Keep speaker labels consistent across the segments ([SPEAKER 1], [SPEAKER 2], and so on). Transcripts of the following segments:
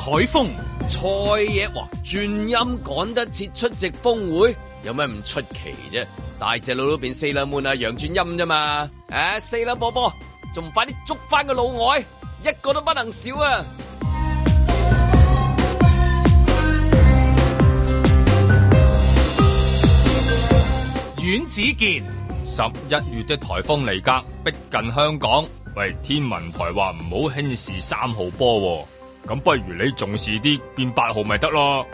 [SPEAKER 1] 海峰、
[SPEAKER 2] 菜嘢，哇！轉音趕得切出席峰會，有咩唔出奇啫？大隻佬都變四啦滿啊，楊轉音啫嘛！誒，四啦波波，仲快啲捉翻個老外，一個都不能少啊！
[SPEAKER 1] 阮子健、
[SPEAKER 3] 十一月的颱風尼格逼近香港，喂，天文台話唔好輕視三號波喎，咁不如你重視啲變八號咪得咯。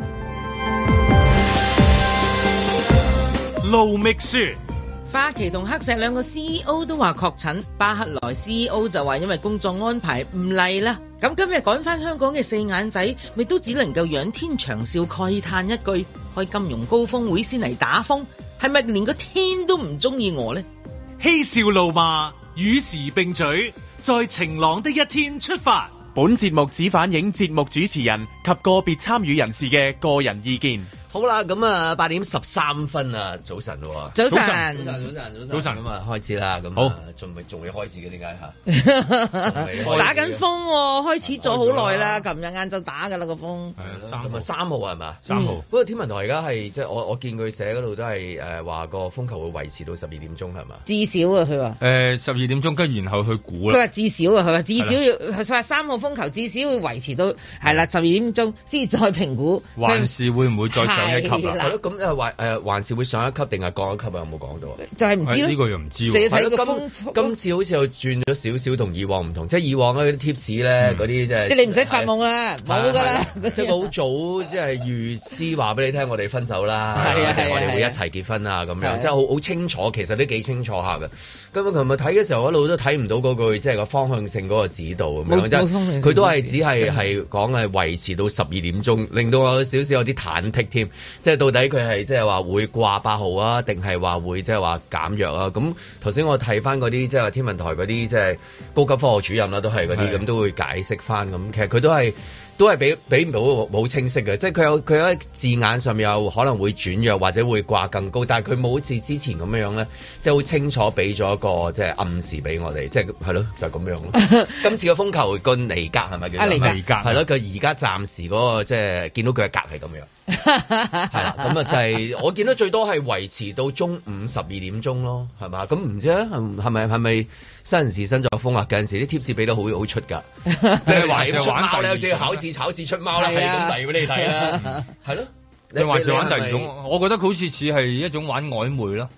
[SPEAKER 1] 盧覓雪、
[SPEAKER 4] 花旗同黑石兩個 CEO E 都話確診，巴克萊 CEO 就話因為工作安排唔嚟啦。咁今日趕返香港嘅四眼仔，咪都只能夠仰天長嘯慨嘆一句：開金融高峰會先嚟打風，係咪連個天都唔中意我呢？
[SPEAKER 1] 嬉笑怒罵，與時並舉，在晴朗的一天出發。
[SPEAKER 5] 本節目只反映節目主持人及個別參與人士嘅個人意見。
[SPEAKER 2] 好啦，咁啊八點十三分啊，早晨喎！
[SPEAKER 4] 早晨，
[SPEAKER 2] 早晨，早晨，
[SPEAKER 3] 早晨
[SPEAKER 2] 咁啊，開始啦，咁啊
[SPEAKER 3] 好，
[SPEAKER 2] 仲未仲未開始嘅，點解嚇？ 開始啊
[SPEAKER 4] 打緊風喎，開始咗好耐啦，琴日晏晝打㗎啦個風。
[SPEAKER 2] 啊
[SPEAKER 3] 係啊
[SPEAKER 2] 三號三號係嘛？
[SPEAKER 3] 三號
[SPEAKER 2] 嗯不過天文台而家係即係我我見佢寫嗰度都係誒話個風球會維持到十二點鐘係嘛？
[SPEAKER 4] 至少啊，佢話。
[SPEAKER 3] 誒，呃十二點鐘跟住然後去估
[SPEAKER 4] 佢
[SPEAKER 3] 啦。
[SPEAKER 4] 話至少啊，佢話至少要，佢話三號風球至少要維持到係啦十二點鐘先至再評估。
[SPEAKER 3] 還是會唔會再上一級
[SPEAKER 4] 係
[SPEAKER 3] 啊？
[SPEAKER 2] 係咯，咁誒還誒還是會上一級定係降一級啊？有冇講到啊？
[SPEAKER 4] 就係唔
[SPEAKER 3] 哎
[SPEAKER 4] 知
[SPEAKER 3] 呢
[SPEAKER 4] 咯，
[SPEAKER 3] 個又唔知
[SPEAKER 4] 就
[SPEAKER 3] 喎。
[SPEAKER 4] 要睇個
[SPEAKER 2] 係咯
[SPEAKER 4] 風速
[SPEAKER 2] 今今次好似又轉咗少少，同以往唔同，即係以往嗰啲 tips
[SPEAKER 3] 嗯
[SPEAKER 2] 咧，嗰啲即係
[SPEAKER 4] 即係你唔使發夢啦，啊冇㗎啦。
[SPEAKER 2] 係啊即係佢好早即係預知話俾你聽，我哋分手啦，
[SPEAKER 4] 係啊係啊
[SPEAKER 2] 我哋會一
[SPEAKER 4] 係啊
[SPEAKER 2] 齊結婚啊，咁
[SPEAKER 4] 係
[SPEAKER 2] 樣
[SPEAKER 4] 啊
[SPEAKER 2] 即係好好清楚，其實都幾清楚下嘅。咁啊，琴日睇嘅時候一路都睇唔到嗰句即係個方向性嗰個指導咁樣，
[SPEAKER 4] 冇
[SPEAKER 2] 即
[SPEAKER 4] 冇方向性
[SPEAKER 2] 係佢都係只係
[SPEAKER 4] 指導
[SPEAKER 2] 係講係維持到十二點鐘，令到我有少少有啲忐忑添。即係到底佢係即係話會掛八號啊，定係話會即係話減弱啊？咁頭先我睇翻嗰啲即係話天文台嗰啲即係高級科學主任啦，都係嗰啲
[SPEAKER 3] 係
[SPEAKER 2] 咁都會解釋翻咁。其實佢都係。都係俾俾唔到冇清晰嘅，即係佢有佢喺字眼上面有可能會轉弱或者會掛更高，但係佢冇好似之前咁樣樣咧，即係好清楚俾咗一個即係暗示俾我哋，即係係咯就係咁樣 咯。今次嘅風球個尼格係咪叫
[SPEAKER 4] 啊
[SPEAKER 2] 做？
[SPEAKER 4] 尼格
[SPEAKER 3] 尼格
[SPEAKER 2] 係咯，佢而家暫時嗰個即係見到佢嘅格係咁樣， 係啦，咁啊就係我見到最多係維持到中午十二點鐘咯，係嘛？咁唔知咧係係咪係咪新人事新作風啊？有陣時啲 tips 俾得好好出 㗎。即係話要出貓咧，即係考試考試出貓啦，係
[SPEAKER 4] 係啊
[SPEAKER 2] 咁遞俾你睇 啦，係咯。
[SPEAKER 3] 你還是玩第二
[SPEAKER 2] 你係咪？
[SPEAKER 3] 種？我覺得佢好似似係一種玩曖昧 咯，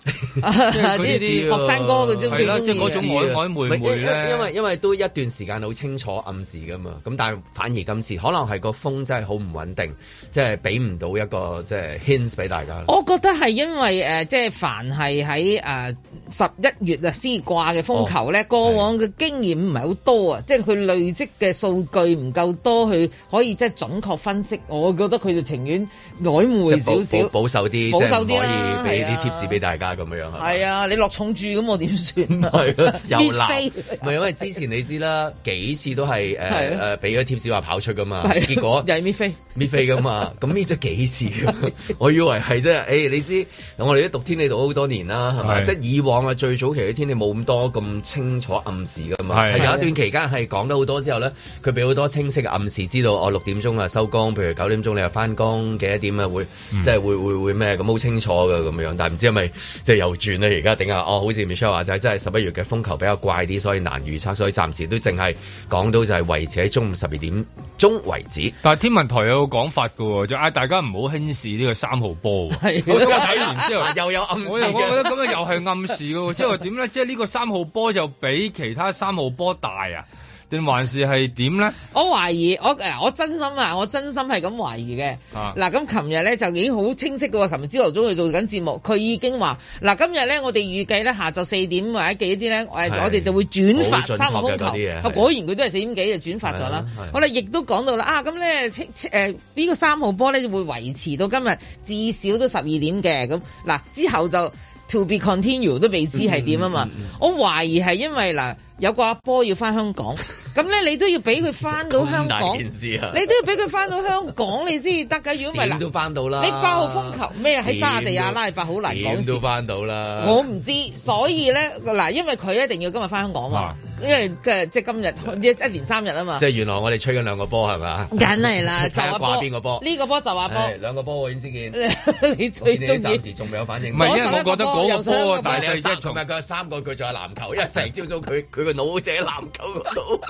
[SPEAKER 4] 啲
[SPEAKER 3] 佢
[SPEAKER 4] 啲學生哥佢最
[SPEAKER 3] 係啦
[SPEAKER 4] 最
[SPEAKER 3] 即係嗰
[SPEAKER 4] 中
[SPEAKER 3] 種
[SPEAKER 4] 意嘅。啊
[SPEAKER 3] 曖曖昧昧
[SPEAKER 2] 啊唔係因因
[SPEAKER 3] 咧
[SPEAKER 2] 因為因為都一段時間好清楚暗示噶嘛，咁但係反而今次可能係個風真係好唔穩定，即係俾唔到一個即係 hints 俾大家。
[SPEAKER 4] 我覺得係因為誒、呃即係凡係喺誒十一月啊先掛嘅風球
[SPEAKER 2] 哦
[SPEAKER 4] 咧，過往嘅經驗唔係好多啊，即係佢累積嘅數據唔夠多，去可以即係準確分析。我覺得佢就情願曖昧
[SPEAKER 2] 即係
[SPEAKER 4] 少
[SPEAKER 2] 保
[SPEAKER 4] 少
[SPEAKER 2] 保。保守啲，
[SPEAKER 4] 保守啲
[SPEAKER 2] 即係唔
[SPEAKER 4] 啦
[SPEAKER 2] 可以俾
[SPEAKER 4] 係
[SPEAKER 2] 啲
[SPEAKER 4] 啊
[SPEAKER 2] tips 俾大家咁樣樣係咪
[SPEAKER 4] 係啊，你落重注咁我點算啊？
[SPEAKER 2] 係咯， 又
[SPEAKER 4] 搣
[SPEAKER 2] 鬧
[SPEAKER 4] 飛，
[SPEAKER 2] 唔係因為之前你知啦，幾次都係
[SPEAKER 4] 係
[SPEAKER 2] 誒
[SPEAKER 4] 啊
[SPEAKER 2] 誒俾咗 tips 話跑出噶嘛，
[SPEAKER 4] 係啊
[SPEAKER 2] 結果
[SPEAKER 4] 又係搣飛。
[SPEAKER 2] 搣飛噶嘛，咁搣咗幾次 㗎我以為係啫，誒、你知我哋都讀天氣讀好多年啦，係咪？
[SPEAKER 3] 係
[SPEAKER 2] 即係以往啊，最早期嘅天氣冇咁多咁清楚暗示噶嘛，
[SPEAKER 3] 係
[SPEAKER 2] 係有一段期間係講得好多之後咧，佢俾好多清晰嘅暗示，知道我六點鐘啊收工，譬如九點鐘你又翻工，幾多點啊會、即係會會會咩咁好清楚嘅咁樣，但係唔知係咪即係又轉咧？而家頂下哦，好似 Michelle 話齋，真係十一月嘅風球比較怪啲，所以難預測，所以暫時都淨係講到就係維持喺中午十二點鐘為止。
[SPEAKER 3] 但係天文台有個講法㗎喎，就嗌啊大家唔好輕視呢個三號波喎。
[SPEAKER 4] 係
[SPEAKER 3] 我今日睇完之後。
[SPEAKER 2] 又有暗示
[SPEAKER 3] 我又我
[SPEAKER 2] 嘅
[SPEAKER 3] 覺得咁樣又係暗示 嘅喎，即係話點咧？即係呢個三號波就比其他三號波大啊？定還是係點咧？
[SPEAKER 4] 我懷疑，我誒我真心啊，我真心係咁懷疑嘅。
[SPEAKER 3] 啊
[SPEAKER 4] 嗱，咁琴日咧就已經好清晰嘅喎，琴日朝頭早佢做緊節目，佢已經話嗱，今日咧我哋預計咧下晝四點或者幾啲咧，誒
[SPEAKER 2] 係
[SPEAKER 4] 我哋就會轉發
[SPEAKER 2] 好準確嘅
[SPEAKER 4] 三號風球。
[SPEAKER 2] 嗰啲嘢
[SPEAKER 4] 啊
[SPEAKER 2] 係
[SPEAKER 4] 果然佢都係四點幾就轉發咗啦
[SPEAKER 2] 係啊係。
[SPEAKER 4] 好啦，亦都講到啦，啊咁咧清清誒呢個三號波咧就會維持到今日至少都十二點嘅咁。
[SPEAKER 2] 嗯
[SPEAKER 4] 嗱之後就 to be continue 都未知係點啊嘛。我懷疑係因為嗱有個阿波要翻香港，咁咧你都要俾佢翻到香
[SPEAKER 2] 咁大
[SPEAKER 4] 港，
[SPEAKER 2] 件事啊！
[SPEAKER 4] 你都要俾佢翻到香港你先得㗎，如果唔係
[SPEAKER 2] 點都
[SPEAKER 4] 嗱，
[SPEAKER 2] 翻到啦！
[SPEAKER 4] 你八號風球咩喺沙地阿拉伯好難講
[SPEAKER 2] 點
[SPEAKER 4] 事
[SPEAKER 2] 都啊翻到啦！
[SPEAKER 4] 我唔知，所以咧嗱，因為佢一定要今日翻香港喎
[SPEAKER 3] 啊，
[SPEAKER 4] 因為嘅即係今日一一連三日啊嘛
[SPEAKER 2] 即，係原來我哋吹緊兩個波係嘛？
[SPEAKER 4] 梗係啦，
[SPEAKER 2] 睇
[SPEAKER 4] 就
[SPEAKER 2] 下
[SPEAKER 4] 阿
[SPEAKER 2] 掛邊個波
[SPEAKER 4] 呢個波就阿波，
[SPEAKER 2] 唉兩個波我尹思健，
[SPEAKER 4] 你
[SPEAKER 2] 我見
[SPEAKER 4] 最
[SPEAKER 2] 你
[SPEAKER 4] 中意
[SPEAKER 2] 暫。時仲未有反應。
[SPEAKER 3] 唔係
[SPEAKER 4] 左
[SPEAKER 3] 因為
[SPEAKER 4] 手
[SPEAKER 3] 我
[SPEAKER 4] 一個
[SPEAKER 3] 覺得
[SPEAKER 4] 波
[SPEAKER 3] 嗰
[SPEAKER 4] 右手
[SPEAKER 3] 個
[SPEAKER 4] 一個
[SPEAKER 3] 波，
[SPEAKER 4] 波
[SPEAKER 3] 但
[SPEAKER 2] 但係
[SPEAKER 3] 係
[SPEAKER 2] 你三
[SPEAKER 3] 一從
[SPEAKER 2] 同埋佢有三個，佢仲有籃球，因為成朝早佢佢個腦就喺籃球嗰度，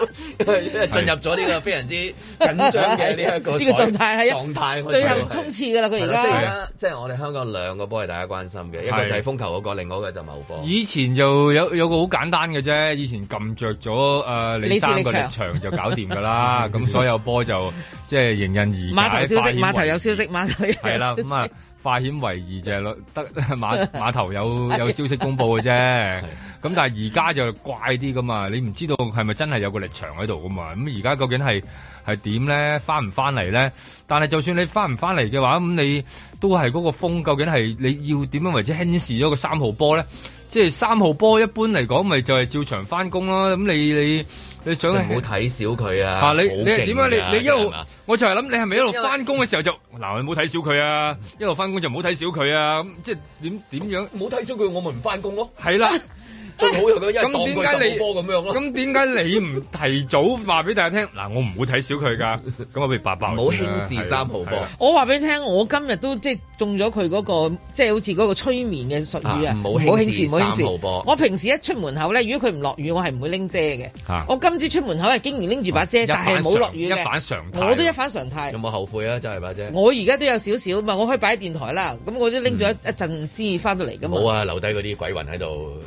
[SPEAKER 2] 進入咗呢個非 常之緊張嘅呢一個
[SPEAKER 4] 呢個狀態係一
[SPEAKER 2] 狀態
[SPEAKER 4] 最後衝刺㗎啦，佢而
[SPEAKER 2] 即係啊
[SPEAKER 4] 家
[SPEAKER 2] 而。家即係我哋香港兩個波係大家關心嘅，一個就係風球嗰個，另外一個就某波。
[SPEAKER 3] 以前就有有個好簡單嘅啫，以前撳着咗誒
[SPEAKER 4] 李
[SPEAKER 3] 李
[SPEAKER 4] 斯
[SPEAKER 3] 生
[SPEAKER 4] 力
[SPEAKER 3] 個力
[SPEAKER 4] 場
[SPEAKER 3] 場就搞掂㗎啦，咁所有波就即係迎刃而解。
[SPEAKER 4] 碼頭消
[SPEAKER 3] 化
[SPEAKER 4] 息，
[SPEAKER 3] 險
[SPEAKER 4] 碼頭
[SPEAKER 3] 為
[SPEAKER 4] 有
[SPEAKER 3] 夷
[SPEAKER 4] 消息，碼 頭有消息。
[SPEAKER 3] 係啦，咁啊，化險為夷就係咯得 碼碼 頭有有消息公佈嘅啫。咁但係而家就怪啲噶嘛，你唔知道係咪真係有個力場喺度噶嘛？咁而家究竟係係點咧？翻唔翻嚟咧？但係就算你翻唔翻嚟嘅話，咁你都係嗰個風，究竟係你要點樣為之輕視咗個三號波咧？即係三號波一般嚟講，咪就係照常翻工啦。咁你你你
[SPEAKER 2] 即
[SPEAKER 3] 想
[SPEAKER 2] 係唔好睇小佢啊！
[SPEAKER 3] 啊！你
[SPEAKER 2] 好
[SPEAKER 3] 你係點
[SPEAKER 2] 勁
[SPEAKER 3] 啊？
[SPEAKER 2] 㗎
[SPEAKER 3] 你你一
[SPEAKER 2] 真
[SPEAKER 3] 路
[SPEAKER 2] 係嘛，嗯
[SPEAKER 3] 我就係諗你係咪一路翻工嘅時候就嗱，你唔好睇小佢啊！一路翻工就唔好睇小佢啊！咁即係點點樣？
[SPEAKER 2] 唔好睇小佢，我咪唔翻工咯。
[SPEAKER 3] 係啦，
[SPEAKER 2] 最好就咁，因為當
[SPEAKER 3] 咁點
[SPEAKER 2] 佢
[SPEAKER 3] 解
[SPEAKER 2] 十個
[SPEAKER 3] 你
[SPEAKER 2] 波咁樣咯。
[SPEAKER 3] 咁點解你唔提早話俾大家聽？嗱，我唔會睇小 佢㗎。咁我俾八百。
[SPEAKER 2] 唔好輕視三號波
[SPEAKER 3] 係啦
[SPEAKER 4] 我話俾你聽，我今日都即係中咗佢嗰個，即係好似嗰個催眠嘅術語
[SPEAKER 2] 啊
[SPEAKER 4] 啊！
[SPEAKER 2] 唔好輕視三號波
[SPEAKER 4] 我平時一出門口咧，如果佢唔落雨，我係唔會拎遮嘅
[SPEAKER 3] 啊。
[SPEAKER 4] 我今朝出門口係竟然拎住把遮，
[SPEAKER 3] 一反
[SPEAKER 4] 但係冇落雨
[SPEAKER 3] 常一反常
[SPEAKER 4] 嘅。
[SPEAKER 3] 態
[SPEAKER 4] 我都一反常
[SPEAKER 2] 有
[SPEAKER 4] 態。
[SPEAKER 2] 冇後悔啊？真係咪啫？
[SPEAKER 4] 我而家都有少少嘛，我可以擺喺電台啦。咁我都拎咗一一陣先翻到嚟㗎
[SPEAKER 2] 嗯冇
[SPEAKER 4] 嘛。
[SPEAKER 2] 啊，留低嗰啲鬼魂喺度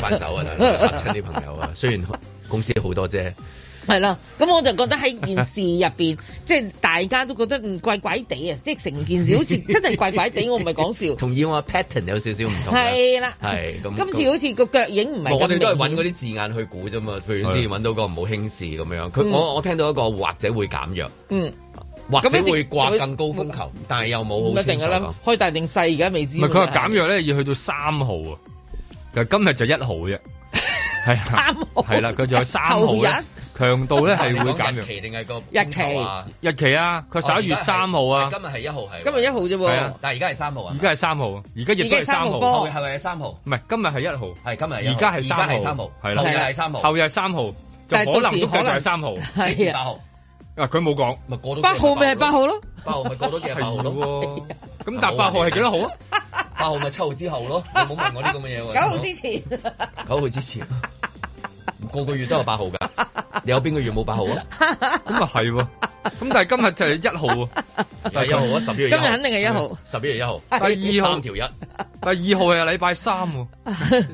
[SPEAKER 2] 翻 走啊，大佬嚇親啲朋友啊。雖然公司好多啫，
[SPEAKER 4] 係啦，咁我就覺得喺件事入邊，即係大家都覺得嗯怪怪地啊！即係成件事好 似真係怪怪地，我唔係講笑。
[SPEAKER 2] 同以往嘅啊 pattern 有少少唔同啊。
[SPEAKER 4] 係啦，
[SPEAKER 2] 係咁
[SPEAKER 4] 今次好似個腳影唔係咁
[SPEAKER 2] 我哋都係
[SPEAKER 4] 明
[SPEAKER 2] 揾
[SPEAKER 4] 顯
[SPEAKER 2] 嗰啲字眼去估啫嘛。譬如之前揾到個唔好輕視咁樣，佢我我聽到一個或者會減弱，
[SPEAKER 4] 嗯，
[SPEAKER 2] 或者
[SPEAKER 4] 咁一定
[SPEAKER 2] 會掛更高風球，但係又冇
[SPEAKER 4] 唔
[SPEAKER 2] 好清
[SPEAKER 4] 一定
[SPEAKER 2] 楚
[SPEAKER 4] 噶啦
[SPEAKER 2] 講。，
[SPEAKER 4] 開大定細而家未知。
[SPEAKER 3] 唔係佢話減弱咧，要去到三號啊！就今日就一號 啫。係
[SPEAKER 4] 三
[SPEAKER 3] 啦
[SPEAKER 4] 號
[SPEAKER 3] 係啦，佢仲有三號
[SPEAKER 4] 後
[SPEAKER 3] 咧
[SPEAKER 4] 日，
[SPEAKER 3] 強度咧係會減
[SPEAKER 2] 日
[SPEAKER 3] 弱。
[SPEAKER 2] 期定係個
[SPEAKER 4] 日期
[SPEAKER 2] 風球啊
[SPEAKER 3] 日期啊，佢十一月三號啊，
[SPEAKER 2] 今日係一號係。
[SPEAKER 4] 今日一號啫
[SPEAKER 3] 係
[SPEAKER 4] 喎
[SPEAKER 3] 啊，
[SPEAKER 2] 但係而家係三號啊
[SPEAKER 3] 而。家係三號，而家亦都係三
[SPEAKER 4] 而家係三號
[SPEAKER 3] 號。
[SPEAKER 4] 波
[SPEAKER 2] 係咪係三號？
[SPEAKER 3] 唔係，今日係一號，
[SPEAKER 2] 係今日係
[SPEAKER 3] 而家係
[SPEAKER 2] 一號
[SPEAKER 3] 三
[SPEAKER 2] 而家
[SPEAKER 3] 號
[SPEAKER 2] 係三號，
[SPEAKER 3] 係
[SPEAKER 4] 啦
[SPEAKER 2] 後日係三號，
[SPEAKER 3] 後日係三號，就
[SPEAKER 4] 但係
[SPEAKER 3] 可
[SPEAKER 4] 到
[SPEAKER 3] 能
[SPEAKER 4] 時
[SPEAKER 3] 都繼
[SPEAKER 4] 可
[SPEAKER 3] 續
[SPEAKER 4] 能
[SPEAKER 3] 係三號。
[SPEAKER 2] 幾時
[SPEAKER 4] 係
[SPEAKER 2] 八
[SPEAKER 4] 啊，
[SPEAKER 2] 號，
[SPEAKER 3] 啊，佢冇講，
[SPEAKER 2] 咪過到
[SPEAKER 4] 八號咪係八
[SPEAKER 2] 咯，
[SPEAKER 4] 號咯，
[SPEAKER 2] 八號咪過到幾日
[SPEAKER 3] 係
[SPEAKER 2] 八號咯，
[SPEAKER 3] 喎。咁但八號係幾多號啊？
[SPEAKER 2] 八號咪七號之後咯，你唔好問我啲咁嘅嘢喎。
[SPEAKER 4] 九號 之前。
[SPEAKER 2] 九號之前，個個月都有八號 㗎，你有邊個月冇八號啊？
[SPEAKER 3] 咁啊係喎。咁但係今日就係一號喎。
[SPEAKER 2] 係一號啊，十一月
[SPEAKER 4] 今日肯定係一號，
[SPEAKER 2] 十一月一號，
[SPEAKER 3] 但係二號
[SPEAKER 2] 三條一，
[SPEAKER 3] 但係二號係禮拜三喎，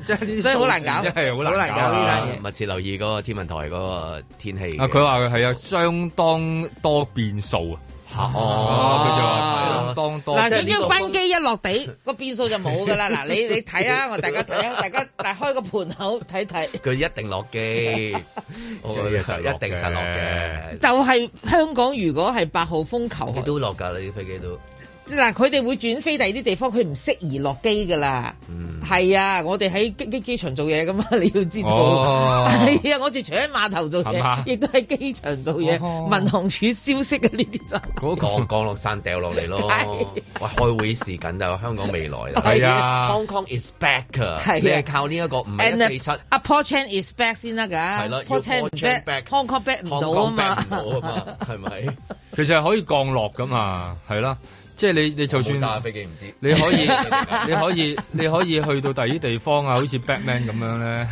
[SPEAKER 3] 即係呢啲
[SPEAKER 4] 所以好難 搞
[SPEAKER 3] 數字真係好
[SPEAKER 4] 好
[SPEAKER 3] 難
[SPEAKER 4] 難
[SPEAKER 3] 搞
[SPEAKER 4] 搞
[SPEAKER 3] 啊
[SPEAKER 4] 呢單嘢
[SPEAKER 2] 密切留意嗰個天文台嗰個天氣。
[SPEAKER 3] 啊，佢話係有相當多變數啊。
[SPEAKER 2] 嚇
[SPEAKER 3] 哦，
[SPEAKER 2] 哦，
[SPEAKER 3] 佢就
[SPEAKER 2] 係
[SPEAKER 3] 話
[SPEAKER 2] 咯
[SPEAKER 3] 相當多。
[SPEAKER 4] 嗱，
[SPEAKER 2] 即係
[SPEAKER 4] 點
[SPEAKER 2] 呢個
[SPEAKER 4] 樣班機一落地，個變數就冇㗎啦。嗱，你你睇啊，我大家睇 啊，大家但開個盤口睇睇，
[SPEAKER 2] 佢一定落 機，我覺得實一定實落嘅，
[SPEAKER 4] 就係香港如果係八號
[SPEAKER 2] 佢
[SPEAKER 4] 風球，啊
[SPEAKER 2] 都落㗎啦，啲飛機都。
[SPEAKER 4] 嗱佢哋會轉飛第二啲地方，佢唔適宜落機㗎啦。
[SPEAKER 2] 嗯，
[SPEAKER 4] 係啊，我哋喺機機機場做嘢噶嘛， 你要知道。
[SPEAKER 3] 哦
[SPEAKER 4] 係啊，我哋除咗喺碼頭做
[SPEAKER 3] 係嘛
[SPEAKER 4] 嘢，亦都喺機場做嘢，
[SPEAKER 3] 哦
[SPEAKER 4] 民航處消息嘅呢啲就。
[SPEAKER 3] 嗰個
[SPEAKER 2] 降降落山掉落 嚟咯
[SPEAKER 4] 係。
[SPEAKER 2] 喂，開會時緊就香港未來啦。
[SPEAKER 3] 係啊
[SPEAKER 2] Hong Kong is back 啊！
[SPEAKER 4] 係啊
[SPEAKER 2] 你係靠呢一個唔係一四七。
[SPEAKER 4] 阿啊 Paul Chan is back 先得㗎。
[SPEAKER 2] 係啦要
[SPEAKER 4] Paul Chan
[SPEAKER 2] Paul
[SPEAKER 4] 唔
[SPEAKER 2] Chan back
[SPEAKER 4] back，Hong Kong back 唔
[SPEAKER 2] Hong
[SPEAKER 4] 到
[SPEAKER 2] Kong
[SPEAKER 4] 啊嘛
[SPEAKER 2] back 唔到啊嘛，係咪？
[SPEAKER 3] 其實係可以降落噶嘛，係啦，即係你你就
[SPEAKER 2] 冇揸下
[SPEAKER 3] 算
[SPEAKER 2] 飛機唔知。
[SPEAKER 3] 你可 以 你可以你可以去到第啲地方啊，好似 Batman 咁樣 咧，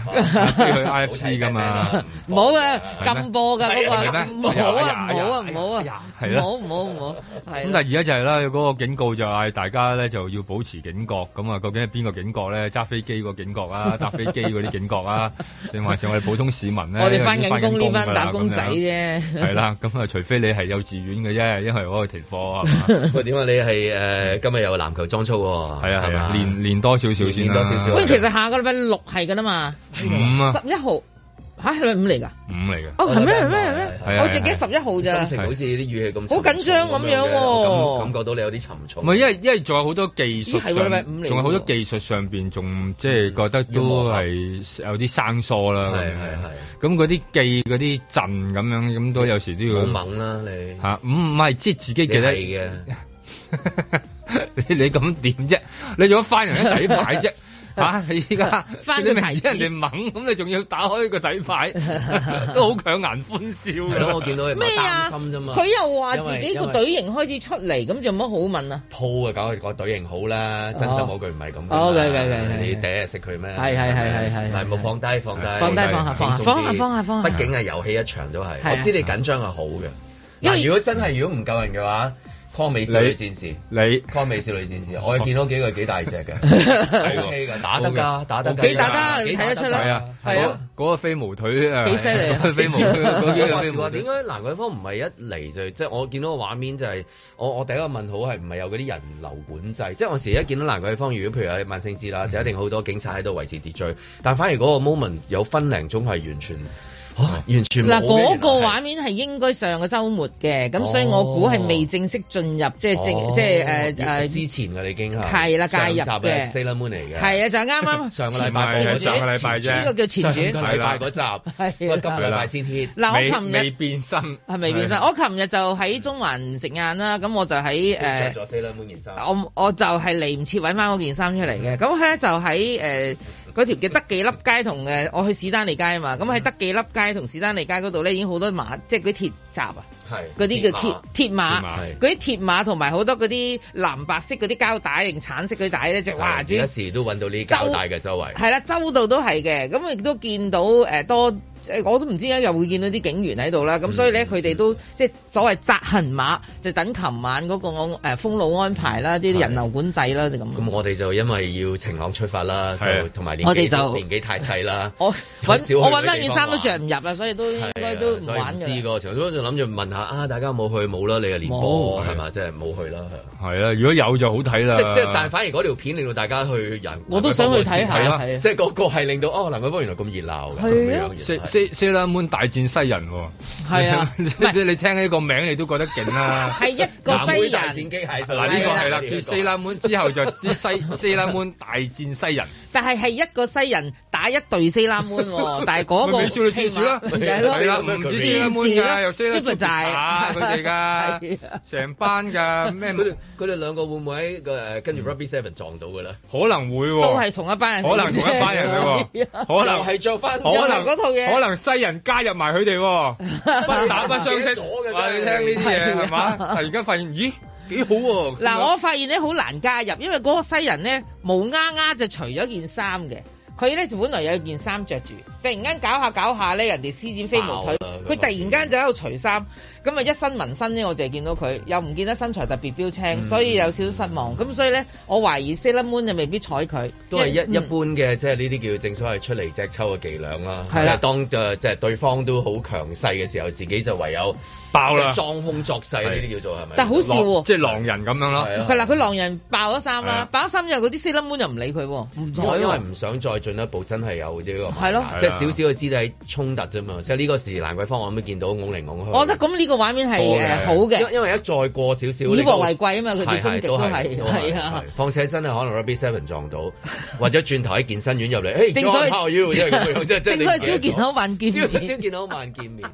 [SPEAKER 3] 飛去 IFC 噶嘛，
[SPEAKER 4] 唔好啊，
[SPEAKER 3] 係咩
[SPEAKER 4] 禁播㗎嗰
[SPEAKER 3] 係
[SPEAKER 4] 個，
[SPEAKER 3] 咩
[SPEAKER 4] 唔好啊，
[SPEAKER 3] 哎呀
[SPEAKER 4] 唔好啊，唔好
[SPEAKER 3] 哎呀
[SPEAKER 4] 啊，
[SPEAKER 3] 哎
[SPEAKER 4] 唔
[SPEAKER 3] 呀
[SPEAKER 4] 好唔好唔好，
[SPEAKER 3] 咁
[SPEAKER 4] 係啦
[SPEAKER 3] 但係而家就係啦，嗰個警告就嗌大家咧就要保持警覺，咁啊究竟係邊個警覺咧？揸飛機個警覺啊， 搭飛機嗰啲警覺啊，定還是我哋普通市民咧？
[SPEAKER 4] 我哋
[SPEAKER 3] 因
[SPEAKER 4] 翻
[SPEAKER 3] 為
[SPEAKER 4] 緊工呢
[SPEAKER 3] 㗎
[SPEAKER 4] 班
[SPEAKER 3] 啦
[SPEAKER 4] 打工仔。
[SPEAKER 3] 咁樣
[SPEAKER 4] 啫。
[SPEAKER 3] 係啦，咁啊，除非你係幼稚園嘅啫，因為我係停課係 嘛，
[SPEAKER 2] 喂，點啊？你係誒今日有籃球裝束喎？
[SPEAKER 3] 係啊係啊，
[SPEAKER 2] 嘛
[SPEAKER 3] 練練多少少先
[SPEAKER 2] 練
[SPEAKER 3] 啦，
[SPEAKER 2] 多少少
[SPEAKER 4] 喂，其實下個禮拜六係㗎啦嘛，
[SPEAKER 3] 五啊，
[SPEAKER 4] 十一號嚇係咪五嚟㗎？
[SPEAKER 3] 啊五嚟嘅。
[SPEAKER 4] 哦，係咩係咩係
[SPEAKER 3] 係
[SPEAKER 4] 咩？
[SPEAKER 3] 啊
[SPEAKER 4] 我自己十一號咋
[SPEAKER 2] 心。情好似啲語氣咁
[SPEAKER 4] 好緊張咁樣喎
[SPEAKER 2] 我感感覺到你有啲沉重。
[SPEAKER 3] 唔係，因為因為仲有好多技術
[SPEAKER 4] 咦係喎禮拜
[SPEAKER 3] 上，
[SPEAKER 4] 五嚟喎
[SPEAKER 3] 仲有好多技術上邊，仲即係覺得
[SPEAKER 2] 要磨
[SPEAKER 3] 都
[SPEAKER 2] 嗯合
[SPEAKER 3] 係有啲生疏啦。
[SPEAKER 2] 係
[SPEAKER 3] 咁樣
[SPEAKER 2] 係係
[SPEAKER 3] 咁嗰啲記嗰啲陣咁樣，咁都有時都
[SPEAKER 2] 好
[SPEAKER 3] 要
[SPEAKER 2] 猛啦你，
[SPEAKER 3] 嚇，唔唔係即係自己
[SPEAKER 2] 你
[SPEAKER 3] 記得
[SPEAKER 2] 係。嘅。
[SPEAKER 3] 你你咁點啫？你做咗翻人嘅底牌 啫？嚇、你依家
[SPEAKER 4] 翻
[SPEAKER 3] 你
[SPEAKER 4] 個
[SPEAKER 3] 明
[SPEAKER 4] 提
[SPEAKER 3] 知
[SPEAKER 4] 子
[SPEAKER 3] 人哋猛，咁你仲要打開個底牌， 都好強顏歡笑㗎
[SPEAKER 2] 係咯，我見到你咪
[SPEAKER 4] 咩
[SPEAKER 2] 擔
[SPEAKER 4] 啊？
[SPEAKER 2] 心啫嘛。
[SPEAKER 4] 佢又話自
[SPEAKER 2] 因為
[SPEAKER 4] 己
[SPEAKER 2] 因
[SPEAKER 4] 個
[SPEAKER 2] 為
[SPEAKER 4] 隊形開始出嚟，咁仲有乜好問啊？
[SPEAKER 2] 鋪啊，搞佢個隊形好啦，真心嗰句唔係咁㗎嘛。
[SPEAKER 4] 哦，OK，OK，OK，OK
[SPEAKER 2] 你第一日識佢咩？
[SPEAKER 4] 係係係係係
[SPEAKER 2] 係冇放低放低
[SPEAKER 4] 放低放下
[SPEAKER 2] 輕鬆啲
[SPEAKER 4] 放下放下放下放下
[SPEAKER 2] 畢竟係遊戲一場都係，
[SPEAKER 4] 係
[SPEAKER 2] 我
[SPEAKER 4] 啊
[SPEAKER 2] 知你緊張係好嘅。
[SPEAKER 4] 因為
[SPEAKER 2] 嗱，如果真係如果唔夠人嘅話，call 美少女戰士。
[SPEAKER 3] 你。
[SPEAKER 2] call 美少女戰士，我見到幾個幾大隻 嘅
[SPEAKER 3] 喎
[SPEAKER 2] ，OK 嘅，打得㗎，打得㗎，
[SPEAKER 4] 幾打得
[SPEAKER 2] 幾
[SPEAKER 4] 你睇得出啦
[SPEAKER 2] 㗎
[SPEAKER 3] 係啊，
[SPEAKER 4] 係啊
[SPEAKER 3] 嗰嗰個飛毛腿誒，
[SPEAKER 4] 幾犀 利啊
[SPEAKER 3] 嗰個飛毛 腿，嗰
[SPEAKER 2] 我
[SPEAKER 3] 嗰幾個
[SPEAKER 2] 話
[SPEAKER 3] 飛
[SPEAKER 2] 時
[SPEAKER 3] 毛
[SPEAKER 2] 話
[SPEAKER 3] 腿
[SPEAKER 2] 點解。蘭桂坊唔係一嚟就即係我見到個畫面就係、我我第一個問號係唔係有嗰啲人流管制？即係我時一見到蘭桂坊，如果譬如係萬聖節啦，就一定好多警察喺度維持秩序，但反而嗰個 moment 有分零鐘係完全、嚇完全冇
[SPEAKER 4] 嗱，
[SPEAKER 2] 嘅
[SPEAKER 4] 嗰個
[SPEAKER 2] 原來係
[SPEAKER 4] 畫面係應該上個週末嘅，
[SPEAKER 2] 哦
[SPEAKER 4] 咁所以我估係未正式進入，即係
[SPEAKER 2] 哦
[SPEAKER 4] 正即係
[SPEAKER 2] 要之
[SPEAKER 4] 誒誒，
[SPEAKER 2] 前嘅你已經係
[SPEAKER 4] 係啦介入
[SPEAKER 2] 上集係
[SPEAKER 4] 嘅
[SPEAKER 2] Sailor Moon 嚟嘅，
[SPEAKER 4] 係啊，就係啱啱
[SPEAKER 2] 上個禮拜
[SPEAKER 4] 前
[SPEAKER 3] 係
[SPEAKER 4] 前
[SPEAKER 3] 上個禮拜
[SPEAKER 4] 主
[SPEAKER 3] 啫
[SPEAKER 4] 呢個叫前
[SPEAKER 2] 上個
[SPEAKER 4] 主。
[SPEAKER 2] 禮拜嗰集，
[SPEAKER 4] 係
[SPEAKER 2] 我今
[SPEAKER 4] 啦
[SPEAKER 2] 個禮拜先 hit。
[SPEAKER 4] 嗱，
[SPEAKER 3] 未
[SPEAKER 4] 我琴
[SPEAKER 3] 未
[SPEAKER 4] 日
[SPEAKER 3] 變身，
[SPEAKER 4] 係咪變身？
[SPEAKER 3] 係
[SPEAKER 4] 我琴日就喺中環食晏啦，咁我就喺誒
[SPEAKER 2] 着咗 Sailor Moon 件衫，
[SPEAKER 4] 我我就係嚟唔切揾翻嗰件衫出嚟
[SPEAKER 2] 嗯
[SPEAKER 4] 嘅，咁咧就喺誒嗰條嘅德記粒街同誒我去史丹利街啊嘛，咁喺德記粒街同史丹利街嗰度咧已經好多馬，即係嗰啲鐵閘啊，
[SPEAKER 2] 係
[SPEAKER 4] 嗰啲叫
[SPEAKER 2] 啊
[SPEAKER 4] 鐵鐵
[SPEAKER 3] 馬
[SPEAKER 4] 馬，嗰啲鐵馬同埋好多嗰啲藍白色嗰啲膠帶定橙啊色嗰啲帶咧，就哇，
[SPEAKER 2] 哇！
[SPEAKER 4] 主
[SPEAKER 2] 一時都揾到呢啲膠帶嘅周圍。
[SPEAKER 4] 係啦，周到都係嘅，咁亦都見到誒、呃多，呃我都唔知點解又會見到啲警員喺度啦，咁所以咧佢哋都即係所謂紮行馬，就等琴晚嗰個我誒封路安排啦，啲
[SPEAKER 2] 係
[SPEAKER 4] 人流管制啦，就咁。
[SPEAKER 2] 咁我哋就因為要晴朗出發啦，
[SPEAKER 3] 係
[SPEAKER 2] 就同埋年紀
[SPEAKER 4] 我哋就。
[SPEAKER 2] 年紀太細啦
[SPEAKER 4] 我
[SPEAKER 2] 好少去
[SPEAKER 4] 揾我揾翻件衫
[SPEAKER 2] 嗰
[SPEAKER 4] 都
[SPEAKER 2] 啲地
[SPEAKER 4] 着
[SPEAKER 2] 方
[SPEAKER 4] 唔入啦，所以都應該
[SPEAKER 2] 係啊
[SPEAKER 4] 都唔
[SPEAKER 2] 所以
[SPEAKER 4] 玩
[SPEAKER 2] 知
[SPEAKER 4] 嘅。
[SPEAKER 2] 個時候，所以就諗住問下啊，大家有冇去？冇啦，你又連波
[SPEAKER 3] 冇
[SPEAKER 2] 係嘛？即係冇去啦。
[SPEAKER 3] 係啊啦，如果有就好睇啦。
[SPEAKER 2] 即即但係反而嗰條片令到大家去人，
[SPEAKER 4] 我都想去睇下
[SPEAKER 2] 係啦
[SPEAKER 4] 係啊
[SPEAKER 2] 即係個個係令到哦，蘭桂坊原來咁熱鬧嘅
[SPEAKER 4] 係啊
[SPEAKER 2] 咁樣
[SPEAKER 3] 四
[SPEAKER 2] 原來係
[SPEAKER 3] 四 s a i l o Moon 大戰西人喎，
[SPEAKER 4] 係啊
[SPEAKER 3] 你你你聽呢 個名你都覺得勁啦。
[SPEAKER 4] 係一個
[SPEAKER 2] 南
[SPEAKER 4] 西
[SPEAKER 2] 妹大戰
[SPEAKER 4] 人，
[SPEAKER 2] 機械手
[SPEAKER 3] 嗱呢個係啦，
[SPEAKER 2] 呢
[SPEAKER 3] 叫
[SPEAKER 2] 個
[SPEAKER 3] s a i l o Moon 之後就知西 s a i l o Moon 大戰西人，
[SPEAKER 4] 但係係一個西人打一隊西拉門喎，哦但係嗰
[SPEAKER 3] 咪
[SPEAKER 4] 個
[SPEAKER 3] 美少女戰士啦，
[SPEAKER 4] 戲 碼就係咯啊
[SPEAKER 3] 係啦，唔止 s a i l o Moon 㗎，有 s a i l o Moon 啊佢哋 㗎，成班㗎，咩
[SPEAKER 2] 佢哋佢哋兩個會唔會喺個誒跟住 Rugby Seven 撞到嘅咧？
[SPEAKER 3] 可能會
[SPEAKER 4] 都
[SPEAKER 3] 喎，
[SPEAKER 4] 係同一班人，
[SPEAKER 3] 可能同一班人 嚟喎，可能
[SPEAKER 2] 就係着翻
[SPEAKER 3] 可能
[SPEAKER 4] 又係嗰套嘢
[SPEAKER 3] 可能西人加入埋佢哋 喎，不打不相識。話你聽呢啲嘢係嘛？突然間發現，咦幾好喎！咁
[SPEAKER 4] 啊
[SPEAKER 3] 樣
[SPEAKER 4] 嗱，我發現咧好難加入，因為嗰個西人咧無啱啱就除咗件衫嘅，佢咧就本來有件衫着住，突然間搞下搞下咧，人哋施展飛毛腿
[SPEAKER 2] 爆啦，
[SPEAKER 4] 佢突然間就喺度除衫，咁啊一身紋身咧，我就見到佢又唔見得身材特別標青，
[SPEAKER 3] 嗯
[SPEAKER 4] 所以有少少失望。咁所以咧，我懷疑 Sailor Moon 就未必睬佢，
[SPEAKER 2] 都係
[SPEAKER 4] 因
[SPEAKER 2] 一
[SPEAKER 4] 為
[SPEAKER 2] 一般嘅，即係呢啲叫正所謂出嚟隻抽嘅伎倆啦。即
[SPEAKER 4] 係啦
[SPEAKER 2] 係當誒即係對方都好強勢嘅時候，自己就唯有
[SPEAKER 3] 爆
[SPEAKER 2] 即
[SPEAKER 3] 啦
[SPEAKER 2] 係裝空作勢呢啲叫做係咪？
[SPEAKER 4] 但好笑
[SPEAKER 3] 狼
[SPEAKER 4] 喎
[SPEAKER 3] 即係狼人咁樣咯。
[SPEAKER 2] 係啊
[SPEAKER 4] 佢嗱佢狼人爆咗衫
[SPEAKER 3] 係
[SPEAKER 4] 啦
[SPEAKER 3] 啊，
[SPEAKER 4] 爆咗衫之後嗰啲 Sailor Moon 又唔理佢喎，唔睬
[SPEAKER 2] 因為因為
[SPEAKER 4] 喎。
[SPEAKER 2] 唔想再進一步，真係有呢個
[SPEAKER 4] 係咯
[SPEAKER 2] 即係少少嘅肢體衝突啫嘛。即係呢個時蘭桂坊，我都見到拱嚟拱去。
[SPEAKER 4] 我覺得咁呢個畫面係呃
[SPEAKER 2] 多嘅
[SPEAKER 4] 誒好
[SPEAKER 2] 因
[SPEAKER 4] 嘅，
[SPEAKER 2] 因為一再過少少，
[SPEAKER 4] 以
[SPEAKER 2] 呢個
[SPEAKER 4] 和為貴啊嘛，
[SPEAKER 2] 係
[SPEAKER 4] 佢哋終
[SPEAKER 2] 係
[SPEAKER 4] 極都
[SPEAKER 2] 係
[SPEAKER 4] 係係啊。。
[SPEAKER 2] 況且真係可能 Ruby Seven 撞到， 或者轉頭喺健身院入嚟，誒，
[SPEAKER 4] 正所
[SPEAKER 2] John, how are you？即係咁樣，即係即係
[SPEAKER 4] 謂正
[SPEAKER 2] 你
[SPEAKER 4] 所謂
[SPEAKER 2] 唔
[SPEAKER 4] 朝
[SPEAKER 2] 記
[SPEAKER 4] 見
[SPEAKER 2] 得咗
[SPEAKER 4] 口晚見
[SPEAKER 2] 朝
[SPEAKER 4] 面，
[SPEAKER 2] 朝見到晚見面。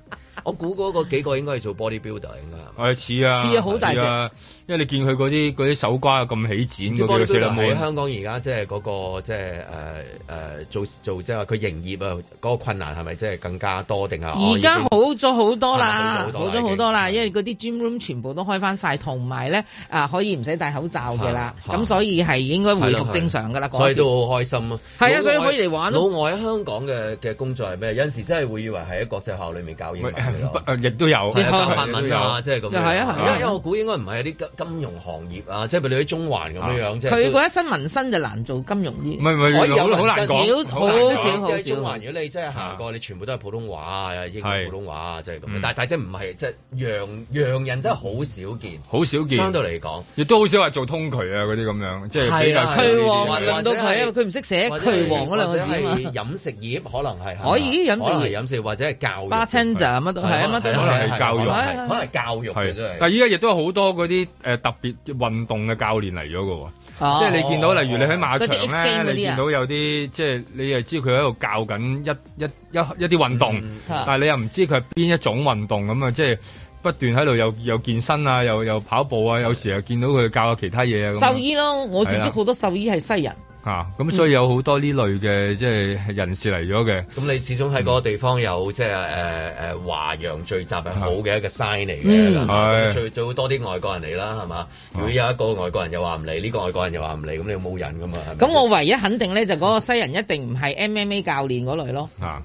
[SPEAKER 2] 我估嗰個幾個應該係做 bodybuilder 應該
[SPEAKER 3] 我似啊，
[SPEAKER 4] 似啊好大隻
[SPEAKER 3] 似啊，因為你見佢嗰啲嗰啲手瓜咁起
[SPEAKER 2] 係嘛？唔
[SPEAKER 3] 展
[SPEAKER 2] 知
[SPEAKER 3] 嗰幾個四
[SPEAKER 2] bodybuilder
[SPEAKER 3] 兩
[SPEAKER 2] 喺
[SPEAKER 3] 妹，
[SPEAKER 2] 香港而家即係嗰個即係誒誒做做即係話佢營業啊嗰個困難係咪即係更加多定係哦
[SPEAKER 4] 而家好咗好多啦
[SPEAKER 2] 係，好
[SPEAKER 4] 好
[SPEAKER 2] 咗
[SPEAKER 4] 咗
[SPEAKER 2] 好
[SPEAKER 4] 好
[SPEAKER 2] 多啦
[SPEAKER 4] 多啦，
[SPEAKER 2] 已
[SPEAKER 4] 因
[SPEAKER 2] 經
[SPEAKER 4] 為嗰啲 gym room 全部都開翻晒，同埋咧啊可以唔使戴口罩嘅啦，
[SPEAKER 2] 嚇嚇
[SPEAKER 4] 咁所以係應該
[SPEAKER 2] 係
[SPEAKER 4] 回
[SPEAKER 2] 咯
[SPEAKER 4] 復正常嘅啦，
[SPEAKER 2] 所以
[SPEAKER 4] 嗰邊
[SPEAKER 2] 都好開心啊！
[SPEAKER 4] 係啊
[SPEAKER 2] 老
[SPEAKER 4] 所以
[SPEAKER 2] 外
[SPEAKER 4] 可以嚟玩咯
[SPEAKER 2] 老外喺香港嘅嘅工作係咩？有陣時真係會以為係喺國際學校裏面教英文㗎咯
[SPEAKER 3] 喂亦都有，
[SPEAKER 2] 係啊教
[SPEAKER 3] 亦
[SPEAKER 2] 法
[SPEAKER 3] 都
[SPEAKER 2] 文
[SPEAKER 3] 有
[SPEAKER 2] 啊，即係咁樣。
[SPEAKER 4] 又係啊係啊
[SPEAKER 2] 因為因為我估應該唔係啲金融行業啊，即係譬如你喺中環咁樣樣，即係
[SPEAKER 4] 佢
[SPEAKER 2] 都
[SPEAKER 4] 覺得新民生就難做金融啲，
[SPEAKER 3] 唔係唔係
[SPEAKER 4] 可以有
[SPEAKER 3] 啊好好難
[SPEAKER 4] 民生
[SPEAKER 3] 講
[SPEAKER 4] 少
[SPEAKER 3] 好難講
[SPEAKER 4] 好少好
[SPEAKER 2] 即係中
[SPEAKER 4] 少
[SPEAKER 2] 環，。如果你真係行過，你全部都係普通話啊、英
[SPEAKER 3] 係
[SPEAKER 2] 文普通話啊，即係咁樣
[SPEAKER 3] 嗯。
[SPEAKER 2] 但但即係唔係即係洋洋人真係好少見，
[SPEAKER 3] 好少見，
[SPEAKER 2] 相對嚟講。
[SPEAKER 3] 亦都好少話做通渠啊嗰啲咁樣，即係比
[SPEAKER 2] 係
[SPEAKER 3] 較
[SPEAKER 2] 啊
[SPEAKER 3] 少呢
[SPEAKER 4] 渠
[SPEAKER 3] 啲
[SPEAKER 4] 王
[SPEAKER 2] 或
[SPEAKER 3] 嘢
[SPEAKER 2] 者
[SPEAKER 4] 輪到佢，因為佢唔識寫
[SPEAKER 2] 或者
[SPEAKER 4] 渠王嗰兩個字
[SPEAKER 2] 或
[SPEAKER 4] 啊
[SPEAKER 2] 者係
[SPEAKER 4] 嘛。
[SPEAKER 2] 飲食業可能係啊
[SPEAKER 4] 可以
[SPEAKER 2] 係嘛
[SPEAKER 4] 飲
[SPEAKER 2] 可
[SPEAKER 4] 食業
[SPEAKER 2] 能係飲食業或者係教育
[SPEAKER 4] bartender 乜都係啊，乜都
[SPEAKER 3] 可能係教
[SPEAKER 2] 係
[SPEAKER 3] 育
[SPEAKER 4] 係
[SPEAKER 2] 可能係教育嘅
[SPEAKER 3] 係
[SPEAKER 2] 真，
[SPEAKER 3] 但
[SPEAKER 2] 係。
[SPEAKER 3] 係依家亦都好多嗰啲誒特別運動嘅教練嚟咗嘅喎，即係
[SPEAKER 4] 哦
[SPEAKER 3] 你見到例如你喺馬
[SPEAKER 4] 嗰啲 X
[SPEAKER 3] 場
[SPEAKER 4] game 嗰啲啊
[SPEAKER 3] 咧，你見到有啲即係你又知佢喺度教緊一一一一啲運動，
[SPEAKER 2] 嗯
[SPEAKER 4] 啊
[SPEAKER 3] 但係你又唔知佢係邊一種運動咁啊，即係不斷喺度又又健身啊，又又跑步啊，有時又見到佢教下其他嘢啊咁樣
[SPEAKER 4] 獸醫咯，我接觸好多獸醫係西人，
[SPEAKER 3] 啊，咁所以有好多呢類嘅即係人士嚟咗嘅。
[SPEAKER 2] 咁你始終
[SPEAKER 4] 嗯
[SPEAKER 2] 喺嗰個地方有即係誒誒華洋聚集係好嘅一個 sign 嚟嘅，係
[SPEAKER 4] 啊嗯啊
[SPEAKER 2] 嘛
[SPEAKER 3] 係
[SPEAKER 2] 咁啊最最好多啲外國人嚟啦，係嘛？如果有一個外國人又話唔嚟，呢個外國人又話唔嚟，咁你冇人噶嘛？係咪
[SPEAKER 4] 咁我唯一肯定咧就嗰個西人一定唔係 MMA 教練嗰 類咯，
[SPEAKER 3] 啊，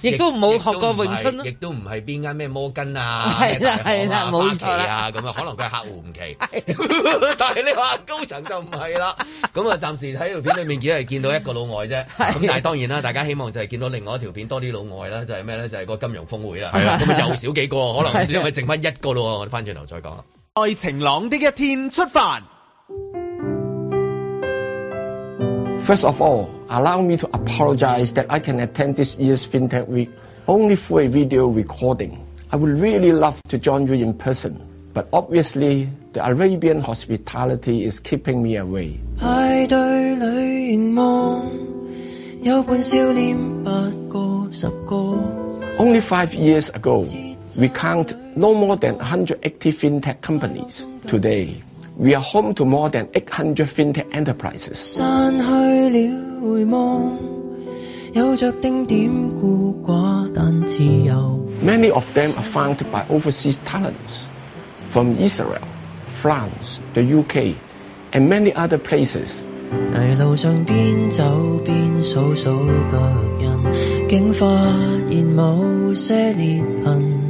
[SPEAKER 4] 亦都冇學過 詠春咯
[SPEAKER 2] 亦。都唔係邊間咩摩根啊，
[SPEAKER 4] 係啦
[SPEAKER 2] 咩大行啊
[SPEAKER 4] 係啦冇錯啦
[SPEAKER 2] 花旗啊，咁啊，可能佢係客戶唔奇
[SPEAKER 4] 係，
[SPEAKER 2] 但係你話高層就唔係啦。咁啊，暫時喺條片裏面只係見到一個老外 啫。咁但係當然啦，大家希望就係見到另外一條片多啲老外啦，就係咩咧？就係個金融峰會啦。
[SPEAKER 3] 係啦
[SPEAKER 2] 咁啊又少幾個，可
[SPEAKER 4] 係 啊
[SPEAKER 2] 能因為剩翻一個咯。我哋翻轉頭再講。
[SPEAKER 5] 在晴朗的一天出發。
[SPEAKER 6] First of all, allow me to apologize that I can attend this year's FinTech Week only for a video recording. I would really love to join you in person, but obviously the Arabian hospitality is keeping me away.
[SPEAKER 7] 派對裏凝望，有半少年八個十個，
[SPEAKER 6] Only five years ago, we count no more than 180 FinTech companies. Today, we are home to more than 800 FinTech enterprises.
[SPEAKER 7] 散去了回望，有着丁點孤寡但自由。
[SPEAKER 6] Many of them are founded by overseas talents from Israel, France, the UK, and many other places.
[SPEAKER 7] 泥路上邊走邊數數腳印，竟發現某些裂痕，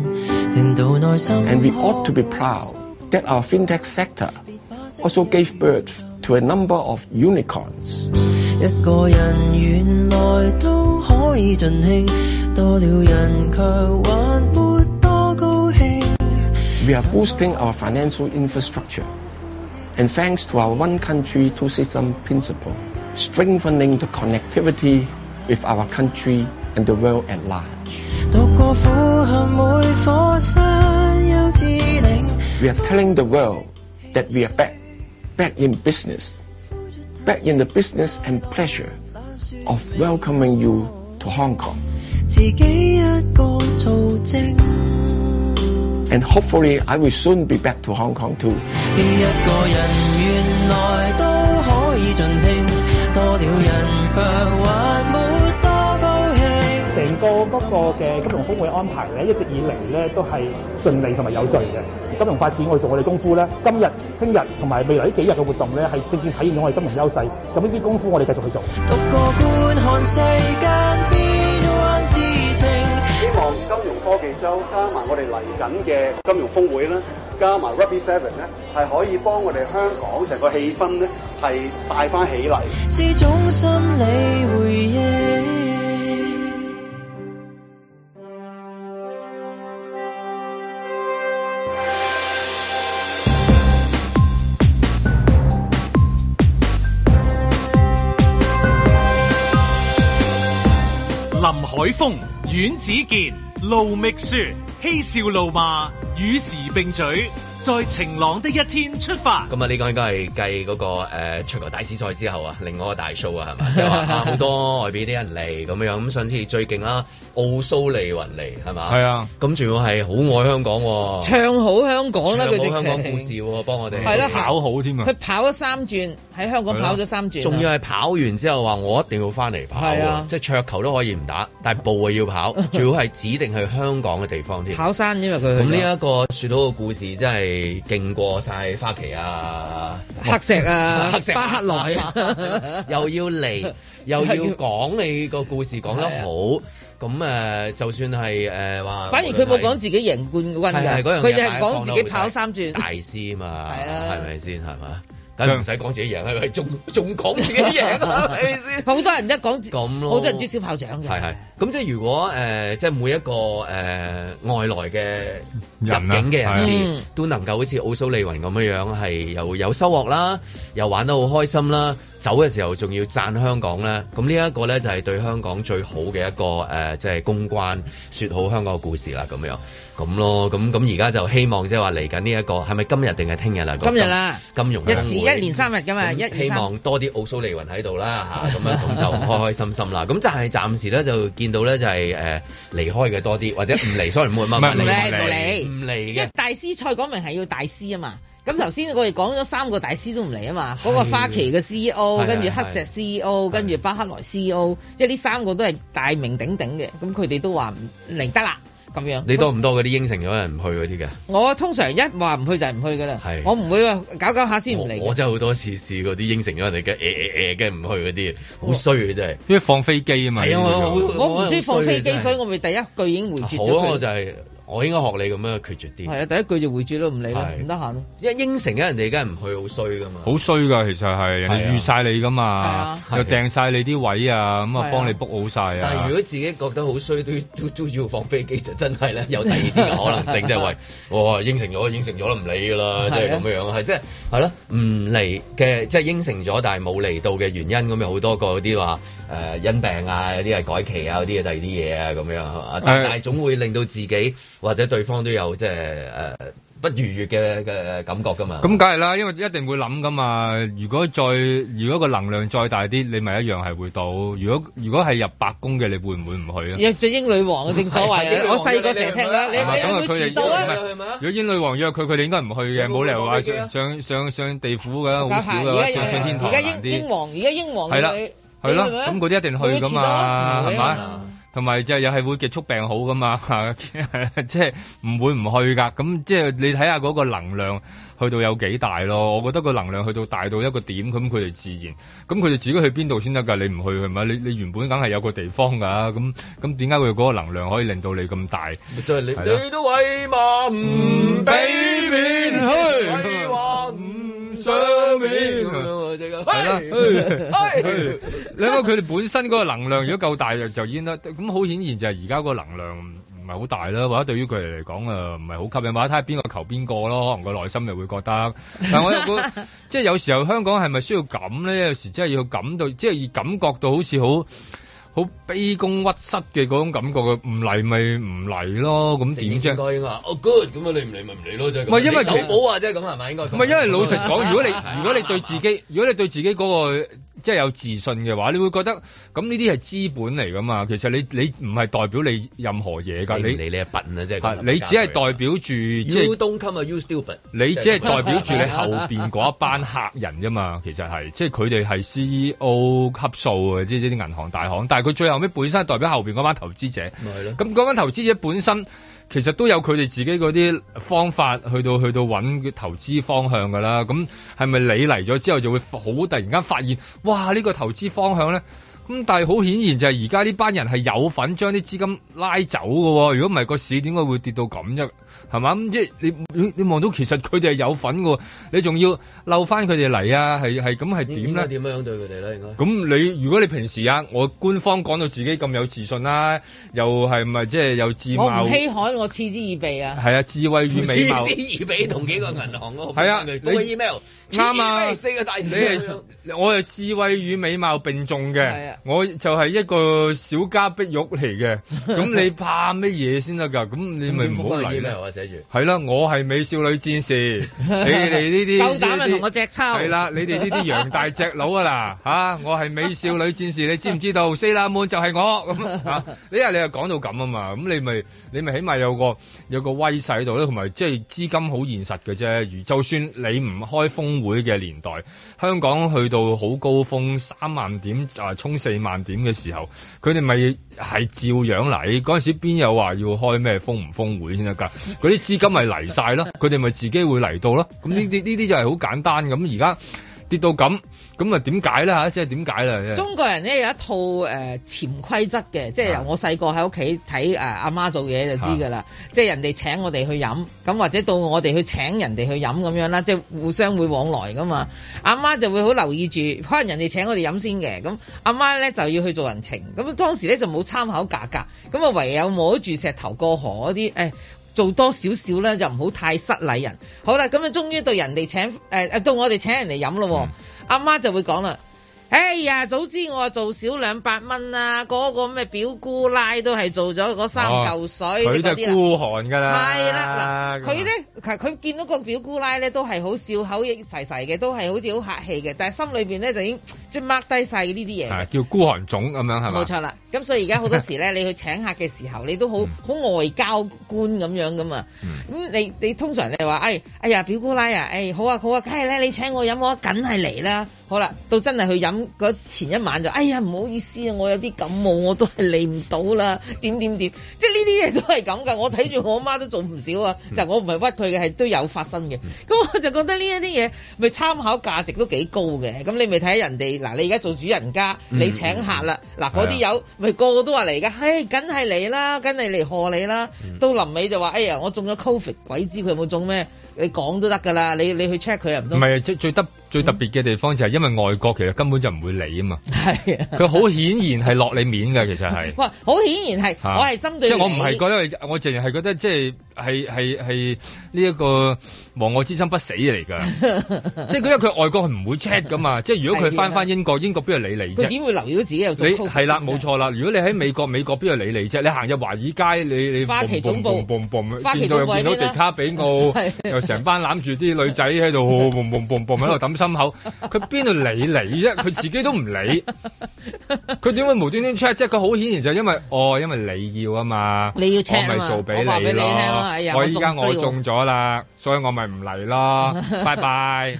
[SPEAKER 7] 聽到內心。
[SPEAKER 6] And we ought to be proud that our fintech sector also gave birth to a number of unicorns.
[SPEAKER 7] 一個人原來都可以盡興，多了人卻還沒多高興。
[SPEAKER 6] We are boosting our financial infrastructure. And thanks to our one country, two system principle, strengthening the connectivity with our country and the world at large.
[SPEAKER 7] 獨過苦喊每火山丘之嶺，
[SPEAKER 6] We are telling the world that we are back, back in business, back in the business and pleasure of welcoming you to Hong Kong.
[SPEAKER 7] 自己一個做精。
[SPEAKER 6] And hopefully I will soon be back to Hong Kong too.
[SPEAKER 7] 一個人原來都可以盡興，多了人卻還沒多高興。
[SPEAKER 8] 成個嗰個嘅金融峰會安排咧，一直以嚟咧都係順利同埋有序嘅。金融發展我哋做我哋功夫咧，今日、聽日同埋未來呢幾日嘅活動咧，係正正體現咗我哋金融優勢。咁呢啲功夫我哋繼續去做。
[SPEAKER 7] 獨個觀看世間變幻事情。
[SPEAKER 9] 希望金融科技周加埋啊我哋嚟緊嘅金融峰會啦，加埋 Ruby Seven 咧，係可以幫我哋香港成個氣氛咧係帶翻起嚟。
[SPEAKER 7] 是種心理回應。
[SPEAKER 1] 林海峰、阮子健、盧覓雪，嬉笑怒罵，與時並舉，在晴朗的一天出發。
[SPEAKER 2] 咁啊，呢個應該係計嗰個誒桌球大師賽之後啊，另外一個大 show 啊，係嘛？即係話啊，好多外邊啲人嚟咁樣，咁上次最勁啦，奧蘇利雲嚟係嘛？
[SPEAKER 3] 係啊，
[SPEAKER 2] 咁仲要係好愛香港喎，
[SPEAKER 4] 唱好香港啦，佢直
[SPEAKER 2] 唱好啊香港故事
[SPEAKER 4] 情。
[SPEAKER 2] 喎，幫我哋
[SPEAKER 4] 係啦
[SPEAKER 3] 跑好添啊
[SPEAKER 4] 佢！跑咗三轉，喺香港跑咗三轉啊。
[SPEAKER 2] 仲要係跑完之後話我一定要翻嚟跑
[SPEAKER 4] 係
[SPEAKER 2] 喎，
[SPEAKER 4] 啊
[SPEAKER 2] 即係桌球都可以唔打，但係步啊要 跑，最好係指定去香港嘅地方添。
[SPEAKER 4] 跑山，因為佢
[SPEAKER 2] 咁
[SPEAKER 4] 去咗
[SPEAKER 2] 呢一個説到嘅故事真係勁過晒花旗啊、
[SPEAKER 4] 黑石 啊，
[SPEAKER 2] 黑石
[SPEAKER 4] 巴克萊啊，
[SPEAKER 2] 又要嚟，又 要講你個故事講得好，咁誒就算係誒話，
[SPEAKER 4] 反而佢冇講自己贏冠軍
[SPEAKER 2] 係係
[SPEAKER 4] 㗎，
[SPEAKER 2] 嗰樣嘢
[SPEAKER 4] 佢就係講自己跑三轉。
[SPEAKER 2] 大師嘛，
[SPEAKER 4] 係啊
[SPEAKER 2] 係咪先係嘛？梗唔使講自己贏啦，佢仲仲講自己贏 啦，係咪先？
[SPEAKER 4] 好多人一講自
[SPEAKER 2] 咁咯
[SPEAKER 4] 好多人中意小炮仗嘅。
[SPEAKER 2] 係係，咁即係如果誒、呃即係每一個誒、呃外來嘅入
[SPEAKER 3] 人啊
[SPEAKER 2] 境嘅人士，
[SPEAKER 4] 係
[SPEAKER 2] 都能夠好似奧蘇利雲咁樣樣，係又有收穫啦，又玩得好開心啦，走嘅時候仲要讚香港啦。咁呢一個咧就係、對香港最好嘅一個誒、呃即係公關，説好香港嘅故事啦，咁樣咁咯。咁咁而家就希望即係話嚟緊呢一個係咪今日定係聽日啦？
[SPEAKER 4] 今日啦
[SPEAKER 2] 金融
[SPEAKER 4] 日子一
[SPEAKER 2] 峰會
[SPEAKER 4] 連三日㗎嘛，
[SPEAKER 2] 咁
[SPEAKER 4] 啊一二
[SPEAKER 2] 希
[SPEAKER 4] 三。
[SPEAKER 2] 望多啲奧蘇利雲喺度啦嚇，咁樣咁就開開心心啦。咁但係暫時咧就見到咧就係誒離開嘅多啲，或者唔離，sorry 唔會乜
[SPEAKER 3] 唔
[SPEAKER 2] 乜
[SPEAKER 3] 係
[SPEAKER 4] 唔
[SPEAKER 2] 離
[SPEAKER 4] 理
[SPEAKER 3] 唔
[SPEAKER 4] 就
[SPEAKER 3] 理
[SPEAKER 4] 理，
[SPEAKER 2] 唔理
[SPEAKER 4] 因為
[SPEAKER 2] 嘅。
[SPEAKER 4] 大師賽講明係要大師啊嘛。咁頭先我哋講咗三個大師都唔嚟啊 嘛，嗰、個花旗嘅 CEO，
[SPEAKER 2] 係
[SPEAKER 4] 跟住
[SPEAKER 2] 係
[SPEAKER 4] 黑石
[SPEAKER 2] 係
[SPEAKER 4] CEO，跟住巴克萊 CEO，即係呢三個都係大名鼎鼎嘅，咁佢哋都話唔嚟得啦咁樣。
[SPEAKER 2] 你多唔多嗰啲應承咗人唔去嗰啲嘅？
[SPEAKER 4] 我通常一話唔去就係唔去噶啦
[SPEAKER 2] 係，
[SPEAKER 4] 我唔會話搞搞下先唔嚟
[SPEAKER 2] 我我
[SPEAKER 4] 嘅。
[SPEAKER 2] 真係好多次試嗰啲應承咗人哋嘅誒誒誒嘅唔去嗰啲，好衰嘅真係。
[SPEAKER 3] 因為放飛機啊嘛，
[SPEAKER 2] 係啊，我好
[SPEAKER 4] 哦我唔中意放飛機，所以
[SPEAKER 2] 我
[SPEAKER 4] 我咪第一句已經回
[SPEAKER 2] 好
[SPEAKER 4] 絕
[SPEAKER 2] 衰好啊我
[SPEAKER 4] 咗
[SPEAKER 2] 就
[SPEAKER 4] 佢。
[SPEAKER 2] 係我應該學你咁樣決絕啲。
[SPEAKER 4] 係啊，第一句就回絕咯，唔理啦，
[SPEAKER 2] 係
[SPEAKER 4] 唔得閒咯。
[SPEAKER 2] 因為應承咗人哋，梗係唔去好衰噶嘛。
[SPEAKER 3] 好衰噶，其實係人
[SPEAKER 2] 係
[SPEAKER 3] 哋
[SPEAKER 2] 啊
[SPEAKER 3] 預晒你噶嘛
[SPEAKER 4] 啊，
[SPEAKER 3] 又訂晒你啲位啊，咁
[SPEAKER 4] 係
[SPEAKER 3] 啊
[SPEAKER 4] 啊
[SPEAKER 3] 幫你 book 好晒
[SPEAKER 2] 但係
[SPEAKER 3] 啊
[SPEAKER 2] 如。果自己覺得好衰，都都都要放飛機，就真係 咧有第二啲嘅可能性，即係喂，哇應承咗應承咗啦，唔理㗎
[SPEAKER 3] 啊
[SPEAKER 2] 啦，即係咁樣樣，係即係係咯，唔嚟嘅，即係應承咗但係冇嚟到嘅原因，咁有好多個嗰啲話誒因病啊，有啲係改期啊，有啲係第二啲嘢啊咁樣係嘛，但
[SPEAKER 3] 係
[SPEAKER 2] 但係總會令到自己或者對方都有即係誒不愉悅嘅嘅感覺㗎嘛。
[SPEAKER 3] 咁梗係啦，因為一定會諗噶嘛。如果再如果個能量再大啲，你咪一樣係會到。如果如果係入白宮嘅，你會唔會唔去啊？
[SPEAKER 10] Dạ,
[SPEAKER 4] 約咗英女王嘅正所 謂啊，我細個成日聽啦，你
[SPEAKER 3] 係咪咁啊
[SPEAKER 4] 你
[SPEAKER 3] 佢
[SPEAKER 4] 會
[SPEAKER 3] 哋
[SPEAKER 4] 遲到啊？
[SPEAKER 3] 唔係如果英女王約佢，佢哋應該唔去嘅，冇理由話上上上上地府㗎，好
[SPEAKER 4] 搞
[SPEAKER 3] 少
[SPEAKER 4] 下
[SPEAKER 3] 㗎，
[SPEAKER 4] 而
[SPEAKER 3] 上上
[SPEAKER 4] 家
[SPEAKER 3] 天
[SPEAKER 4] 而
[SPEAKER 3] 堂
[SPEAKER 4] 家
[SPEAKER 3] 難
[SPEAKER 4] 英
[SPEAKER 3] 啲
[SPEAKER 4] 英。皇，而家英皇
[SPEAKER 3] 啊係啦
[SPEAKER 4] 佢
[SPEAKER 3] 係咯，
[SPEAKER 4] 你明唔啊
[SPEAKER 3] 咁
[SPEAKER 4] 明
[SPEAKER 3] 嗰啲一定去噶嘛，
[SPEAKER 4] 會
[SPEAKER 3] 係
[SPEAKER 4] 遲到啊
[SPEAKER 3] 咪？同埋即係又係會結束病好噶嘛， 即係唔會唔去噶。咁即係你睇下嗰個能量去到有幾大咯。我覺得個能量去到大到一個點，咁佢哋自然，咁佢哋自己去邊度先得㗎？你唔去係咪？你你原本梗係有個地方㗎，咁咁點解會嗰個能量可以令到你咁大？
[SPEAKER 2] 就係你
[SPEAKER 3] 係咯
[SPEAKER 2] 你都為嘛唔俾面去，你話唔想面咁
[SPEAKER 10] Ừ.
[SPEAKER 2] 樣喎，即係
[SPEAKER 3] 係啦，
[SPEAKER 10] 哎
[SPEAKER 2] 係
[SPEAKER 3] 係 你諗佢哋本身嗰個能量如果夠大就就已經得，咁好顯然就係而家嗰個能量唔係好大啦，或者對於佢哋嚟講啊唔係好吸引，或者睇下邊個求邊個咯，可能個內心又會覺得。但我又估， 即係有時候香港係咪需要咁咧？有時真係要感到，即係要感覺到好似好。好卑躬屈膝嘅嗰種感覺嘅，唔嚟咪唔嚟咯，咁點啫？
[SPEAKER 2] 應該話哦 good，咁啊你唔嚟咪唔嚟咯，即係咁。
[SPEAKER 3] 唔係因為
[SPEAKER 2] 你走
[SPEAKER 3] 其實
[SPEAKER 2] 寶啊，即係咁係咪應該咁？
[SPEAKER 3] 唔係，因為老實 講，如果你
[SPEAKER 2] 係
[SPEAKER 3] 如果你對自己，如果你對自己嗰、個即係有自信嘅話，你會覺得咁呢啲係資本嚟噶嘛。其實你你唔係代表你任何嘢㗎，
[SPEAKER 2] 你唔
[SPEAKER 3] 你
[SPEAKER 2] 理你係笨啊，即係
[SPEAKER 3] 係
[SPEAKER 2] 咁。
[SPEAKER 3] 你只係代表住即
[SPEAKER 2] You
[SPEAKER 3] 係
[SPEAKER 2] don't come 啊，you stupid。
[SPEAKER 3] 你只係代表住你
[SPEAKER 2] 啊
[SPEAKER 3] 後邊嗰一班客人啫嘛。其實係即係佢哋係 CEO 級數嘅，即係啲銀行大行，但係佢最後尾本身係代表後邊嗰班投資者。
[SPEAKER 2] 咪係咯。
[SPEAKER 3] 咁嗰班投資者本身其實都有佢哋自己嗰啲方法去到去到揾投資方向㗎啦。咁係咪你嚟咗之後就會好突然間發現，哇！呢、個投資方向咧，咁但係好顯然就係而家呢班人係有份將啲資金拉走㗎喎。如果唔係個市點解會跌到咁啫？係嘛？咁即係你你你望到其實佢哋係有份㗎喎，你仲要嬲翻佢哋嚟啊？係係咁係
[SPEAKER 2] 點
[SPEAKER 3] 點
[SPEAKER 2] 咧？
[SPEAKER 3] 咧？
[SPEAKER 2] 點樣對 佢哋咧？應該。
[SPEAKER 3] 咁你如果你平時啊，我官方講到自己咁有自信啦、又係咪即係有智
[SPEAKER 4] 我
[SPEAKER 3] 貌？
[SPEAKER 4] 唔稀罕，我嗤之以鼻啊！
[SPEAKER 3] 係啊，智慧與美貌
[SPEAKER 2] 嗤。之以鼻同幾個銀行嗰個
[SPEAKER 3] 係啊
[SPEAKER 2] 嗰
[SPEAKER 3] 你
[SPEAKER 2] 個 email
[SPEAKER 3] 啱
[SPEAKER 2] 嗤之
[SPEAKER 3] 啊
[SPEAKER 2] 以鼻 四個大
[SPEAKER 3] 你
[SPEAKER 2] 字咁 樣
[SPEAKER 3] 係我係智慧與美貌並重
[SPEAKER 4] 係
[SPEAKER 3] 嘅
[SPEAKER 4] 啊，
[SPEAKER 3] 我就係一個小家碧玉嚟嘅。咁你怕乜嘢先得㗎？咁你咪唔好嚟啦。
[SPEAKER 2] email 啊，寫住。
[SPEAKER 3] 係啦，我係美少女戰 士，你哋呢啲
[SPEAKER 4] 夠膽啊，
[SPEAKER 3] 呢啲
[SPEAKER 4] 同我隻抽
[SPEAKER 3] 係啦，你哋呢啲洋大隻佬啊啦， 吓、我係美少女戰士，你知唔知道？四啦滿就係我 咁吓，呢日你又講到咁啊嘛，咁你咪你咪起碼有個有個威勢喺度咧，同埋即係資金好現實嘅啫。如就算你唔開峰會嘅年代，香港去到好高峰三萬點啊，衝四萬點嘅時候，佢哋咪係照樣嚟。嗰陣時邊有話要開咩峰唔峰會先得 㗎？嗰啲資金咪嚟晒咯，佢哋咪自己會嚟到咯。咁呢啲呢啲就係好簡單。咁而家跌到咁，咁啊點解咧嚇？即係點解咧？
[SPEAKER 4] 中國人咧有一套誒、呃、潛規則嘅，即
[SPEAKER 3] 啊
[SPEAKER 4] 係由我細個喺屋企睇誒呃阿媽做嘢就知㗎啦。即係人哋請我哋去飲，咁或者到我哋去請人哋去飲咁樣啦，即係互相會往來㗎嘛。阿媽就會好留意住，可能人哋請我哋飲先嘅，咁阿媽咧就要去做人情。咁當時咧就冇參考價格，咁啊唯有摸住石頭過河嗰啲誒。哎做多少少咧，就唔好太失禮人。好啦，咁啊，終於到人哋請誒、呃、到我哋請人嚟飲
[SPEAKER 3] 嗯
[SPEAKER 4] 咯。阿、媽就會講啦：，哎呀，早知我做少兩百蚊啦，嗰、個咩表姑奶都係做咗嗰三嚿水
[SPEAKER 3] 哦佢
[SPEAKER 4] 即係
[SPEAKER 3] 都係
[SPEAKER 4] 嗰啲啦。
[SPEAKER 3] 孤寒㗎啦。
[SPEAKER 4] 係啦，嗱，佢
[SPEAKER 3] 咁啊
[SPEAKER 4] 咧，佢佢見到個表姑奶咧，都係好笑口亦細細嘅，都係好似好客氣嘅，但係心裏邊咧就已經即係 mark 低晒呢啲嘢嘅
[SPEAKER 3] 係叫孤寒種咁樣係嘛
[SPEAKER 4] 冇？錯啦，咁所以而家好多時咧，你去請客嘅時候，你都
[SPEAKER 3] 嗯
[SPEAKER 4] 好好外交官咁樣噶嘛。咁、你你通常你話，哎哎呀表姑奶啊，哎好啊好啊，梗係咧，你請我飲我梗係嚟啦。好啦，到真係去飲嗰前一晚就，哎呀唔好意思啊，我有啲感冒，我都係嚟唔到啦，點點點，即係呢啲嘢都係咁噶。我睇住我媽都做唔少啊，
[SPEAKER 3] 嗯
[SPEAKER 4] 就我唔係屈佢嘅，係都有發生嘅。咁我就覺得呢一啲嘢咪參考價值都幾高嘅。咁你咪睇下人哋嗱，你而家做主人家，
[SPEAKER 3] 嗯
[SPEAKER 4] 你請客啦，嗱嗰啲
[SPEAKER 3] 係
[SPEAKER 4] 有咪個個都話嚟㗎，唉，梗係嚟啦，梗係嚟賀你啦。
[SPEAKER 3] 嗯
[SPEAKER 4] 到臨尾就話，哎呀，我中咗 covid，鬼知佢有冇中咩？你講都得㗎啦，你你去 check 佢又唔
[SPEAKER 3] 唔
[SPEAKER 4] 通
[SPEAKER 3] 係最最特最特別嘅地方就係因為外國其實根本就唔會理啊嘛，
[SPEAKER 4] 係啊。
[SPEAKER 3] 佢好顯然係落你面嘅，其實係。
[SPEAKER 4] 哇！好顯然係，
[SPEAKER 3] 嚇
[SPEAKER 4] 我係針對
[SPEAKER 3] 啊即係我唔
[SPEAKER 4] 你
[SPEAKER 3] 係覺得，我淨係覺得即係係係係呢一個亡我之心不死嚟 㗎。即係佢因為佢外國係唔會 check 㗎嘛，即係如果佢翻翻英國，英國邊度理你
[SPEAKER 4] 佢
[SPEAKER 3] 啫？
[SPEAKER 4] 點會留意到自己有
[SPEAKER 3] 你
[SPEAKER 4] 做 covid
[SPEAKER 3] 係啦，
[SPEAKER 4] 啫
[SPEAKER 3] 冇。錯啦。如果你喺美國，美國邊度理你啫？你行入華爾街，你你
[SPEAKER 4] 花旗總部
[SPEAKER 3] 嘣嘣嘣
[SPEAKER 4] 花
[SPEAKER 3] 嘣
[SPEAKER 4] 旗
[SPEAKER 3] 見到
[SPEAKER 4] 總部喺
[SPEAKER 3] 見到
[SPEAKER 4] 邊啦
[SPEAKER 3] 迪卡比奧
[SPEAKER 4] 係，
[SPEAKER 3] 又成班攬住啲女仔喺 度哦嘣嘣嘣嘣喺度揼心口，佢邊度理你啫？佢自己都唔 理，佢點會無端端 check 啫？佢好顯然就係因為哦，因為你要啊嘛，
[SPEAKER 4] 你要
[SPEAKER 3] 我
[SPEAKER 4] check 啊
[SPEAKER 3] 咪
[SPEAKER 4] 嘛
[SPEAKER 3] 做俾
[SPEAKER 4] 我話俾
[SPEAKER 3] 你
[SPEAKER 4] 你聽
[SPEAKER 3] 咯
[SPEAKER 4] 啊哎呀。
[SPEAKER 3] 我
[SPEAKER 4] 我
[SPEAKER 3] 依家
[SPEAKER 4] 中
[SPEAKER 3] 我
[SPEAKER 4] 招
[SPEAKER 3] 中咗啦，所以我咪唔嚟 咯，拜拜。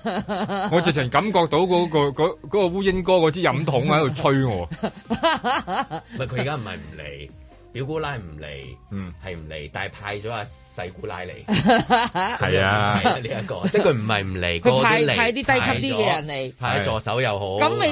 [SPEAKER 3] 我直情感覺到嗰、個嗰嗰、個烏蠅哥嗰支飲筒喺度吹我，
[SPEAKER 2] 唔係佢而家唔係唔嚟，表姑奶唔嚟，
[SPEAKER 3] 嗯，
[SPEAKER 2] 係唔嚟，但係派咗阿細姑奶嚟。
[SPEAKER 3] 係啊
[SPEAKER 2] 係，呢 一個，即係佢唔係唔嚟，個個都
[SPEAKER 4] 佢派
[SPEAKER 2] 嚟
[SPEAKER 4] 派啲低級啲嘅人，嚟，
[SPEAKER 2] 派咗派助手又好，
[SPEAKER 4] 咁咪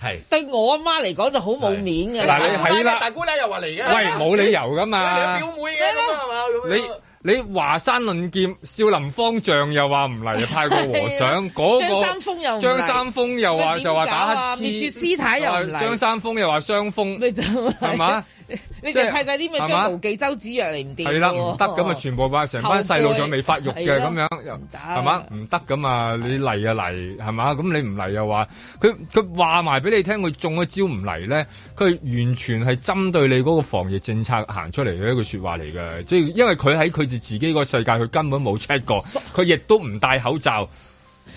[SPEAKER 2] 係。
[SPEAKER 4] 對我阿媽嚟講就好冇面嘅。
[SPEAKER 3] 嗱你係啦
[SPEAKER 2] 大姑奶又話嚟嘅，
[SPEAKER 3] 喂，冇理由噶嘛
[SPEAKER 2] 你有。表妹嘅咁啊係嘛咁樣
[SPEAKER 3] 你你華山論劍，少林方丈又話唔嚟，啊派個和 尚嗰、
[SPEAKER 4] 啊張三
[SPEAKER 3] 個。
[SPEAKER 4] 豐又唔嚟
[SPEAKER 3] 張三豐又話
[SPEAKER 4] 喂點
[SPEAKER 3] 就話
[SPEAKER 4] 搞
[SPEAKER 3] 打
[SPEAKER 4] 啊
[SPEAKER 3] 乞
[SPEAKER 4] 滅絕
[SPEAKER 3] 嗤，啊
[SPEAKER 4] 屍體又唔嚟
[SPEAKER 3] 張三豐又話傷風，
[SPEAKER 4] 咪就
[SPEAKER 3] 係
[SPEAKER 4] 係
[SPEAKER 3] 嘛？
[SPEAKER 4] 你
[SPEAKER 3] 即係
[SPEAKER 4] 哋派晒啲咩
[SPEAKER 3] 係嘛
[SPEAKER 4] 張無忌、周子陽嚟唔掂
[SPEAKER 3] 係啦，唔得
[SPEAKER 4] 哦
[SPEAKER 3] 咁啊，全部話成班細路仲未發育嘅
[SPEAKER 4] 後輩
[SPEAKER 3] 咁樣，又
[SPEAKER 4] 得
[SPEAKER 3] 係嘛？唔得咁啊！你嚟就嚟，係嘛？咁你唔嚟又話佢佢話埋俾你聽，佢中咗招唔嚟咧，佢完全係針對你嗰個防疫政策行出嚟嘅一句説話嚟嘅，即係因為佢喺佢哋自己個世界，佢根本冇 check 過，佢亦都唔戴口罩，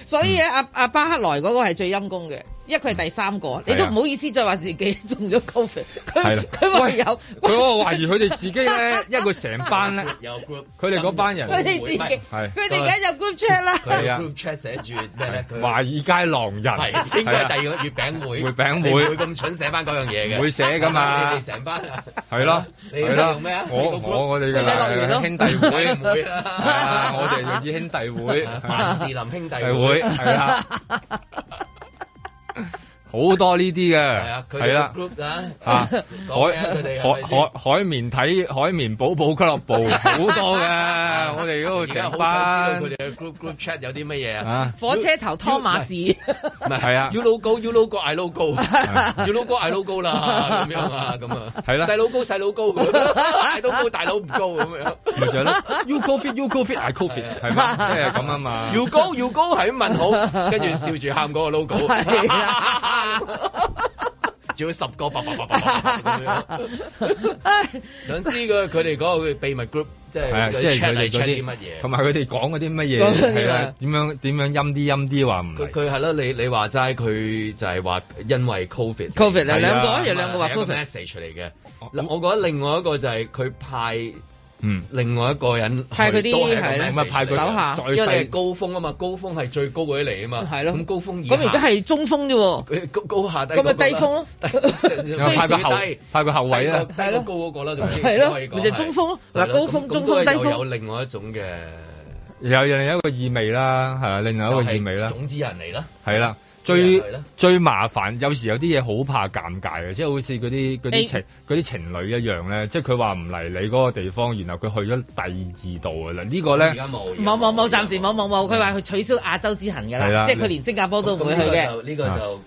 [SPEAKER 4] 所以咧，
[SPEAKER 3] 嗯
[SPEAKER 4] 阿阿巴克萊嗰個係最陰功嘅，因為佢係第三個，你都唔好意思再話自己 中咗 covid，
[SPEAKER 3] 嗯啊係啦
[SPEAKER 4] 佢佢唯有
[SPEAKER 3] 佢我懷疑佢哋自己咧，因為佢成班咧，
[SPEAKER 2] 有 group，
[SPEAKER 3] 佢哋嗰班人
[SPEAKER 4] 佢哋自己，
[SPEAKER 3] 係
[SPEAKER 4] 佢哋而家有 group chat 啦。
[SPEAKER 2] 佢
[SPEAKER 3] 係啊
[SPEAKER 2] group chat 寫住咩咧？佢
[SPEAKER 3] 華爾街狼人
[SPEAKER 2] 係應該
[SPEAKER 3] 係
[SPEAKER 2] 係
[SPEAKER 3] 啊
[SPEAKER 2] 第二個月餅會，
[SPEAKER 3] 月餅
[SPEAKER 2] 你
[SPEAKER 3] 會
[SPEAKER 2] 唔會咁蠢寫翻嗰樣嘢嘅，
[SPEAKER 3] 唔會寫㗎 嘛
[SPEAKER 2] 你哋成班啊，
[SPEAKER 3] 係咯，
[SPEAKER 2] 你
[SPEAKER 3] 係咯
[SPEAKER 2] 用咩啊？
[SPEAKER 3] 我
[SPEAKER 2] 你個 group？
[SPEAKER 3] 我我哋
[SPEAKER 4] 世界樂園
[SPEAKER 3] 嘅
[SPEAKER 4] 咯
[SPEAKER 3] 兄弟 會
[SPEAKER 2] 唔會啦
[SPEAKER 3] 係啊我哋就以兄弟會，
[SPEAKER 2] 凡士林兄弟
[SPEAKER 3] 係會係啦，好多呢啲
[SPEAKER 2] 係
[SPEAKER 3] 嘅
[SPEAKER 2] 啊，，佢
[SPEAKER 3] 係
[SPEAKER 2] 哋
[SPEAKER 3] 啦
[SPEAKER 2] 個。group 啊，
[SPEAKER 3] 啊！海
[SPEAKER 2] 講咩啊佢哋係
[SPEAKER 3] 海
[SPEAKER 2] 咪先
[SPEAKER 3] 海海綿體海綿寶寶俱樂部好多 嘅，我哋嗰度
[SPEAKER 2] 而家
[SPEAKER 3] 成
[SPEAKER 2] 好
[SPEAKER 3] 班
[SPEAKER 2] 想知道佢哋嘅 group group chat 有啲乜嘢啊？
[SPEAKER 3] 啊，
[SPEAKER 4] 火車頭湯馬士，
[SPEAKER 2] 唔係
[SPEAKER 3] 係啊
[SPEAKER 2] y o u logo you logo I logo you logo I logo 啦，咁樣啊，咁啊，
[SPEAKER 3] 係啦
[SPEAKER 2] 細佬高 細佬高，大佬高大佬唔高咁樣。
[SPEAKER 3] 咪就係咯，You go fit，You go fit，I go fit，係嘛，即係 咁啊嘛。
[SPEAKER 2] 要高要高係咁問好，跟住笑住喊嗰個 logo，
[SPEAKER 4] 係
[SPEAKER 3] 啊
[SPEAKER 4] 啦
[SPEAKER 2] 仲要十個叭叭叭叭叭叭咁樣。想知佢佢哋嗰個秘密 group，即
[SPEAKER 3] 係啊
[SPEAKER 2] 係
[SPEAKER 3] 即係佢
[SPEAKER 2] check
[SPEAKER 3] 哋
[SPEAKER 2] 嚟
[SPEAKER 3] 嗰
[SPEAKER 2] check 啲乜
[SPEAKER 3] 啲
[SPEAKER 2] 嘢，啊
[SPEAKER 3] 同埋佢哋講嗰啲乜嘢，
[SPEAKER 4] 講嗰啲
[SPEAKER 3] 係啦
[SPEAKER 4] 啊，
[SPEAKER 3] 點樣點樣陰啲陰啲話唔
[SPEAKER 2] 佢
[SPEAKER 3] 嚟。
[SPEAKER 2] 佢係咯，你你話齋，佢就係話因為 covid
[SPEAKER 3] 啊
[SPEAKER 4] Covid
[SPEAKER 2] à,
[SPEAKER 4] 啊，兩
[SPEAKER 3] 係啊
[SPEAKER 4] 個有兩個話
[SPEAKER 2] 係一個
[SPEAKER 4] covid，
[SPEAKER 2] message 嚟嘅。嗱我覺得另外一個就係佢派
[SPEAKER 3] 嗯，
[SPEAKER 2] 另外一個人
[SPEAKER 4] 派佢啲
[SPEAKER 2] 都係
[SPEAKER 4] 係
[SPEAKER 2] 咁
[SPEAKER 4] 啦
[SPEAKER 2] 樣
[SPEAKER 3] 咪派佢
[SPEAKER 4] 手下
[SPEAKER 3] 再
[SPEAKER 2] 因為
[SPEAKER 3] 細
[SPEAKER 2] 你係高峰啊嘛，高峰係最高嗰啲嚟啊嘛，
[SPEAKER 4] 係咯
[SPEAKER 2] 咁高峰以下
[SPEAKER 4] 咁而家係中鋒啫喎，
[SPEAKER 2] 佢高高下低
[SPEAKER 4] 咁
[SPEAKER 2] 嗰個
[SPEAKER 4] 咪
[SPEAKER 2] 啦
[SPEAKER 4] 低峰咯
[SPEAKER 2] 低
[SPEAKER 4] 即
[SPEAKER 3] 又
[SPEAKER 4] 係
[SPEAKER 3] 派個後
[SPEAKER 2] 低
[SPEAKER 3] 派個後
[SPEAKER 2] 位
[SPEAKER 3] 衞
[SPEAKER 2] 啦，
[SPEAKER 3] 啦，
[SPEAKER 2] 低過高嗰個啦，仲
[SPEAKER 4] 係咯咪就係中鋒咯嗱高峰中鋒低
[SPEAKER 2] 又
[SPEAKER 4] 峰
[SPEAKER 2] 有另外一種嘅，
[SPEAKER 3] 有另一個意味啦，係啊，另外一個意味啦
[SPEAKER 2] 就係，種子人嚟啦，
[SPEAKER 3] 係啦。
[SPEAKER 2] 人
[SPEAKER 3] 最
[SPEAKER 2] 類啦
[SPEAKER 3] 最麻煩，有時有啲嘢好怕尷尬嘅，即係好似嗰啲嗰啲情嗰啲情侶一樣咧，即係佢話唔嚟你嗰個地方，然後佢去咗第二度啊！嗱，呢個
[SPEAKER 2] 而
[SPEAKER 3] 咧
[SPEAKER 2] 家冇，
[SPEAKER 4] 冇冇冇，暫時冇冇冇，佢話佢取消亞洲之行㗎
[SPEAKER 3] 係
[SPEAKER 4] 啦，
[SPEAKER 3] 啦
[SPEAKER 4] 即係佢連新加坡都唔會去
[SPEAKER 2] 咁呢個就。
[SPEAKER 4] 嘅，
[SPEAKER 2] 呢個就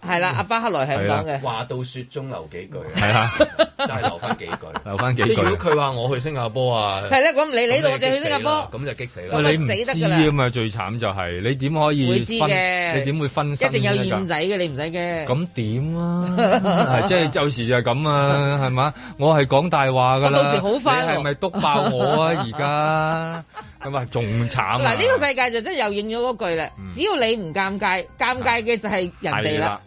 [SPEAKER 4] 係啦，阿巴克萊係咁講嘅。
[SPEAKER 2] 話到雪中留幾句，
[SPEAKER 3] 係啊，
[SPEAKER 2] 真係留翻幾句。
[SPEAKER 3] 留翻幾
[SPEAKER 2] 即
[SPEAKER 3] 句。
[SPEAKER 2] 係如果佢話我去新加坡啊，
[SPEAKER 4] 係啦，咁唔理
[SPEAKER 2] 咁
[SPEAKER 4] 你度，我
[SPEAKER 2] 就
[SPEAKER 4] 就去新加坡，
[SPEAKER 2] 咁就激死啦
[SPEAKER 4] 咁。
[SPEAKER 3] 喂你
[SPEAKER 4] 就
[SPEAKER 3] 唔
[SPEAKER 4] 死得
[SPEAKER 3] 知
[SPEAKER 4] 㗎啦
[SPEAKER 3] 啊嘛，最慘就係你點可以
[SPEAKER 4] 會知
[SPEAKER 3] 分
[SPEAKER 4] 嘅
[SPEAKER 3] 你點會分身
[SPEAKER 4] 一定有
[SPEAKER 3] 㗎
[SPEAKER 4] 燕仔嘅，你唔使嘅。
[SPEAKER 3] 啊咁點 啊？係即係有時就係咁啊，係嘛？我係講大話㗎啦。
[SPEAKER 4] 我到時好快喎
[SPEAKER 3] 你係咪篤爆我啊？而家咁啊，仲慘啊！
[SPEAKER 4] 嗱，呢個世界就真係又應咗嗰句啦。
[SPEAKER 3] 嗯啊
[SPEAKER 4] 只要你唔尷尬，尷尬嘅就係人哋啦。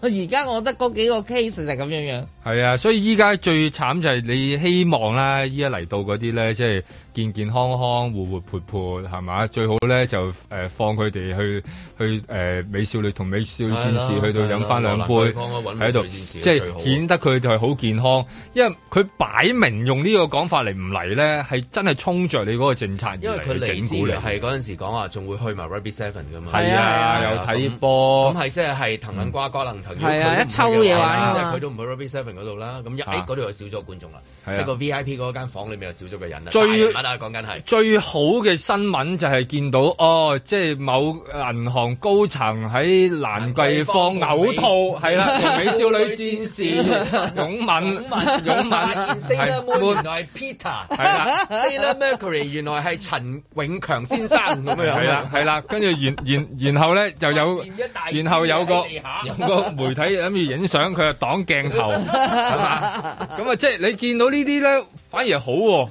[SPEAKER 4] 而家我覺得嗰幾個 case 就係咁樣樣。
[SPEAKER 3] 係啊，所以依家最慘就係你希望啦，依家嚟到嗰啲咧，即係健健康康、活活潑潑，係嘛？最好咧就誒、呃放佢哋去去誒、呃美少女同美少女戰
[SPEAKER 2] 啊
[SPEAKER 3] 士去到飲翻兩杯
[SPEAKER 2] 係啦係啦
[SPEAKER 3] 喺
[SPEAKER 2] 美少
[SPEAKER 3] 度，
[SPEAKER 2] 女戰士
[SPEAKER 3] 即
[SPEAKER 2] 係最好
[SPEAKER 3] 係
[SPEAKER 2] 啊
[SPEAKER 3] 顯得佢哋係好健康，因為佢擺明用呢個講法嚟唔嚟咧，係真係衝着你嗰個政策而
[SPEAKER 2] 因為
[SPEAKER 3] 嚟
[SPEAKER 2] 佢
[SPEAKER 3] 去整
[SPEAKER 2] 嚟之
[SPEAKER 3] 蠱
[SPEAKER 2] 餘
[SPEAKER 3] 你，
[SPEAKER 2] 係嗰陣時講話仲會去埋 Rugby Seven 噶嘛，
[SPEAKER 3] 係啊，
[SPEAKER 2] 係
[SPEAKER 3] 又
[SPEAKER 2] 啊
[SPEAKER 3] 睇
[SPEAKER 2] 咁
[SPEAKER 3] 波
[SPEAKER 2] 咁，係即係係藤撚瓜瓜能藤，
[SPEAKER 4] 係啊一抽嘢玩啊
[SPEAKER 2] 即係佢都唔去 Ruby Seven 嗰度啦。咁一
[SPEAKER 3] 啊
[SPEAKER 2] 誒嗰度又少咗觀眾啦，即
[SPEAKER 3] 係啊
[SPEAKER 2] 係個 V I P 嗰間房裏面又少咗個人啦。
[SPEAKER 3] 最
[SPEAKER 2] 大人物啊，講緊係
[SPEAKER 3] 最好嘅新聞就係見到哦，即係某銀行高層喺蘭桂坊 嘔吐，係啦，同美少女戰士擁吻，擁吻，
[SPEAKER 2] Sailor
[SPEAKER 3] 係
[SPEAKER 2] Moon 原來係 Peter，
[SPEAKER 3] 係啦
[SPEAKER 2] Sailor Mercury 原來係陳永強先生咁樣
[SPEAKER 3] 係啦，係啦，跟住然然然後咧就有
[SPEAKER 2] 變一大，
[SPEAKER 3] 然後有個
[SPEAKER 2] 喺地下
[SPEAKER 3] 有個媒體諗住影相，佢就擋鏡頭， 係嘛？ 咁啊，即係你見到呢啲咧，反而好喎。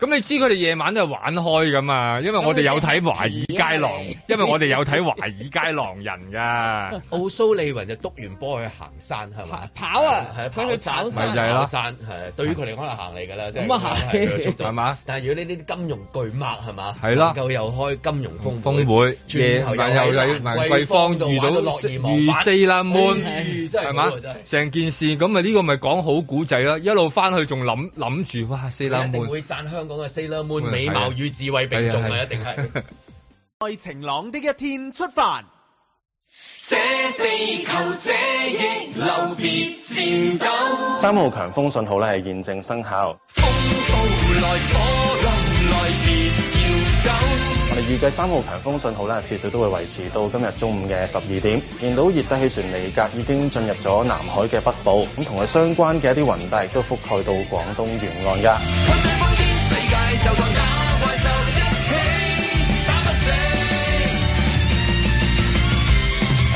[SPEAKER 3] 咁你知佢哋夜晚都係玩開噶嘛？因為我哋有睇華爾街狼，因為我哋有睇華爾街狼 人㗎。
[SPEAKER 2] 奧蘇利雲就督完波去行山係咪？
[SPEAKER 4] 跑啊
[SPEAKER 2] 係
[SPEAKER 4] 佢去跑山
[SPEAKER 3] 咪就係咯
[SPEAKER 2] 山係對於佢嚟講係行嚟㗎啦，即係
[SPEAKER 4] 咁啊係
[SPEAKER 2] 係佢嘅速度
[SPEAKER 3] 係嘛？
[SPEAKER 2] 但係如果呢啲金融巨擘係嘛，
[SPEAKER 3] 係啦
[SPEAKER 2] 能夠又開金融峰
[SPEAKER 3] 峰會
[SPEAKER 2] 轉頭
[SPEAKER 3] 夜晚
[SPEAKER 2] 又
[SPEAKER 3] 又
[SPEAKER 2] 喺
[SPEAKER 3] 喺
[SPEAKER 2] 蘭
[SPEAKER 3] 蘭
[SPEAKER 2] 桂
[SPEAKER 3] 桂
[SPEAKER 2] 坊
[SPEAKER 3] 坊
[SPEAKER 2] 度
[SPEAKER 3] 遇到
[SPEAKER 2] 玩到樂而忘
[SPEAKER 3] 遇
[SPEAKER 2] 返
[SPEAKER 3] Sailor Moon，
[SPEAKER 2] 哎真係
[SPEAKER 3] 係
[SPEAKER 2] 好
[SPEAKER 3] 嘛
[SPEAKER 2] 喎真係？
[SPEAKER 3] 成件事咁啊，呢個咪講好古仔啦。一路翻去仲諗諗住，哇！Sailor
[SPEAKER 2] 一定
[SPEAKER 3] Moon
[SPEAKER 2] 會讚香港嘅 Sailor Moon
[SPEAKER 3] 係啊
[SPEAKER 2] 美貌與智慧並重
[SPEAKER 3] 係
[SPEAKER 2] 啊！
[SPEAKER 3] 啊
[SPEAKER 2] 一定係。
[SPEAKER 5] 在晴朗的一天出發。
[SPEAKER 9] 三號強風信號咧係現正生效。我哋預計三號強風信號咧，至少都會維持到今日中午嘅十二點。見到熱帶氣旋尼格已經進入咗南海嘅北部，咁同佢相關嘅一啲雲帶亦都覆蓋到廣東沿岸㗎。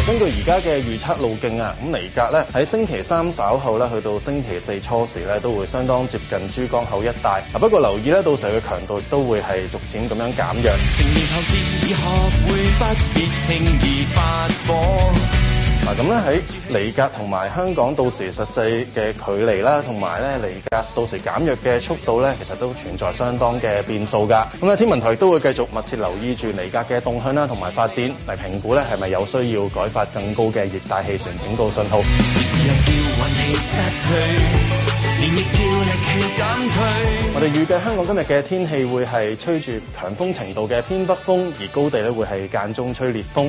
[SPEAKER 9] 根據而家嘅預測路徑啊，咁尼格咧喺星期三稍後咧去到星期四初時咧都會相當接近珠江口一帶。啊，不過留意咧，到時候嘅強度亦都會係逐漸咁樣減弱。嗱，啊咁咧喺尼格同埋香港到時實際嘅距離啦，同埋咧尼格到時減弱嘅速度咧，其實都存在相當嘅變數㗎。咁咧啊天文台都會繼續密切留意住尼格嘅動向啦，同埋發展嚟評估咧係咪有需要改發更高嘅熱帶氣旋警告信號。我哋預計香港今日嘅天氣會係吹住強風程度嘅偏北風，而高地咧會係間中吹烈風。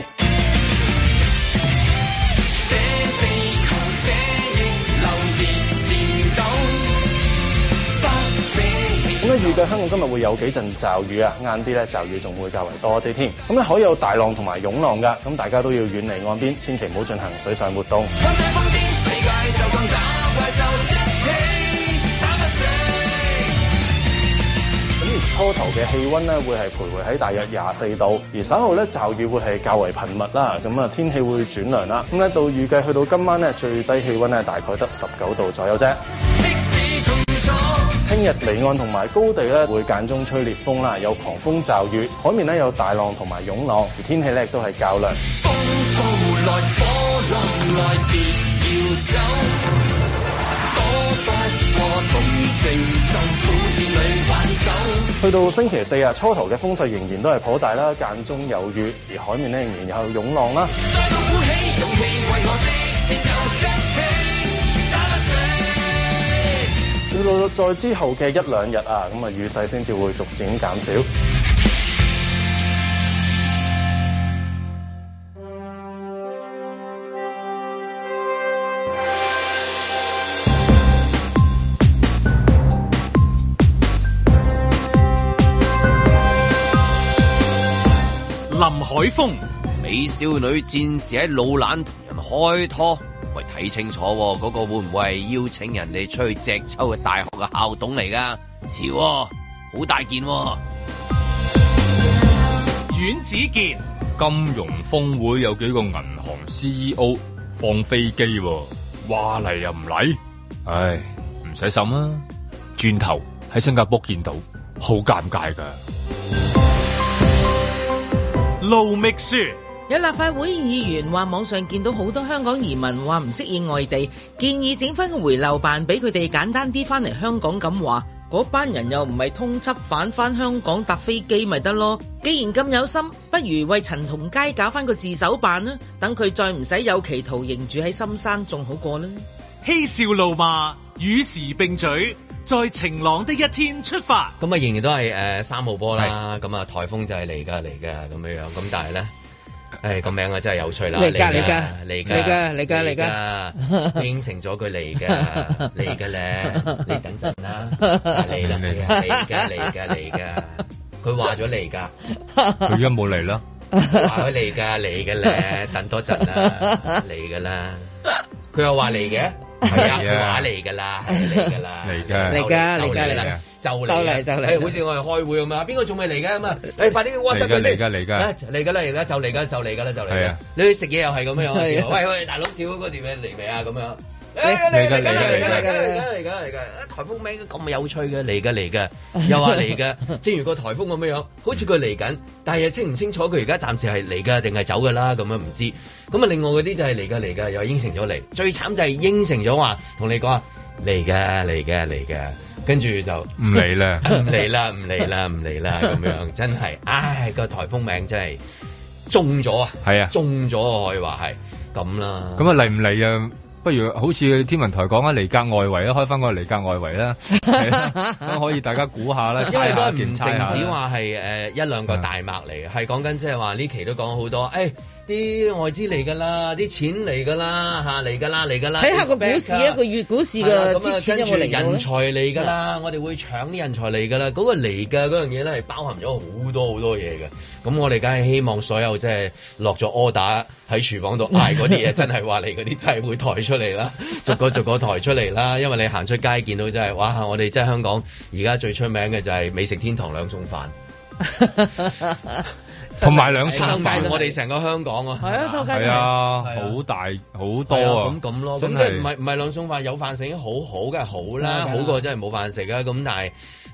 [SPEAKER 9] 咁咧預計香港今日會有幾陣驟雨啊，晏啲咧驟雨仲會較為多啲添。咁咧啊海有大浪同埋湧浪㗎，咁大家都要遠離岸邊，千祈唔好進行水上活動。咁而啊初頭嘅氣温咧會係徘徊喺大約廿四度，而稍後咧驟雨會係較為頻密啦，咁啊天氣會轉涼啦。咁啊咧到預計去到今晚咧最低氣温咧大概得十九度左右啫。聽日離岸同埋高地咧會間中吹烈風啦，有狂風驟雨，海面咧有大浪同埋湧浪，而天氣咧亦都係較涼。
[SPEAKER 11] 承受苦戰裏挽手。
[SPEAKER 9] 去到星期四啊，初頭嘅風勢仍然都係頗大啦，間中有雨，而海面呢仍然有湧浪啦。要到再之後嘅一兩日啊，咁啊雨勢先至會逐漸減少。
[SPEAKER 1] 林海峰、
[SPEAKER 12] 美少女戰士喺老蘭同人開拖，喂睇清楚喎、嗰、個會唔會係邀請人哋出去隻抽嘅大學嘅校董嚟㗎？似喎、好大件喎、
[SPEAKER 1] 阮子健、
[SPEAKER 3] 金融峰會有幾個銀行 CEO 放飛機喎、哇嚟又唔嚟，唉，唔使審啦，轉頭喺新加坡見到，好尷尬㗎。
[SPEAKER 1] 路觅雪。
[SPEAKER 4] 有立法會議員話網上見到好多香港移民話唔適應外地，建議整翻個回流辦俾佢哋簡單啲翻嚟香港咁話。嗰班人又唔係通緝犯，翻香港搭飛機咪得咯。既然咁有心，不如為陳同佳搞翻個自首辦啦，等佢再唔使有期徒刑住喺深山，仲好過啦。
[SPEAKER 1] 嬉笑怒罵，與時並舉，在晴朗的一天出發。
[SPEAKER 2] 咁啊，仍然都係誒三號波啦，咁啊颱風就係嚟㗎嚟㗎咁樣樣，咁但係咧。誒個名啊真係有趣啦！
[SPEAKER 4] 嚟㗎
[SPEAKER 2] 嚟
[SPEAKER 4] 嚟㗎
[SPEAKER 2] 㗎
[SPEAKER 4] 嚟㗎嚟㗎嚟 㗎
[SPEAKER 2] 應承咗佢嚟 㗎嚟㗎 咧，你等陣啦，啊嚟啦嚟㗎嚟㗎嚟㗎嚟㗎，佢話咗嚟㗎，
[SPEAKER 3] 佢而家冇 嚟啦，
[SPEAKER 2] 話咗嚟㗎嚟㗎咧，等多陣啦，嚟㗎啦，佢又話嚟嘅，係啊，佢話嚟㗎啦，係嚟㗎啦，
[SPEAKER 3] 嚟嘅，
[SPEAKER 2] 嚟㗎嚟㗎嚟
[SPEAKER 3] 嘅
[SPEAKER 2] 㗎。就嚟啊
[SPEAKER 3] 就嚟就嚟
[SPEAKER 2] 誒好似我哋開會咁樣，邊個仲未嚟嘅咁啊？誒，快啲 WhatsApp 佢先
[SPEAKER 3] 嚟㗎嚟㗎
[SPEAKER 2] 啊嚟㗎啦，嚟㗎就嚟㗎就嚟㗎啦就嚟
[SPEAKER 3] 係
[SPEAKER 2] 㗎
[SPEAKER 3] 啊。
[SPEAKER 2] 你去食嘢又係咁樣，
[SPEAKER 3] 係啊
[SPEAKER 2] 喂喂，大佬，屌嗰碟嘢嚟未啊？咁樣。嚟嚟
[SPEAKER 3] 嚟㗎
[SPEAKER 2] 㗎嚟㗎嚟
[SPEAKER 3] 嚟
[SPEAKER 2] 㗎
[SPEAKER 3] 㗎
[SPEAKER 2] 嚟㗎嚟㗎嚟㗎！啊颱風名咁有趣嘅，嚟㗎嚟㗎，又話嚟㗎。正如個颱風咁樣樣，好似佢嚟緊，但係又清唔清楚佢而家暫時係嚟㗎定係走㗎啦？咁樣唔知。咁啊，另外嗰啲就係嚟㗎嚟㗎，又應承咗嚟。最慘就係應承咗話同你講啊，嚟㗎嚟㗎嚟㗎，跟住就
[SPEAKER 3] 唔嚟啦
[SPEAKER 2] 唔嚟啦唔嚟啦唔嚟 啦咁樣，真係，唉個颱風名真係中咗啊！
[SPEAKER 3] 係啊
[SPEAKER 2] 中咗可以話係咁啦。
[SPEAKER 3] 咁啊嚟唔嚟啊？不如好似天文台講啊，離隔外圍啦，開翻個離隔外圍 啦，係啦咁可以大家估下啦，
[SPEAKER 2] 因為
[SPEAKER 3] 猜
[SPEAKER 2] 都係
[SPEAKER 3] 下
[SPEAKER 2] 唔
[SPEAKER 3] 檢猜下
[SPEAKER 2] 淨
[SPEAKER 3] 啦。嗯
[SPEAKER 2] 止話係誒一兩個大麥嚟嘅，係講緊即係話呢期都講好多，誒啲外資嚟㗎啦，啲錢嚟㗎啦嚇嚟㗎啦嚟㗎啦，
[SPEAKER 4] 睇下個
[SPEAKER 2] expect
[SPEAKER 4] 股市一個月股市嘅
[SPEAKER 2] 啊係啦咁啊
[SPEAKER 4] 啲錢有冇
[SPEAKER 2] 跟住
[SPEAKER 4] 嚟到呢
[SPEAKER 2] 人才嚟㗎啦，我哋會搶啲人才嚟㗎啦，嗰個嚟㗎嗰樣嘢咧係包含咗好多好多嘢嘅。咁我哋梗係希望所有即係落咗 order 喺廚房度嗌嗰啲嘢，真係話嚟嗰啲真係會抬出嚟啦，逐個逐個抬出嚟啦。因為你行出街見到真係，哇！我哋真係香港而家最出名嘅就係美食天堂兩餸飯，
[SPEAKER 3] 同埋兩餐
[SPEAKER 2] 周街
[SPEAKER 3] 飯
[SPEAKER 2] 都我哋成個香港啊，
[SPEAKER 4] 係啊周街都係
[SPEAKER 3] 係啊，
[SPEAKER 2] 係啊
[SPEAKER 3] 好大好多
[SPEAKER 2] 係啊
[SPEAKER 3] 啊
[SPEAKER 2] 咁，咁咯，咁
[SPEAKER 3] 真
[SPEAKER 2] 即係
[SPEAKER 3] 係
[SPEAKER 2] 唔係唔係兩餸飯有飯食已經好好梗係好
[SPEAKER 4] 梗係
[SPEAKER 2] 啦，
[SPEAKER 4] 啦
[SPEAKER 2] 好過真係冇飯食啊！咁但係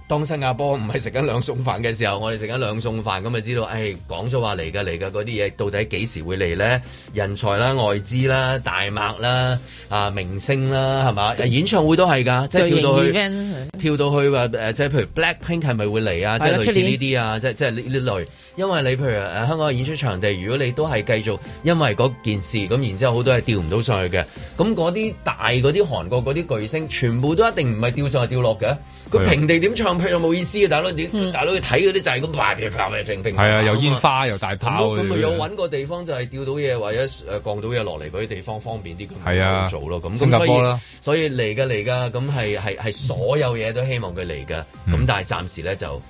[SPEAKER 2] 當新加坡唔係食緊兩餸飯嘅時候，我哋食緊兩餸飯咁咪知道，誒講咗話嚟㗎嚟㗎嗰啲嘢到底幾時會嚟咧？人才啦、外資啦、大麥啦、啊明星啦，係嘛？演唱會都係㗎，即係跳到
[SPEAKER 4] 巨
[SPEAKER 2] 去
[SPEAKER 4] 型 event
[SPEAKER 2] 跳到去話呃誒，即係譬如 Blackpink 係咪會嚟啊？即
[SPEAKER 4] 係
[SPEAKER 2] 係
[SPEAKER 4] 啦
[SPEAKER 2] 類似
[SPEAKER 4] 出年
[SPEAKER 2] 呢啲啊，即係即係呢呢類。因為你譬如誒香港嘅演出場地，如果你都係繼續因為嗰件事咁，然之後好多係調唔到上去嘅，咁嗰啲大嗰啲韓國嗰啲巨星，全部都一定唔係吊上去吊落嘅。
[SPEAKER 3] 係
[SPEAKER 2] 佢
[SPEAKER 3] 啊
[SPEAKER 2] 平地點唱佢又冇意思嘅，大佬點
[SPEAKER 4] 嗯
[SPEAKER 2] 大佬你睇嗰啲就係咁啪啪啪啪平平。
[SPEAKER 3] 係啊，又煙
[SPEAKER 2] 咁啊。
[SPEAKER 3] 花又大炮
[SPEAKER 2] 咁咁
[SPEAKER 3] 嗰啲
[SPEAKER 2] 佢有揾個地方就係吊到嘢或者誒降到嘢落嚟嗰啲地方方便啲，佢
[SPEAKER 3] 係啊
[SPEAKER 2] 咪做咯咁
[SPEAKER 3] 新
[SPEAKER 2] 咁
[SPEAKER 3] 加
[SPEAKER 2] 所以
[SPEAKER 3] 坡啦
[SPEAKER 2] 所以嚟㗎嚟㗎，咁係係係所有嘢都希望佢嚟㗎，咁、
[SPEAKER 3] 嗯
[SPEAKER 2] 但係暫時咧就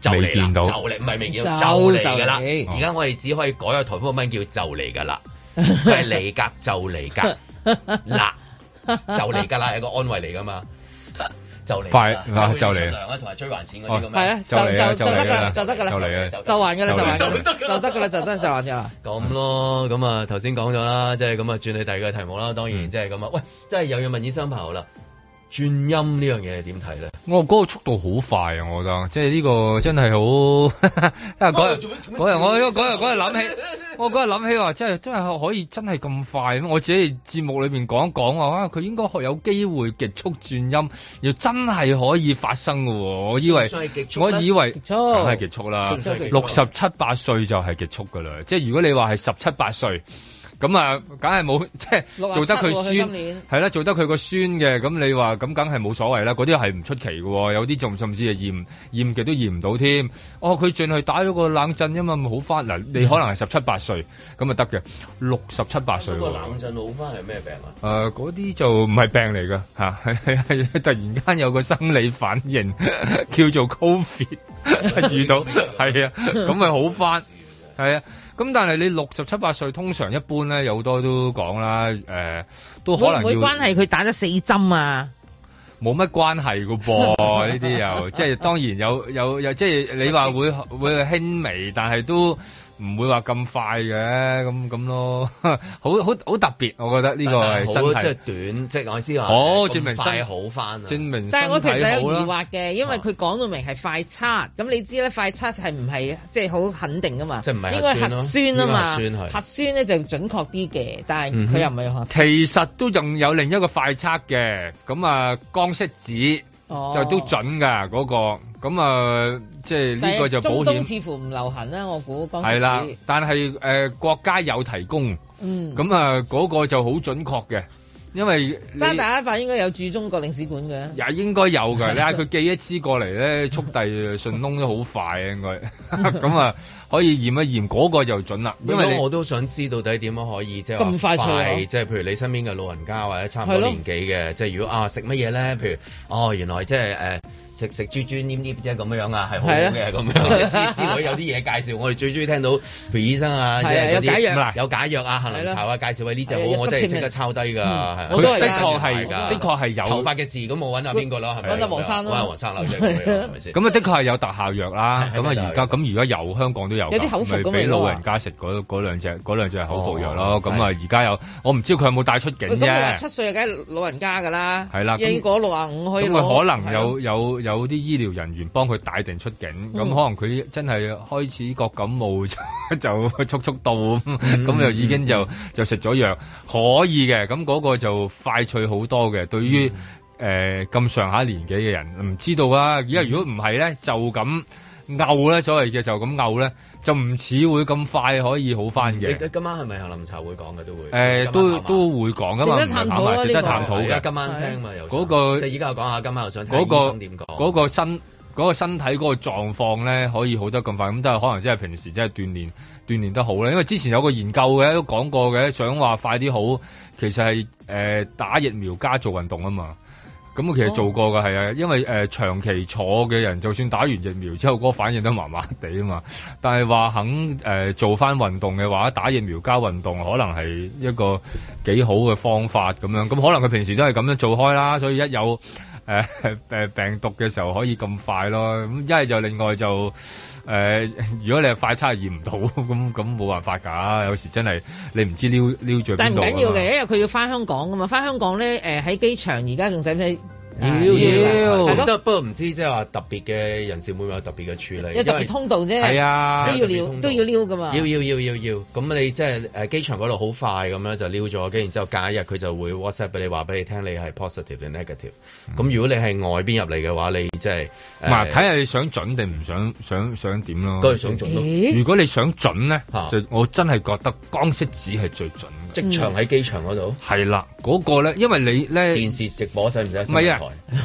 [SPEAKER 2] 就
[SPEAKER 3] 未
[SPEAKER 2] 嚟啦
[SPEAKER 3] 見到
[SPEAKER 2] 就嚟唔係未見到，就
[SPEAKER 4] 就
[SPEAKER 2] 嚟㗎啦。
[SPEAKER 4] 就嚟
[SPEAKER 2] 而家我哋只可以改個台風名叫就嚟㗎 啦，佢係嚟格就嚟格嗱就嚟㗎啦，係個安慰嚟㗎嘛。就嚟㗎
[SPEAKER 3] 快
[SPEAKER 2] 啦
[SPEAKER 3] 嗱
[SPEAKER 2] 就
[SPEAKER 3] 就嚟
[SPEAKER 2] 嚟啊，同埋追還錢嗰啲咁
[SPEAKER 4] 係
[SPEAKER 2] 樣
[SPEAKER 4] 啊，
[SPEAKER 3] 就
[SPEAKER 4] 就
[SPEAKER 3] 嚟啦
[SPEAKER 4] 就就得㗎啦，
[SPEAKER 3] 就
[SPEAKER 4] 就
[SPEAKER 3] 嚟
[SPEAKER 4] 得㗎
[SPEAKER 3] 啦就嚟啦
[SPEAKER 4] 啦，
[SPEAKER 2] 就
[SPEAKER 4] 就還㗎啦，就還
[SPEAKER 2] 就
[SPEAKER 4] 㗎啦，就得㗎啦，就得就還㗎啦。
[SPEAKER 2] 咁咯，咁啊
[SPEAKER 3] 嗯
[SPEAKER 2] 頭先講咗啦，即係咁啊轉你第二個題目啦，當然即係咁啊，喂，即係又要問醫生朋友啦，轉音呢樣嘢點睇咧？
[SPEAKER 3] 我嗰個速度好快啊！我覺得，即係呢個真係好。 因為
[SPEAKER 2] 哦
[SPEAKER 3] 嗰日嗰日我嗰日嗰日諗起，我嗰日諗起話，真係真係可以真係咁快。我自己節目裏邊講一講話，啊佢應該學有機會極速轉音，要真係可以發生嘅喎。我以為
[SPEAKER 2] 算係極速
[SPEAKER 3] 我
[SPEAKER 2] 啦
[SPEAKER 3] 以為
[SPEAKER 2] 極速
[SPEAKER 3] 梗係極速啦
[SPEAKER 2] 算，係極速
[SPEAKER 3] 六十七八歲就係極速㗎啦。即係如果你話係十七八歲。咁啊，梗係冇即係
[SPEAKER 13] 67
[SPEAKER 3] 做得佢
[SPEAKER 13] 喎佢今年
[SPEAKER 3] 孫係啦，做得佢個孫嘅，咁你話咁梗係冇所謂啦，嗰啲係唔出奇嘅喎，有啲仲甚至係驗驗極都驗唔到添。哦，佢進去打咗個冷震啫嘛，咪好翻嗱，你可 能係十七八歲咁啊得嘅，六十七八歲
[SPEAKER 2] 嗰
[SPEAKER 3] 喎。
[SPEAKER 2] 個
[SPEAKER 3] 誒
[SPEAKER 2] 冷震老翻係咩病啊？
[SPEAKER 3] 嗰啲就唔係病嚟㗎嚇， 係係突然間有個生理反應 叫做 Covid，遇 到係啊，咁咪好翻。係啊，咁但係你六十七八歲，通常一般咧有好多都講啦，誒、都可能
[SPEAKER 4] 會唔
[SPEAKER 3] 要
[SPEAKER 4] 會關係佢打咗四針啊？
[SPEAKER 3] 冇乜關係噶 噃，呢啲又即係當然有有有，即係你話會會輕微，但係都唔會話咁快嘅，咁咁咯， 好好好特別，我覺得呢個
[SPEAKER 2] 但
[SPEAKER 3] 係
[SPEAKER 2] 係好即
[SPEAKER 3] 身
[SPEAKER 2] 係
[SPEAKER 3] 體。
[SPEAKER 2] 短，即係我意思話，
[SPEAKER 3] 好
[SPEAKER 2] 咁
[SPEAKER 3] 證明身
[SPEAKER 2] 快好翻啊！
[SPEAKER 3] 證明
[SPEAKER 4] 但係我其實
[SPEAKER 3] 身體
[SPEAKER 4] 有
[SPEAKER 3] 好啦啊
[SPEAKER 4] 疑惑嘅，因為佢講到明係快測，咁你知咧快測係唔係即係好肯定噶嘛？
[SPEAKER 2] 即係唔係
[SPEAKER 4] 應該
[SPEAKER 2] 核酸
[SPEAKER 4] 核
[SPEAKER 2] 咯
[SPEAKER 4] 酸啊嘛？
[SPEAKER 2] 應該核酸係
[SPEAKER 4] 核酸咧就準確啲嘅，但係
[SPEAKER 3] 嗯哼
[SPEAKER 4] 佢又唔係用核酸。
[SPEAKER 3] 其實都仲有另一個快測嘅，咁啊光色紙
[SPEAKER 4] 哦
[SPEAKER 3] 就都準㗎嗰、個，咁啊即係呢個就保
[SPEAKER 4] 但係中
[SPEAKER 3] 險
[SPEAKER 4] 東似乎唔流行啦，我估江
[SPEAKER 3] 係啦
[SPEAKER 4] 子。，
[SPEAKER 3] 但係誒、呃、國家有提供，
[SPEAKER 4] 嗯，
[SPEAKER 3] 咁啊嗰個就好準確嘅，因為你
[SPEAKER 4] 三大一法應該有駐中國領事館嘅。
[SPEAKER 3] 也應該有㗎， 你嗌佢寄一支過嚟咧，速遞順窿都好快啊，應該 咁啊可以驗一驗嗰、個就準啦，因
[SPEAKER 2] 因
[SPEAKER 3] 為
[SPEAKER 2] 為
[SPEAKER 3] 你
[SPEAKER 2] 我都想知道底點樣可以即係話
[SPEAKER 3] 咁快脆啊
[SPEAKER 2] 即係譬如你身邊嘅老人家或者差唔多
[SPEAKER 3] 係咯
[SPEAKER 2] 年紀嘅，即係如果啊食乜嘢咧，譬如哦原來即係誒食食豬豬黏黏啫咁樣樣啊，係好好嘅
[SPEAKER 3] 係啊
[SPEAKER 2] 咁 樣，即係之之類有啲嘢介紹，我哋最中意聽到譬如醫生啊，
[SPEAKER 3] 係
[SPEAKER 2] 即
[SPEAKER 3] 啊
[SPEAKER 2] 係嗰
[SPEAKER 3] 有
[SPEAKER 2] 啲
[SPEAKER 3] 解藥
[SPEAKER 2] 有解藥啊，杏
[SPEAKER 3] 係
[SPEAKER 2] 林
[SPEAKER 3] 咯
[SPEAKER 2] 茶啊，介紹喂呢只好，
[SPEAKER 3] 係啊
[SPEAKER 2] 我真係即刻
[SPEAKER 3] supplement
[SPEAKER 2] 抄低㗎，係啊
[SPEAKER 3] 佢的確嗯係的確係有
[SPEAKER 2] 頭髮嘅事，咁我揾下邊個啦，係咪？
[SPEAKER 4] 揾阿黃生咯
[SPEAKER 2] 揾阿黃生啦，即係咁樣係咪 先？
[SPEAKER 3] 咁啊，的確係有特效藥啦。
[SPEAKER 2] 係
[SPEAKER 3] 咁
[SPEAKER 2] 係
[SPEAKER 3] 啊，而家咁而家有香港都有㗎，
[SPEAKER 2] 有啲口服
[SPEAKER 3] 咪
[SPEAKER 2] 㗎嘛
[SPEAKER 3] 俾
[SPEAKER 2] 應該
[SPEAKER 3] 老
[SPEAKER 2] 話
[SPEAKER 3] 人家食嗰嗰兩隻嗰兩隻係口服藥咯。
[SPEAKER 2] 哦
[SPEAKER 3] 咁啊，而家有我唔知佢有冇帶出境
[SPEAKER 4] 喂咁你話
[SPEAKER 3] 啫
[SPEAKER 4] 七。歲梗係老人家㗎啦，
[SPEAKER 3] 係啦咁
[SPEAKER 4] 英國六啊五可以
[SPEAKER 3] 咁
[SPEAKER 4] 攞
[SPEAKER 3] 佢可能
[SPEAKER 4] 係
[SPEAKER 3] 有
[SPEAKER 4] 咯
[SPEAKER 3] 有有啲醫療人員幫佢帶定出境，咁
[SPEAKER 4] 嗯
[SPEAKER 3] 可能佢真係開始覺感冒就就速速到咁，咁就已經就就食咗藥，可以嘅。咁嗰個就快脆好多嘅，對於誒咁上下年紀嘅人唔知道啊。而家如果唔係咧，就咁嘔咧，所謂嘅就咁嘔咧，就唔似會咁快可以好翻嘅。
[SPEAKER 2] 你今晚係咪杏林茶會講嘅都會？
[SPEAKER 3] 誒都都會講噶嘛，
[SPEAKER 2] 值得探討啊呢
[SPEAKER 3] 唔係
[SPEAKER 2] 個
[SPEAKER 3] 值得探討
[SPEAKER 2] 係啊
[SPEAKER 3] 嘅。
[SPEAKER 2] 今晚聽嘛又想
[SPEAKER 3] 嗰個
[SPEAKER 2] 即係而家又講下今晚又想聽
[SPEAKER 3] 嗰
[SPEAKER 2] 醫
[SPEAKER 3] 個
[SPEAKER 2] 生點講。
[SPEAKER 3] 嗰個身嗰個身體嗰個狀況咧，可以好得咁快，咁都係可能真係平時真係鍛鍊鍛鍊得好咧。因為之前有個研究嘅都講過嘅，想話快啲好，其實係誒、呃打疫苗加做運動啊嘛。咁我其
[SPEAKER 2] 哦
[SPEAKER 3] 實做過㗎，係啊，因為誒、呃、長期坐嘅人，就算打完疫苗之後，嗰個反應都麻麻地啊嘛。但係話肯誒、呃做翻運動嘅話，打疫苗加運動可能係一個幾好嘅方法咁樣。咁可能佢平時都係咁樣做開啦，所以一有 誒誒病毒嘅時候可以咁快咯。咁一係就另外就誒、呃如果你係快測驗唔到，咁咁冇辦法㗎。有時真係你唔知撩撩住邊
[SPEAKER 4] 但係唔
[SPEAKER 3] 度啊
[SPEAKER 4] 緊要
[SPEAKER 3] 㗎嘛
[SPEAKER 4] 嘅，因為佢要翻香港噶嘛，翻香港咧誒喺機場而家仲使唔使？
[SPEAKER 2] 妖不
[SPEAKER 4] 係咯
[SPEAKER 2] 過不過唔知即係話特別嘅人士會唔會有特別嘅處理？
[SPEAKER 4] 有特
[SPEAKER 2] 因為
[SPEAKER 4] 別通道啫，
[SPEAKER 2] 係啊
[SPEAKER 4] 都要
[SPEAKER 2] 有特別通
[SPEAKER 4] 撩
[SPEAKER 2] 道
[SPEAKER 4] 都要撩噶嘛。
[SPEAKER 2] 要要要要要，咁你即係誒機場嗰度好快咁樣就撩咗，跟住之後隔一日佢就會 WhatsApp 俾你話俾你聽你係 positive 定 negative。咁如果你係外邊入嚟嘅話，你即係呃誒
[SPEAKER 3] 唔係嗯啊睇下你想準定唔想想想點咯，
[SPEAKER 2] 都係想準咯咦
[SPEAKER 3] 如果你想準咧，就我真係覺得光色紙係最準嘅。
[SPEAKER 2] 即場喺機場嗰度。
[SPEAKER 3] 係啦，嗰個咧，因為你咧
[SPEAKER 2] 電視直播使唔使？
[SPEAKER 3] 唔 係啊，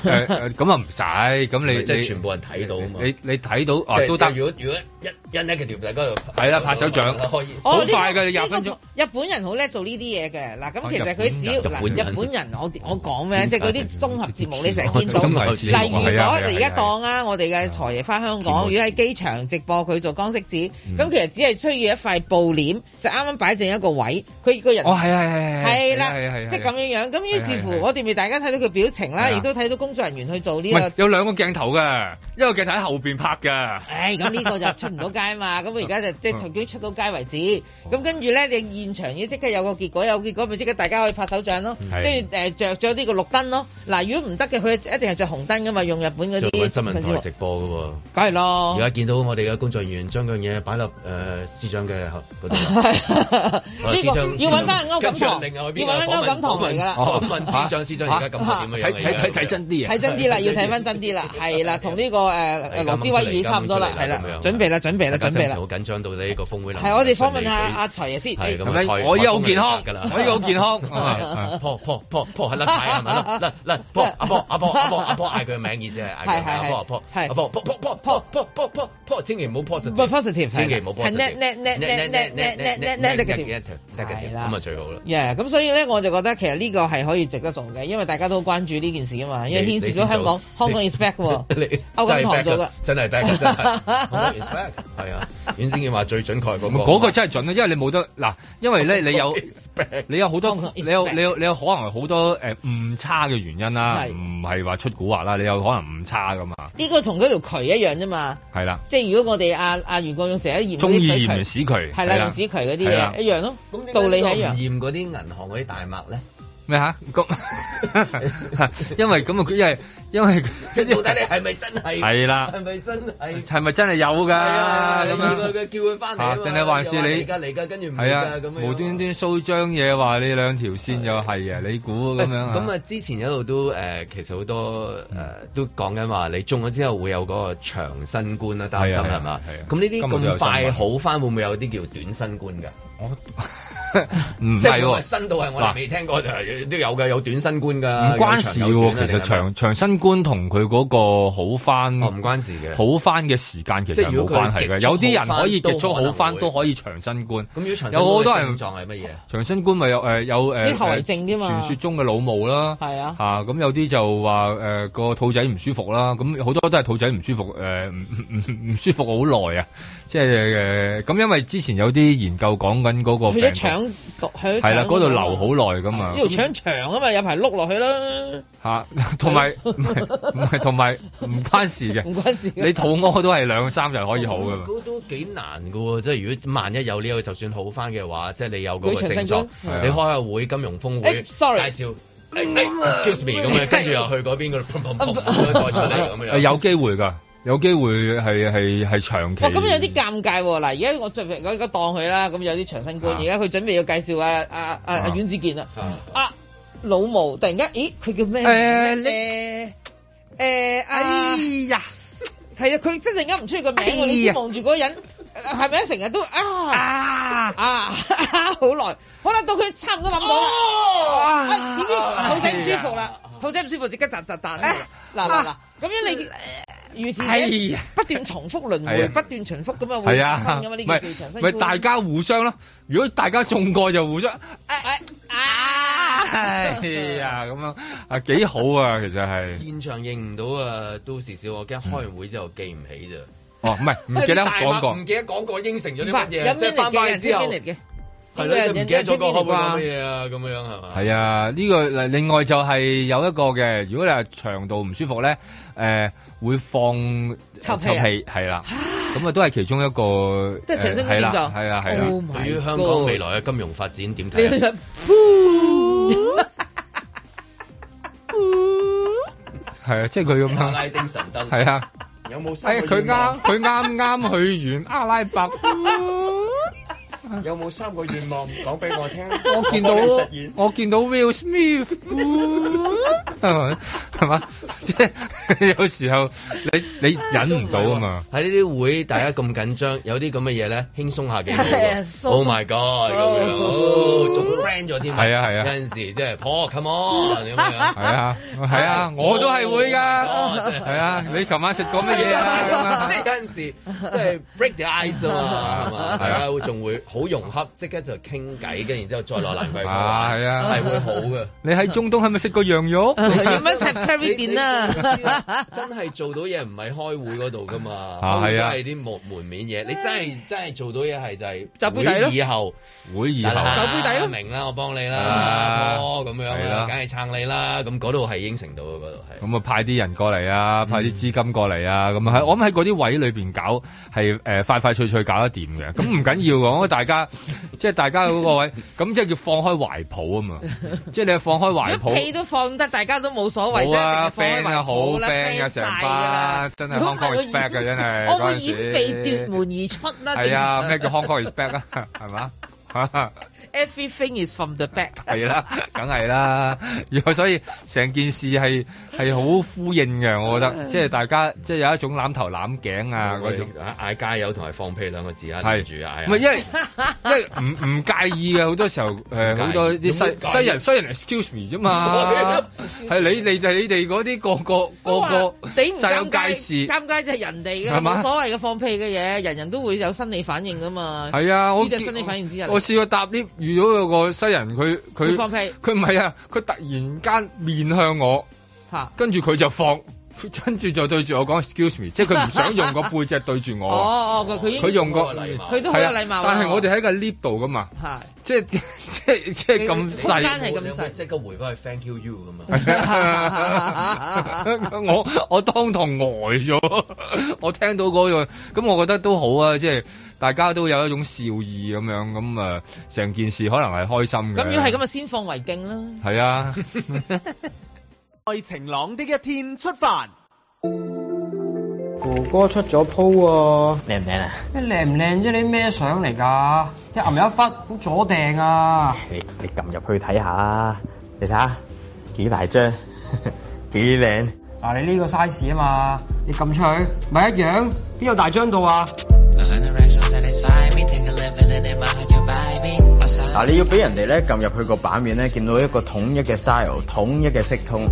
[SPEAKER 3] 誒誒咁啊唔使，咁你
[SPEAKER 2] 即係
[SPEAKER 3] 你
[SPEAKER 2] 全部人睇到啊嘛
[SPEAKER 3] 你你睇到
[SPEAKER 2] 即
[SPEAKER 3] 啊
[SPEAKER 2] 係
[SPEAKER 3] 都得，
[SPEAKER 2] 如果如果一一 negative 大家就
[SPEAKER 3] 係啦拍手掌
[SPEAKER 2] 可以
[SPEAKER 4] 哦
[SPEAKER 3] 好
[SPEAKER 4] 呢個
[SPEAKER 3] 快㗎，你廿分鐘。
[SPEAKER 4] 日本人好叻做呢啲嘢嘅，嗱咁
[SPEAKER 3] 啊
[SPEAKER 4] 其實佢只要
[SPEAKER 3] 日本人
[SPEAKER 4] 嗱
[SPEAKER 3] 日本人啊嗯
[SPEAKER 4] 日本人，我我講咩？即係嗰啲綜合節目你成日見到，
[SPEAKER 3] 綜合節目
[SPEAKER 4] 例如
[SPEAKER 3] 係啊
[SPEAKER 4] 我
[SPEAKER 3] 係啊
[SPEAKER 4] 而家當啊，我哋嘅財爺翻香港，
[SPEAKER 3] 節目
[SPEAKER 4] 如果喺機場直播佢做光色紙，咁其實只
[SPEAKER 3] 嗯
[SPEAKER 4] 係需要一塊布簾，就啱啱擺正一個位，佢個人
[SPEAKER 3] 哦係係係係
[SPEAKER 4] 係
[SPEAKER 3] 係係係
[SPEAKER 4] 啦，即係咁樣樣。咁於是
[SPEAKER 3] 係係
[SPEAKER 4] 乎
[SPEAKER 3] 係
[SPEAKER 4] 我哋咪大家睇到佢表情啦，
[SPEAKER 3] 係啊
[SPEAKER 4] 亦都睇到工作人員去做呢
[SPEAKER 3] 唔係
[SPEAKER 4] 個。
[SPEAKER 3] 有兩個鏡頭嘅，一個鏡頭喺後邊拍嘅。
[SPEAKER 4] 唉，咁呢個就出唔到街嘛，咁而家就即係途經出到街為止。咁跟住咧，你現場要即刻有個結果，有結果咪即刻大家可以拍手掌咯，
[SPEAKER 2] 係
[SPEAKER 4] 即係誒着咗呢個綠燈咯。嗱，如果唔得嘅，佢一定係着紅燈噶嘛，用日本嗰
[SPEAKER 2] 做
[SPEAKER 4] 啲哦
[SPEAKER 2] 緊新聞
[SPEAKER 4] 分子
[SPEAKER 2] 台
[SPEAKER 4] 幕
[SPEAKER 2] 直播㗎喎。
[SPEAKER 4] 梗係
[SPEAKER 2] 而
[SPEAKER 4] 咯
[SPEAKER 2] 家。見到我哋嘅工作人員將嗰樣嘢擺落誒司長嘅盒嗰度啦。好啦
[SPEAKER 4] 呢
[SPEAKER 2] 司
[SPEAKER 4] 個
[SPEAKER 2] 長
[SPEAKER 4] 要揾翻歐
[SPEAKER 2] 跟
[SPEAKER 4] 錦
[SPEAKER 2] 住
[SPEAKER 4] 棠，
[SPEAKER 2] 另
[SPEAKER 4] 要
[SPEAKER 2] 外邊
[SPEAKER 4] 揾
[SPEAKER 2] 個
[SPEAKER 4] 翻歐錦棠嚟㗎啦。哦
[SPEAKER 2] 訪問司長，司長而家咁係點樣樣嚟㗎？
[SPEAKER 3] 睇睇睇真啲啊！
[SPEAKER 4] 睇真啲啦，要睇翻真啲啦，係啦，同呢個誒誒羅志威爾差唔多啦，係啦，準備啦，準備啦，準備啦
[SPEAKER 2] 好。緊張到你呢個峰會。
[SPEAKER 4] 係，我哋訪問下阿財爺先。
[SPEAKER 2] 係咁
[SPEAKER 3] 係咪
[SPEAKER 2] 啊！
[SPEAKER 3] 我依家好健康
[SPEAKER 2] 㗎啦，
[SPEAKER 3] 我依家好健康
[SPEAKER 2] 係破破破破係甩牌係咪甩甩甩破阿破阿破阿破阿破嗌佢名意思係 嗌佢名阿破阿破阿破破破破破破破破破，千祈唔好 positive。
[SPEAKER 4] positive，
[SPEAKER 2] 千祈唔好 positive。
[SPEAKER 4] 係 net net net net net net net net net negative。
[SPEAKER 2] negative，咁啊最好啦。
[SPEAKER 4] Yeah，咁所以咧，我就覺得其實呢個係可以值得做嘅，因為大家都好關注呢件事啊嘛，因為牽涉到 香港香港 inspect 喎，啊
[SPEAKER 2] 你
[SPEAKER 4] 歐錦棠做
[SPEAKER 2] 真係 back
[SPEAKER 4] 㗎
[SPEAKER 2] 㗎，真係 back 㗎真係 Hong Kong is back，係啊，阮先健話最準確嗰個，
[SPEAKER 3] 嗰個真係準啦，啊因為你冇得嗱，因為咧你 有
[SPEAKER 2] back
[SPEAKER 3] 你有好多
[SPEAKER 4] Hong Kong is
[SPEAKER 3] 你有
[SPEAKER 4] back
[SPEAKER 3] 你有你有可能好多誒誤差嘅原因啦，
[SPEAKER 4] 係
[SPEAKER 3] 唔係話出古惑啦，你有可能誤差噶嘛，
[SPEAKER 4] 呢個同嗰條渠一樣啫嘛，
[SPEAKER 3] 係啦，
[SPEAKER 4] 即係如果我哋阿阿袁國勇成日驗嗰
[SPEAKER 3] 中
[SPEAKER 4] 啲
[SPEAKER 3] 意
[SPEAKER 4] 水
[SPEAKER 3] 鹽
[SPEAKER 4] 渠，
[SPEAKER 3] 屎渠
[SPEAKER 4] 係啦，用屎渠嗰啲
[SPEAKER 3] 係啦
[SPEAKER 4] 嘢一樣咯
[SPEAKER 2] 咁點解，
[SPEAKER 4] 道理係一
[SPEAKER 2] 呢個唔
[SPEAKER 4] 樣。
[SPEAKER 2] 驗嗰啲銀行嗰啲大麥咧，
[SPEAKER 3] 咩嚇 咁，因為咁啊，因為因為
[SPEAKER 2] 即係到底你係咪真係？
[SPEAKER 3] 係啦
[SPEAKER 2] 係咪真係？
[SPEAKER 3] 係咪真係有㗎
[SPEAKER 2] 係啊，
[SPEAKER 3] 咁
[SPEAKER 2] 咁
[SPEAKER 3] 樣
[SPEAKER 2] 樣？佢叫佢翻嚟啊嘛
[SPEAKER 3] 啊定係還是你
[SPEAKER 2] 又話嚟㗎嚟㗎，跟住唔嚟
[SPEAKER 3] 係啊
[SPEAKER 2] 㗎咁，樣。
[SPEAKER 3] 無端端蘇張嘢話你兩條線又係啊，你估咁樣啊
[SPEAKER 2] 咁啊，之前一路都誒、呃其實好多誒、
[SPEAKER 3] 嗯
[SPEAKER 2] 呃都講緊話，你中咗之後會有嗰個長新冠啦，擔心
[SPEAKER 3] 係啊
[SPEAKER 2] 係嘛
[SPEAKER 3] 係啊？
[SPEAKER 2] 咁呢啲
[SPEAKER 3] 今日都有
[SPEAKER 2] 咁
[SPEAKER 3] 新
[SPEAKER 2] 快
[SPEAKER 3] 聞
[SPEAKER 2] 好翻，會唔會有啲叫短新冠㗎？
[SPEAKER 3] 我唔
[SPEAKER 2] 即係
[SPEAKER 3] 係
[SPEAKER 2] 會唔會
[SPEAKER 3] 喎，
[SPEAKER 2] 新到係我
[SPEAKER 3] 嗱
[SPEAKER 2] 哋未聽過，就係都有㗎，有短新冠
[SPEAKER 3] 唔
[SPEAKER 2] 㗎。
[SPEAKER 3] 關事
[SPEAKER 2] 有長有短
[SPEAKER 3] 喎。
[SPEAKER 2] 啊定
[SPEAKER 3] 其實
[SPEAKER 2] 係咩
[SPEAKER 3] 長長新冠同佢嗰個好翻
[SPEAKER 2] 哦唔關事嘅。
[SPEAKER 3] 好翻嘅時間其
[SPEAKER 2] 即
[SPEAKER 3] 實
[SPEAKER 2] 係如
[SPEAKER 3] 冇
[SPEAKER 2] 果佢
[SPEAKER 3] 關係嘅。
[SPEAKER 2] 極速
[SPEAKER 3] 有啲人
[SPEAKER 2] 好返
[SPEAKER 3] 可以極速好翻
[SPEAKER 2] 都可能會
[SPEAKER 3] 都可以長新冠。
[SPEAKER 2] 咁如果長
[SPEAKER 3] 有好多
[SPEAKER 2] 症
[SPEAKER 3] 人
[SPEAKER 2] 狀係乜嘢？
[SPEAKER 3] 長新冠咪有誒有誒
[SPEAKER 4] 啲後遺症啫嘛
[SPEAKER 3] 傳說中嘅老母啦，
[SPEAKER 4] 係啊
[SPEAKER 3] 嚇咁有啲就話誒個肚仔唔舒服啦，咁好多都係肚仔唔舒服誒唔唔唔唔舒服好耐啊，即係誒呃咁因為之前有啲研究講緊嗰個
[SPEAKER 4] 去
[SPEAKER 3] 病
[SPEAKER 4] 咗
[SPEAKER 3] 毒
[SPEAKER 4] 腸毒，去咗
[SPEAKER 3] 係啦，
[SPEAKER 4] 腸
[SPEAKER 3] 嗰度
[SPEAKER 4] 啊
[SPEAKER 3] 留
[SPEAKER 4] 嘛
[SPEAKER 3] 好耐噶嘛
[SPEAKER 4] 呢，條腸長啊嘛，有排碌落去啦，
[SPEAKER 3] 嚇同埋唔係唔係同埋唔關事嘅
[SPEAKER 4] 唔，
[SPEAKER 2] 啊
[SPEAKER 4] 關事。
[SPEAKER 3] 你肚屙都係兩三日可以好噶
[SPEAKER 2] 嗯
[SPEAKER 3] 嘛。
[SPEAKER 2] 都都幾難噶喎，即係如果萬一有呢、個，就算好翻嘅話，即係你有嗰個
[SPEAKER 4] 佢長
[SPEAKER 2] 症
[SPEAKER 4] 身
[SPEAKER 2] 狀，
[SPEAKER 3] 高係啊
[SPEAKER 2] 你開下會金融峰會、
[SPEAKER 4] 哎，sorry 嗯
[SPEAKER 2] 介紹。哎哎 excuse me 咁啊 樣，跟住又去嗰邊嗰度砰砰砰砰再出嚟咁樣。
[SPEAKER 3] 誒有機會㗎，有機會係係係長期。
[SPEAKER 4] 哇，咁有啲尷尬喎！嗱，而家我最我而家當佢啦，咁有啲長新冠，
[SPEAKER 3] 啊
[SPEAKER 4] 而家佢準備要介紹啊啊啊
[SPEAKER 3] 啊
[SPEAKER 4] 啊阮子健啦，
[SPEAKER 2] 啊
[SPEAKER 4] 啊老毛突然間，咦佢叫咩名
[SPEAKER 3] 誒
[SPEAKER 4] 啊咧？誒誒啊
[SPEAKER 3] 哎，呀！
[SPEAKER 4] 係啊，佢即係突然間唔出佢個名
[SPEAKER 3] 哎
[SPEAKER 4] 喎，你知
[SPEAKER 3] 呀
[SPEAKER 4] 望住嗰個人係咪成日都啊
[SPEAKER 3] 啊！
[SPEAKER 4] 啊 好耐，好啦，到佢差唔多諗到啦，
[SPEAKER 3] 哦
[SPEAKER 4] 啊點知肚
[SPEAKER 3] 哎
[SPEAKER 4] 仔唔舒服啦，肚仔唔舒服即刻窒窒彈啦，嗱嗱嗱，咁樣你於是
[SPEAKER 3] 啊哎
[SPEAKER 4] 者
[SPEAKER 3] 呀
[SPEAKER 4] 不斷重複輪
[SPEAKER 3] 係
[SPEAKER 4] 迴，
[SPEAKER 3] 啊
[SPEAKER 4] 不斷重複咁啊會
[SPEAKER 3] 係
[SPEAKER 4] 發
[SPEAKER 3] 啊，
[SPEAKER 4] 生噶嘛呢件事，長
[SPEAKER 3] 唔
[SPEAKER 4] 新
[SPEAKER 3] 咪
[SPEAKER 4] 冠
[SPEAKER 3] 大家互相咯。如果大家中過就互 相，
[SPEAKER 4] 哎啊
[SPEAKER 3] 哎呀咁樣啊幾好啊，其實 係。
[SPEAKER 2] 現場認唔到啊，都時少我驚開完會之後記唔起咋。
[SPEAKER 3] 哦，唔係唔記
[SPEAKER 2] 即係
[SPEAKER 3] 得
[SPEAKER 2] 你大把
[SPEAKER 3] 講過
[SPEAKER 2] 唔。記得講過應承咗啲
[SPEAKER 4] 唔
[SPEAKER 2] 乜
[SPEAKER 4] 係有
[SPEAKER 2] 嘢，即係翻
[SPEAKER 4] minute 嘅
[SPEAKER 2] 返去
[SPEAKER 4] 人
[SPEAKER 2] 之後
[SPEAKER 4] 有 minute 嘅，
[SPEAKER 2] 係咯，你唔記得咗個開會講乜
[SPEAKER 4] 啩？
[SPEAKER 2] 嘢啊咁樣係嘛？
[SPEAKER 3] 係啊，呢、個嗱另外就係有一個嘅，如果你係腸道唔舒服咧，誒、會放
[SPEAKER 4] 臭 屁啊
[SPEAKER 3] 氣係啦，咁啊都係其中一個，
[SPEAKER 4] 即係長新
[SPEAKER 3] 係
[SPEAKER 4] 冠
[SPEAKER 3] 啦
[SPEAKER 4] 症狀
[SPEAKER 3] 係啦啊係
[SPEAKER 4] Oh
[SPEAKER 3] 啦，
[SPEAKER 4] my
[SPEAKER 2] 啊對於香港未來嘅金融發展點
[SPEAKER 4] 你
[SPEAKER 2] 睇 啊？
[SPEAKER 4] 就噗
[SPEAKER 3] 係啊，即係佢咁
[SPEAKER 2] 阿拉
[SPEAKER 3] 樣，
[SPEAKER 2] 丁神燈
[SPEAKER 3] 係啊，
[SPEAKER 2] 有冇
[SPEAKER 3] 哎
[SPEAKER 2] 三個
[SPEAKER 3] 佢
[SPEAKER 2] 願望
[SPEAKER 3] 啱？佢啱啱去完阿拉伯，
[SPEAKER 13] 有冇三個願望講俾我聽？
[SPEAKER 3] 我見到
[SPEAKER 13] 幫你實現
[SPEAKER 3] 我見到 Will Smith，係咪 係嘛？即係有時候你你忍唔到啊嘛。
[SPEAKER 2] 喺呢啲會，大家咁緊張，有啲咁嘅嘢咧，輕鬆下 幾好
[SPEAKER 4] 係
[SPEAKER 2] 喎
[SPEAKER 4] 啊。鬆
[SPEAKER 2] Oh my god！咁樣，哦仲 friend 咗添。
[SPEAKER 3] Oh 係啊係啊
[SPEAKER 2] 有陣時即係婆，come on 咁樣。
[SPEAKER 3] 係 啊，係啊，我都係會㗎，
[SPEAKER 2] 哦真係
[SPEAKER 3] 係啊，你琴晚食過乜嘢啊？咁
[SPEAKER 2] 即係
[SPEAKER 3] 啊
[SPEAKER 2] 有陣時，即係 break the ice 啊嘛，係嘛？大家會仲會好好融洽，即刻就傾偈，跟然之後再落蘭桂坊
[SPEAKER 3] 啊
[SPEAKER 2] 玩，
[SPEAKER 3] 係啊
[SPEAKER 2] 係會好 嘅。
[SPEAKER 3] 你喺中東係咪食過羊 肉？
[SPEAKER 2] 真係做到嘢唔係開會嗰度噶嘛，
[SPEAKER 3] 啊
[SPEAKER 2] 開會
[SPEAKER 3] 係
[SPEAKER 2] 都
[SPEAKER 3] 啊
[SPEAKER 2] 係啲門門面嘢。你真係真係做到嘢係就係
[SPEAKER 14] 酒杯底咯
[SPEAKER 2] 會以後
[SPEAKER 3] 會以
[SPEAKER 2] 得
[SPEAKER 3] 後
[SPEAKER 2] 啦
[SPEAKER 14] 酒杯底咯
[SPEAKER 2] 明啦，我幫你啦
[SPEAKER 3] 啊，
[SPEAKER 2] 咁樣
[SPEAKER 3] 係
[SPEAKER 2] 啦，
[SPEAKER 3] 啦
[SPEAKER 2] 梗係撐你啦。咁嗰度係應承到嘅嗰度係。
[SPEAKER 3] 咁啊，派啲人過嚟
[SPEAKER 4] 嗯
[SPEAKER 3] 啊，派啲資金過嚟啊，咁啊，喺我諗喺嗰啲位裏邊搞係誒、呃快快脆脆搞得掂嘅，咁唔緊要嘅，我覺得大 家即係大家嗰個位，咁即係叫放開懷抱啊 嘛，即係你放開懷抱。
[SPEAKER 4] 屁都放得，大家都冇所謂啫，一
[SPEAKER 3] 好
[SPEAKER 4] 定
[SPEAKER 3] 啊
[SPEAKER 4] 係放開
[SPEAKER 3] ，friend 啊，
[SPEAKER 4] 懷
[SPEAKER 3] 好
[SPEAKER 4] 抱啦
[SPEAKER 3] friend 啊，
[SPEAKER 4] friend
[SPEAKER 3] 成
[SPEAKER 4] 晒㗎啦
[SPEAKER 3] 啊班。真係
[SPEAKER 4] 如果
[SPEAKER 3] Hong
[SPEAKER 4] 唔係
[SPEAKER 3] Kong
[SPEAKER 4] 我
[SPEAKER 3] respect 嘅 真係。
[SPEAKER 4] 我會
[SPEAKER 3] 嗰陣
[SPEAKER 4] 掩
[SPEAKER 3] 時
[SPEAKER 4] 被奪門而出啦。
[SPEAKER 3] 係啊，
[SPEAKER 4] 正常
[SPEAKER 3] 咩叫 Hong Kong respect 啊？ 係嘛？
[SPEAKER 4] Everything is from the back。
[SPEAKER 3] 係啦，梗係啦。而所以成件事係係好呼應嘅，我覺得，即係大家即係有一種攬頭攬頸啊嗰種。
[SPEAKER 2] 嗌加油同埋放屁兩個字啊，
[SPEAKER 3] 係
[SPEAKER 2] 連住嗌啊。
[SPEAKER 3] 唔係因為因為唔唔介意嘅，好多時候誒好多啲
[SPEAKER 2] 點
[SPEAKER 3] 西
[SPEAKER 2] 會介意
[SPEAKER 3] 西人西人 excuse me 啫嘛，係你你哋你哋嗰啲個個個個
[SPEAKER 4] 你唔
[SPEAKER 3] 煞有
[SPEAKER 4] 尷
[SPEAKER 3] 介
[SPEAKER 4] 尬，
[SPEAKER 3] 事。
[SPEAKER 4] 尷尬就係人哋㗎
[SPEAKER 3] 係
[SPEAKER 4] 嘛，
[SPEAKER 3] 嘛
[SPEAKER 4] 冇所謂嘅放屁嘅嘢，人人都會有生理反應㗎嘛。
[SPEAKER 3] 係啊，我
[SPEAKER 4] 呢啲係
[SPEAKER 3] 見
[SPEAKER 4] 生理反應之一嚟。
[SPEAKER 3] 我試過搭 lift 遇到有個西人，佢
[SPEAKER 4] 佢
[SPEAKER 3] 佢
[SPEAKER 4] 放屁
[SPEAKER 3] 佢唔係啊，佢突然間面向我
[SPEAKER 4] 嚇，
[SPEAKER 3] 跟住佢就放，跟住就對住我講 excuse me，即係佢唔想用個背脊對住我。
[SPEAKER 4] 哦哦，佢佢已經
[SPEAKER 3] 佢用個
[SPEAKER 4] 佢都好有禮貌
[SPEAKER 3] 係啊
[SPEAKER 4] 㗎。
[SPEAKER 3] 但係我哋喺個 lift 度噶嘛，
[SPEAKER 4] 係
[SPEAKER 3] 即係即係 即係咁細，
[SPEAKER 2] 細，即刻回翻去 thank you you 咁啊。
[SPEAKER 3] 我我當堂呆咗， 我聽到嗰樣，咁我覺得都好啊，即係大家都有一種笑意咁樣，咁啊成件事可能係開心嘅。
[SPEAKER 4] 咁要係咁啊，先放為敬啦。
[SPEAKER 3] 係啊，
[SPEAKER 5] 在晴朗的一天出發。
[SPEAKER 10] 胡歌出咗鋪喎，靚唔靚啊？咩靚唔靚啫？你咩相嚟㗎？一揞一忽，好阻定啊！
[SPEAKER 15] 你你撳入去睇下，你睇下幾大張， 幾靚。
[SPEAKER 10] 嗱，你呢個 size 啊嘛，你撳出去，咪一樣？邊有大張到啊？
[SPEAKER 15] 嗱，你要俾人哋咧撳入去個版面咧，見到一個統一嘅 style，統一嘅色通。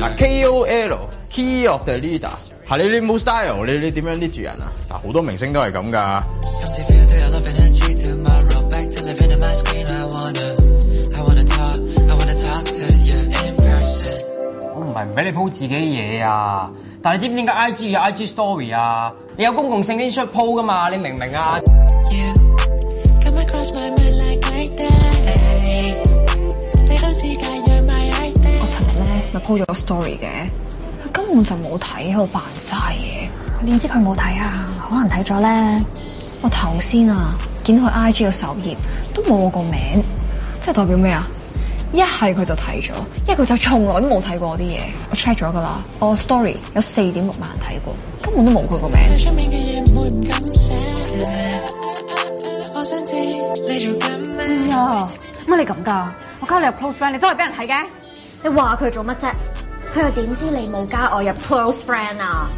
[SPEAKER 15] 嗱，KOL Key of the Leader，係你你冇 style，你你點樣 lead 住人啊？嗱，好多明星都係咁㗎。
[SPEAKER 10] 我唔係唔俾你 po 自己嘢啊，但你知唔知點解 IG 有 IG story 啊？你有公共性先出 po 㗎嘛？你明唔明啊？
[SPEAKER 16] 我尋日咧咪 po 咗個 story 嘅，佢根本就冇睇，喺度扮晒嘢。我點知佢冇睇啊？可能睇咗咧。我頭先啊，見到佢 IG 嘅首頁都冇我個名，即係代表咩啊？一係佢就睇咗，一係佢就從來都冇睇過我啲嘢。我 check 咗㗎啦，我 story 有四點六萬人睇過，根本都冇佢個名。
[SPEAKER 17] 哎呀，乜你咁噶？我加你入 close friend，你都係俾人睇嘅。
[SPEAKER 18] 你話佢做乜啫？佢又點知你冇加我入 close friend 啊？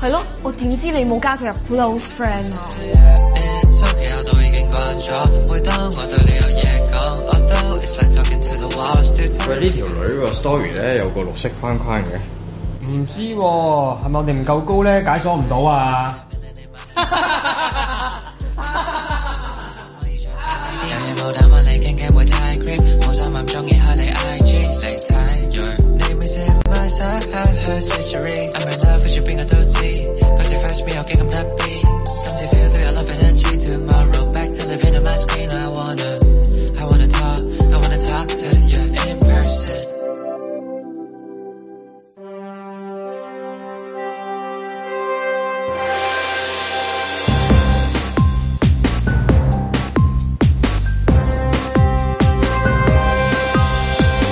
[SPEAKER 16] 係咯，我點知你冇加佢入 close friend 啊？
[SPEAKER 15] 喂，呢條女個 story 咧有個綠色框框嘅。
[SPEAKER 10] 唔知喎、係咪我哋唔夠高咧，解鎖唔到啊？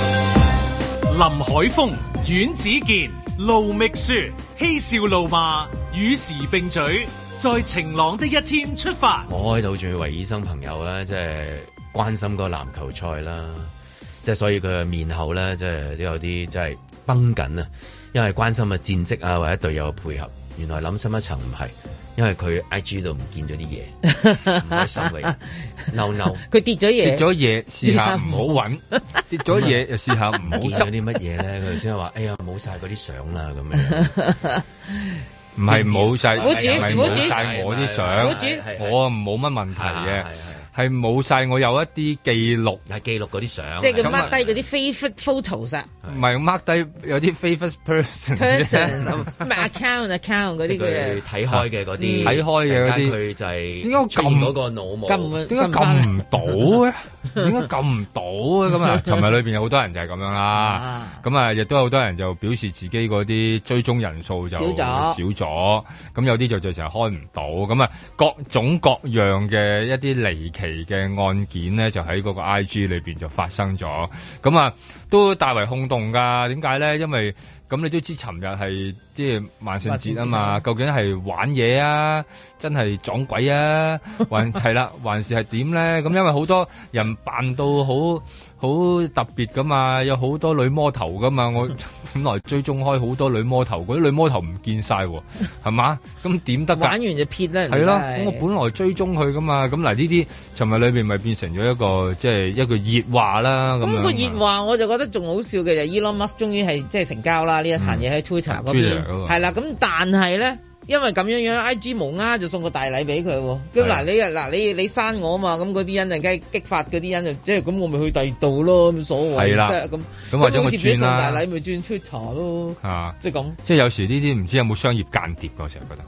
[SPEAKER 1] 林海峰、阮子健、盧覓雪，嬉笑怒罵，與時並舉，在晴朗的一天出發。
[SPEAKER 2] 我開到仲以為醫生朋友咧，即係關心個籃球賽啦，即係所以佢嘅面口咧，即係都有啲即係崩緊啊，因為關心嘅戰績啊，或者隊友嘅配合。原來諗深一層唔係，因為佢 I G 度唔見咗啲嘢，唔開心嘅，嬲 嬲。
[SPEAKER 4] 佢跌咗嘢，
[SPEAKER 3] 跌咗嘢試下唔好揾，跌咗嘢又試下唔 好
[SPEAKER 2] 見
[SPEAKER 3] 執
[SPEAKER 2] 咗啲乜嘢咧？佢先話：哎呀，冇晒嗰啲相啦咁樣。
[SPEAKER 3] 唔 係冇晒，
[SPEAKER 4] 苦主
[SPEAKER 3] 唔係
[SPEAKER 4] 苦
[SPEAKER 3] 冇
[SPEAKER 4] 主
[SPEAKER 3] 晒我啲相，
[SPEAKER 4] 苦主
[SPEAKER 3] 我冇乜問題嘅，係冇晒我有一啲記錄，
[SPEAKER 2] 係記錄嗰啲相
[SPEAKER 4] 即係佢 mark 低嗰啲 favorite photos 啊
[SPEAKER 3] 啊 唔係 mark 低有啲 favorite person
[SPEAKER 4] ，person 就唔係 account account 啊嗰啲
[SPEAKER 2] 佢
[SPEAKER 4] 佢啊
[SPEAKER 2] 睇開嘅嗰啲，
[SPEAKER 3] 睇開嘅
[SPEAKER 2] 突
[SPEAKER 3] 嗰啲
[SPEAKER 2] 然間佢就係
[SPEAKER 3] 點解我撳
[SPEAKER 2] 出現嗰個腦
[SPEAKER 4] 撳
[SPEAKER 2] 霧？
[SPEAKER 3] 點解撳唔到嘅？點解撳唔到嘅？咁啊，尋日裏邊有好多人就係咁樣啦。咁啊，亦都有好多人就表示自己嗰啲追蹤人數就
[SPEAKER 4] 少咗
[SPEAKER 3] 少咗。咁有啲就就成日開唔到。咁啊，各種各樣嘅一啲離奇嘅案件咧，就喺嗰個 I G 裏邊就發生咗。咁啊，都大為轟動㗎。點解咧？因為咁你都知，尋日係即係萬聖節啊嘛，究竟係玩嘢啊，真係撞鬼啊，還係啦，還是係點咧？咁因為好多人扮到好好特別噶嘛，有好多女魔頭噶嘛，我 本來追蹤開好多女魔頭，嗰啲女魔頭唔見晒 喎，係嘛？咁點得㗎？
[SPEAKER 4] 玩完就撇啦，人哋
[SPEAKER 3] 係咯，
[SPEAKER 4] 都係
[SPEAKER 3] 咁我本來追蹤佢噶嘛，咁嗱呢啲尋日裏邊咪變成咗一個即係一個熱話啦咁
[SPEAKER 4] 咁
[SPEAKER 3] 樣。
[SPEAKER 4] 個熱話我就覺得仲好笑嘅就 Elon Musk 終於係即係成交啦，呢一壇嘢喺 Twitter 嗰
[SPEAKER 3] Twitter
[SPEAKER 4] 邊
[SPEAKER 3] 嗰個
[SPEAKER 4] 係啦。咁但係咧，因為咁樣樣 IG 無丫啊就送個大禮俾佢喎。咁
[SPEAKER 3] 啊
[SPEAKER 4] 嗱你嗱你你刪我啊嘛，咁嗰啲人就梗係激發嗰啲人就即係咁，我咪去第二度咯，咁所謂
[SPEAKER 3] 係啦
[SPEAKER 4] 即係咁。
[SPEAKER 3] 咁或者
[SPEAKER 4] 好
[SPEAKER 3] 我
[SPEAKER 4] 似變
[SPEAKER 3] 轉
[SPEAKER 4] 咗送
[SPEAKER 3] 啦
[SPEAKER 4] 大禮咪轉 Twitter 咯，
[SPEAKER 3] 啊，
[SPEAKER 4] 即係咁。
[SPEAKER 3] 即係有時呢啲唔知有冇商業間諜㗎，我成日覺得，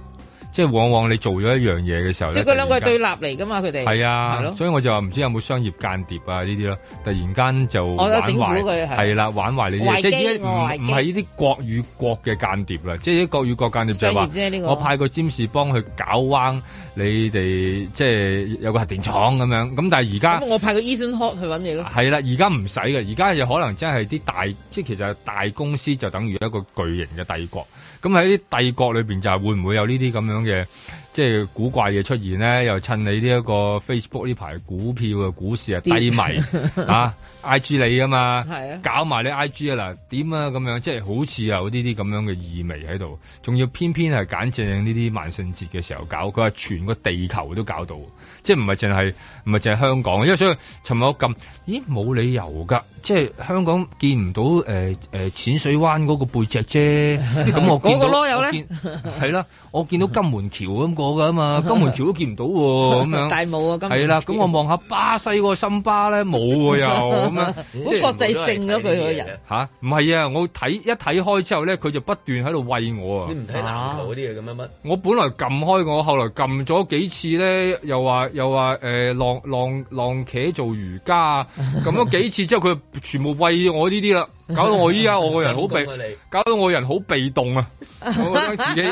[SPEAKER 3] 即係往往你做咗一樣嘢嘅時候
[SPEAKER 4] 即
[SPEAKER 3] 咧，
[SPEAKER 4] 係佢兩個係對
[SPEAKER 3] 突
[SPEAKER 4] 立嚟㗎嘛，佢哋
[SPEAKER 3] 然間係
[SPEAKER 4] 係咯
[SPEAKER 3] 啊，。所以我就話唔知有冇商業間諜啊呢啲咯，突然間就
[SPEAKER 4] 我
[SPEAKER 3] 玩
[SPEAKER 4] 有整
[SPEAKER 3] 壞
[SPEAKER 4] 蠱佢係
[SPEAKER 3] 係啦，玩壞你啲
[SPEAKER 4] 壞
[SPEAKER 3] 嘢，即
[SPEAKER 4] 機
[SPEAKER 3] 係依家唔
[SPEAKER 4] 我壞機
[SPEAKER 3] 唔係呢啲國與國嘅間諜啦，即係啲國與國間諜就係
[SPEAKER 4] 商
[SPEAKER 3] 話
[SPEAKER 4] 業啫呢個
[SPEAKER 3] 我派個占士幫佢搞彎你哋，即係有個核電廠咁樣，咁但係而家啊
[SPEAKER 4] 咁。我派個 Ethan Hawke 去揾你咯。
[SPEAKER 3] 係啦，而家唔使嘅，而家就可能真係啲大，即係其實大公司就等於一個巨型嘅帝國。咁喺啲帝國裏邊就係會唔會有呢啲咁樣嘅即係古怪嘢出現咧？又趁你呢一個 Facebook 呢排股票嘅股市係低迷 啊，IG 你啊嘛，
[SPEAKER 11] 係啊
[SPEAKER 3] 搞埋你 IG 啊嗱，點啊咁樣，即係好似有呢啲咁樣嘅意味喺度，仲要偏偏係揀正呢啲萬聖節嘅時候搞，佢話全個地球都搞到，即係唔係淨係唔係淨係香港，因為所以尋日我撳，咦冇理由㗎，即係香港見唔到誒誒、呃淺水灣嗰個背脊啫， 咁我見
[SPEAKER 4] 嗰個
[SPEAKER 3] 到
[SPEAKER 4] 囉柚
[SPEAKER 3] 我
[SPEAKER 4] 咧
[SPEAKER 3] 見， 係啦，我見到金門橋咁個㗎嘛，金門橋都見唔到喎，咁樣
[SPEAKER 4] 大霧啊金門
[SPEAKER 3] 係啦，
[SPEAKER 4] 橋
[SPEAKER 3] 咁我望下巴西嗰個森巴咧冇喎 又咁樣，即係
[SPEAKER 4] 好國際性咗佢個人。
[SPEAKER 3] 吓，唔係啊！我睇一睇開之後咧，佢就不斷喺度喂我啊！
[SPEAKER 2] 你唔睇籃球嗰啲嘢啊咁樣乜？
[SPEAKER 3] 我本來撳開我，後來撳咗幾次咧，又話又話誒、呃浪浪浪茄做瑜伽啊，撳咗幾次之後，佢全部喂我呢啲啦，搞到我依家我個人好
[SPEAKER 2] 陰
[SPEAKER 3] 被
[SPEAKER 2] 公啊你，
[SPEAKER 3] 搞到我人好被動啊！我覺得自己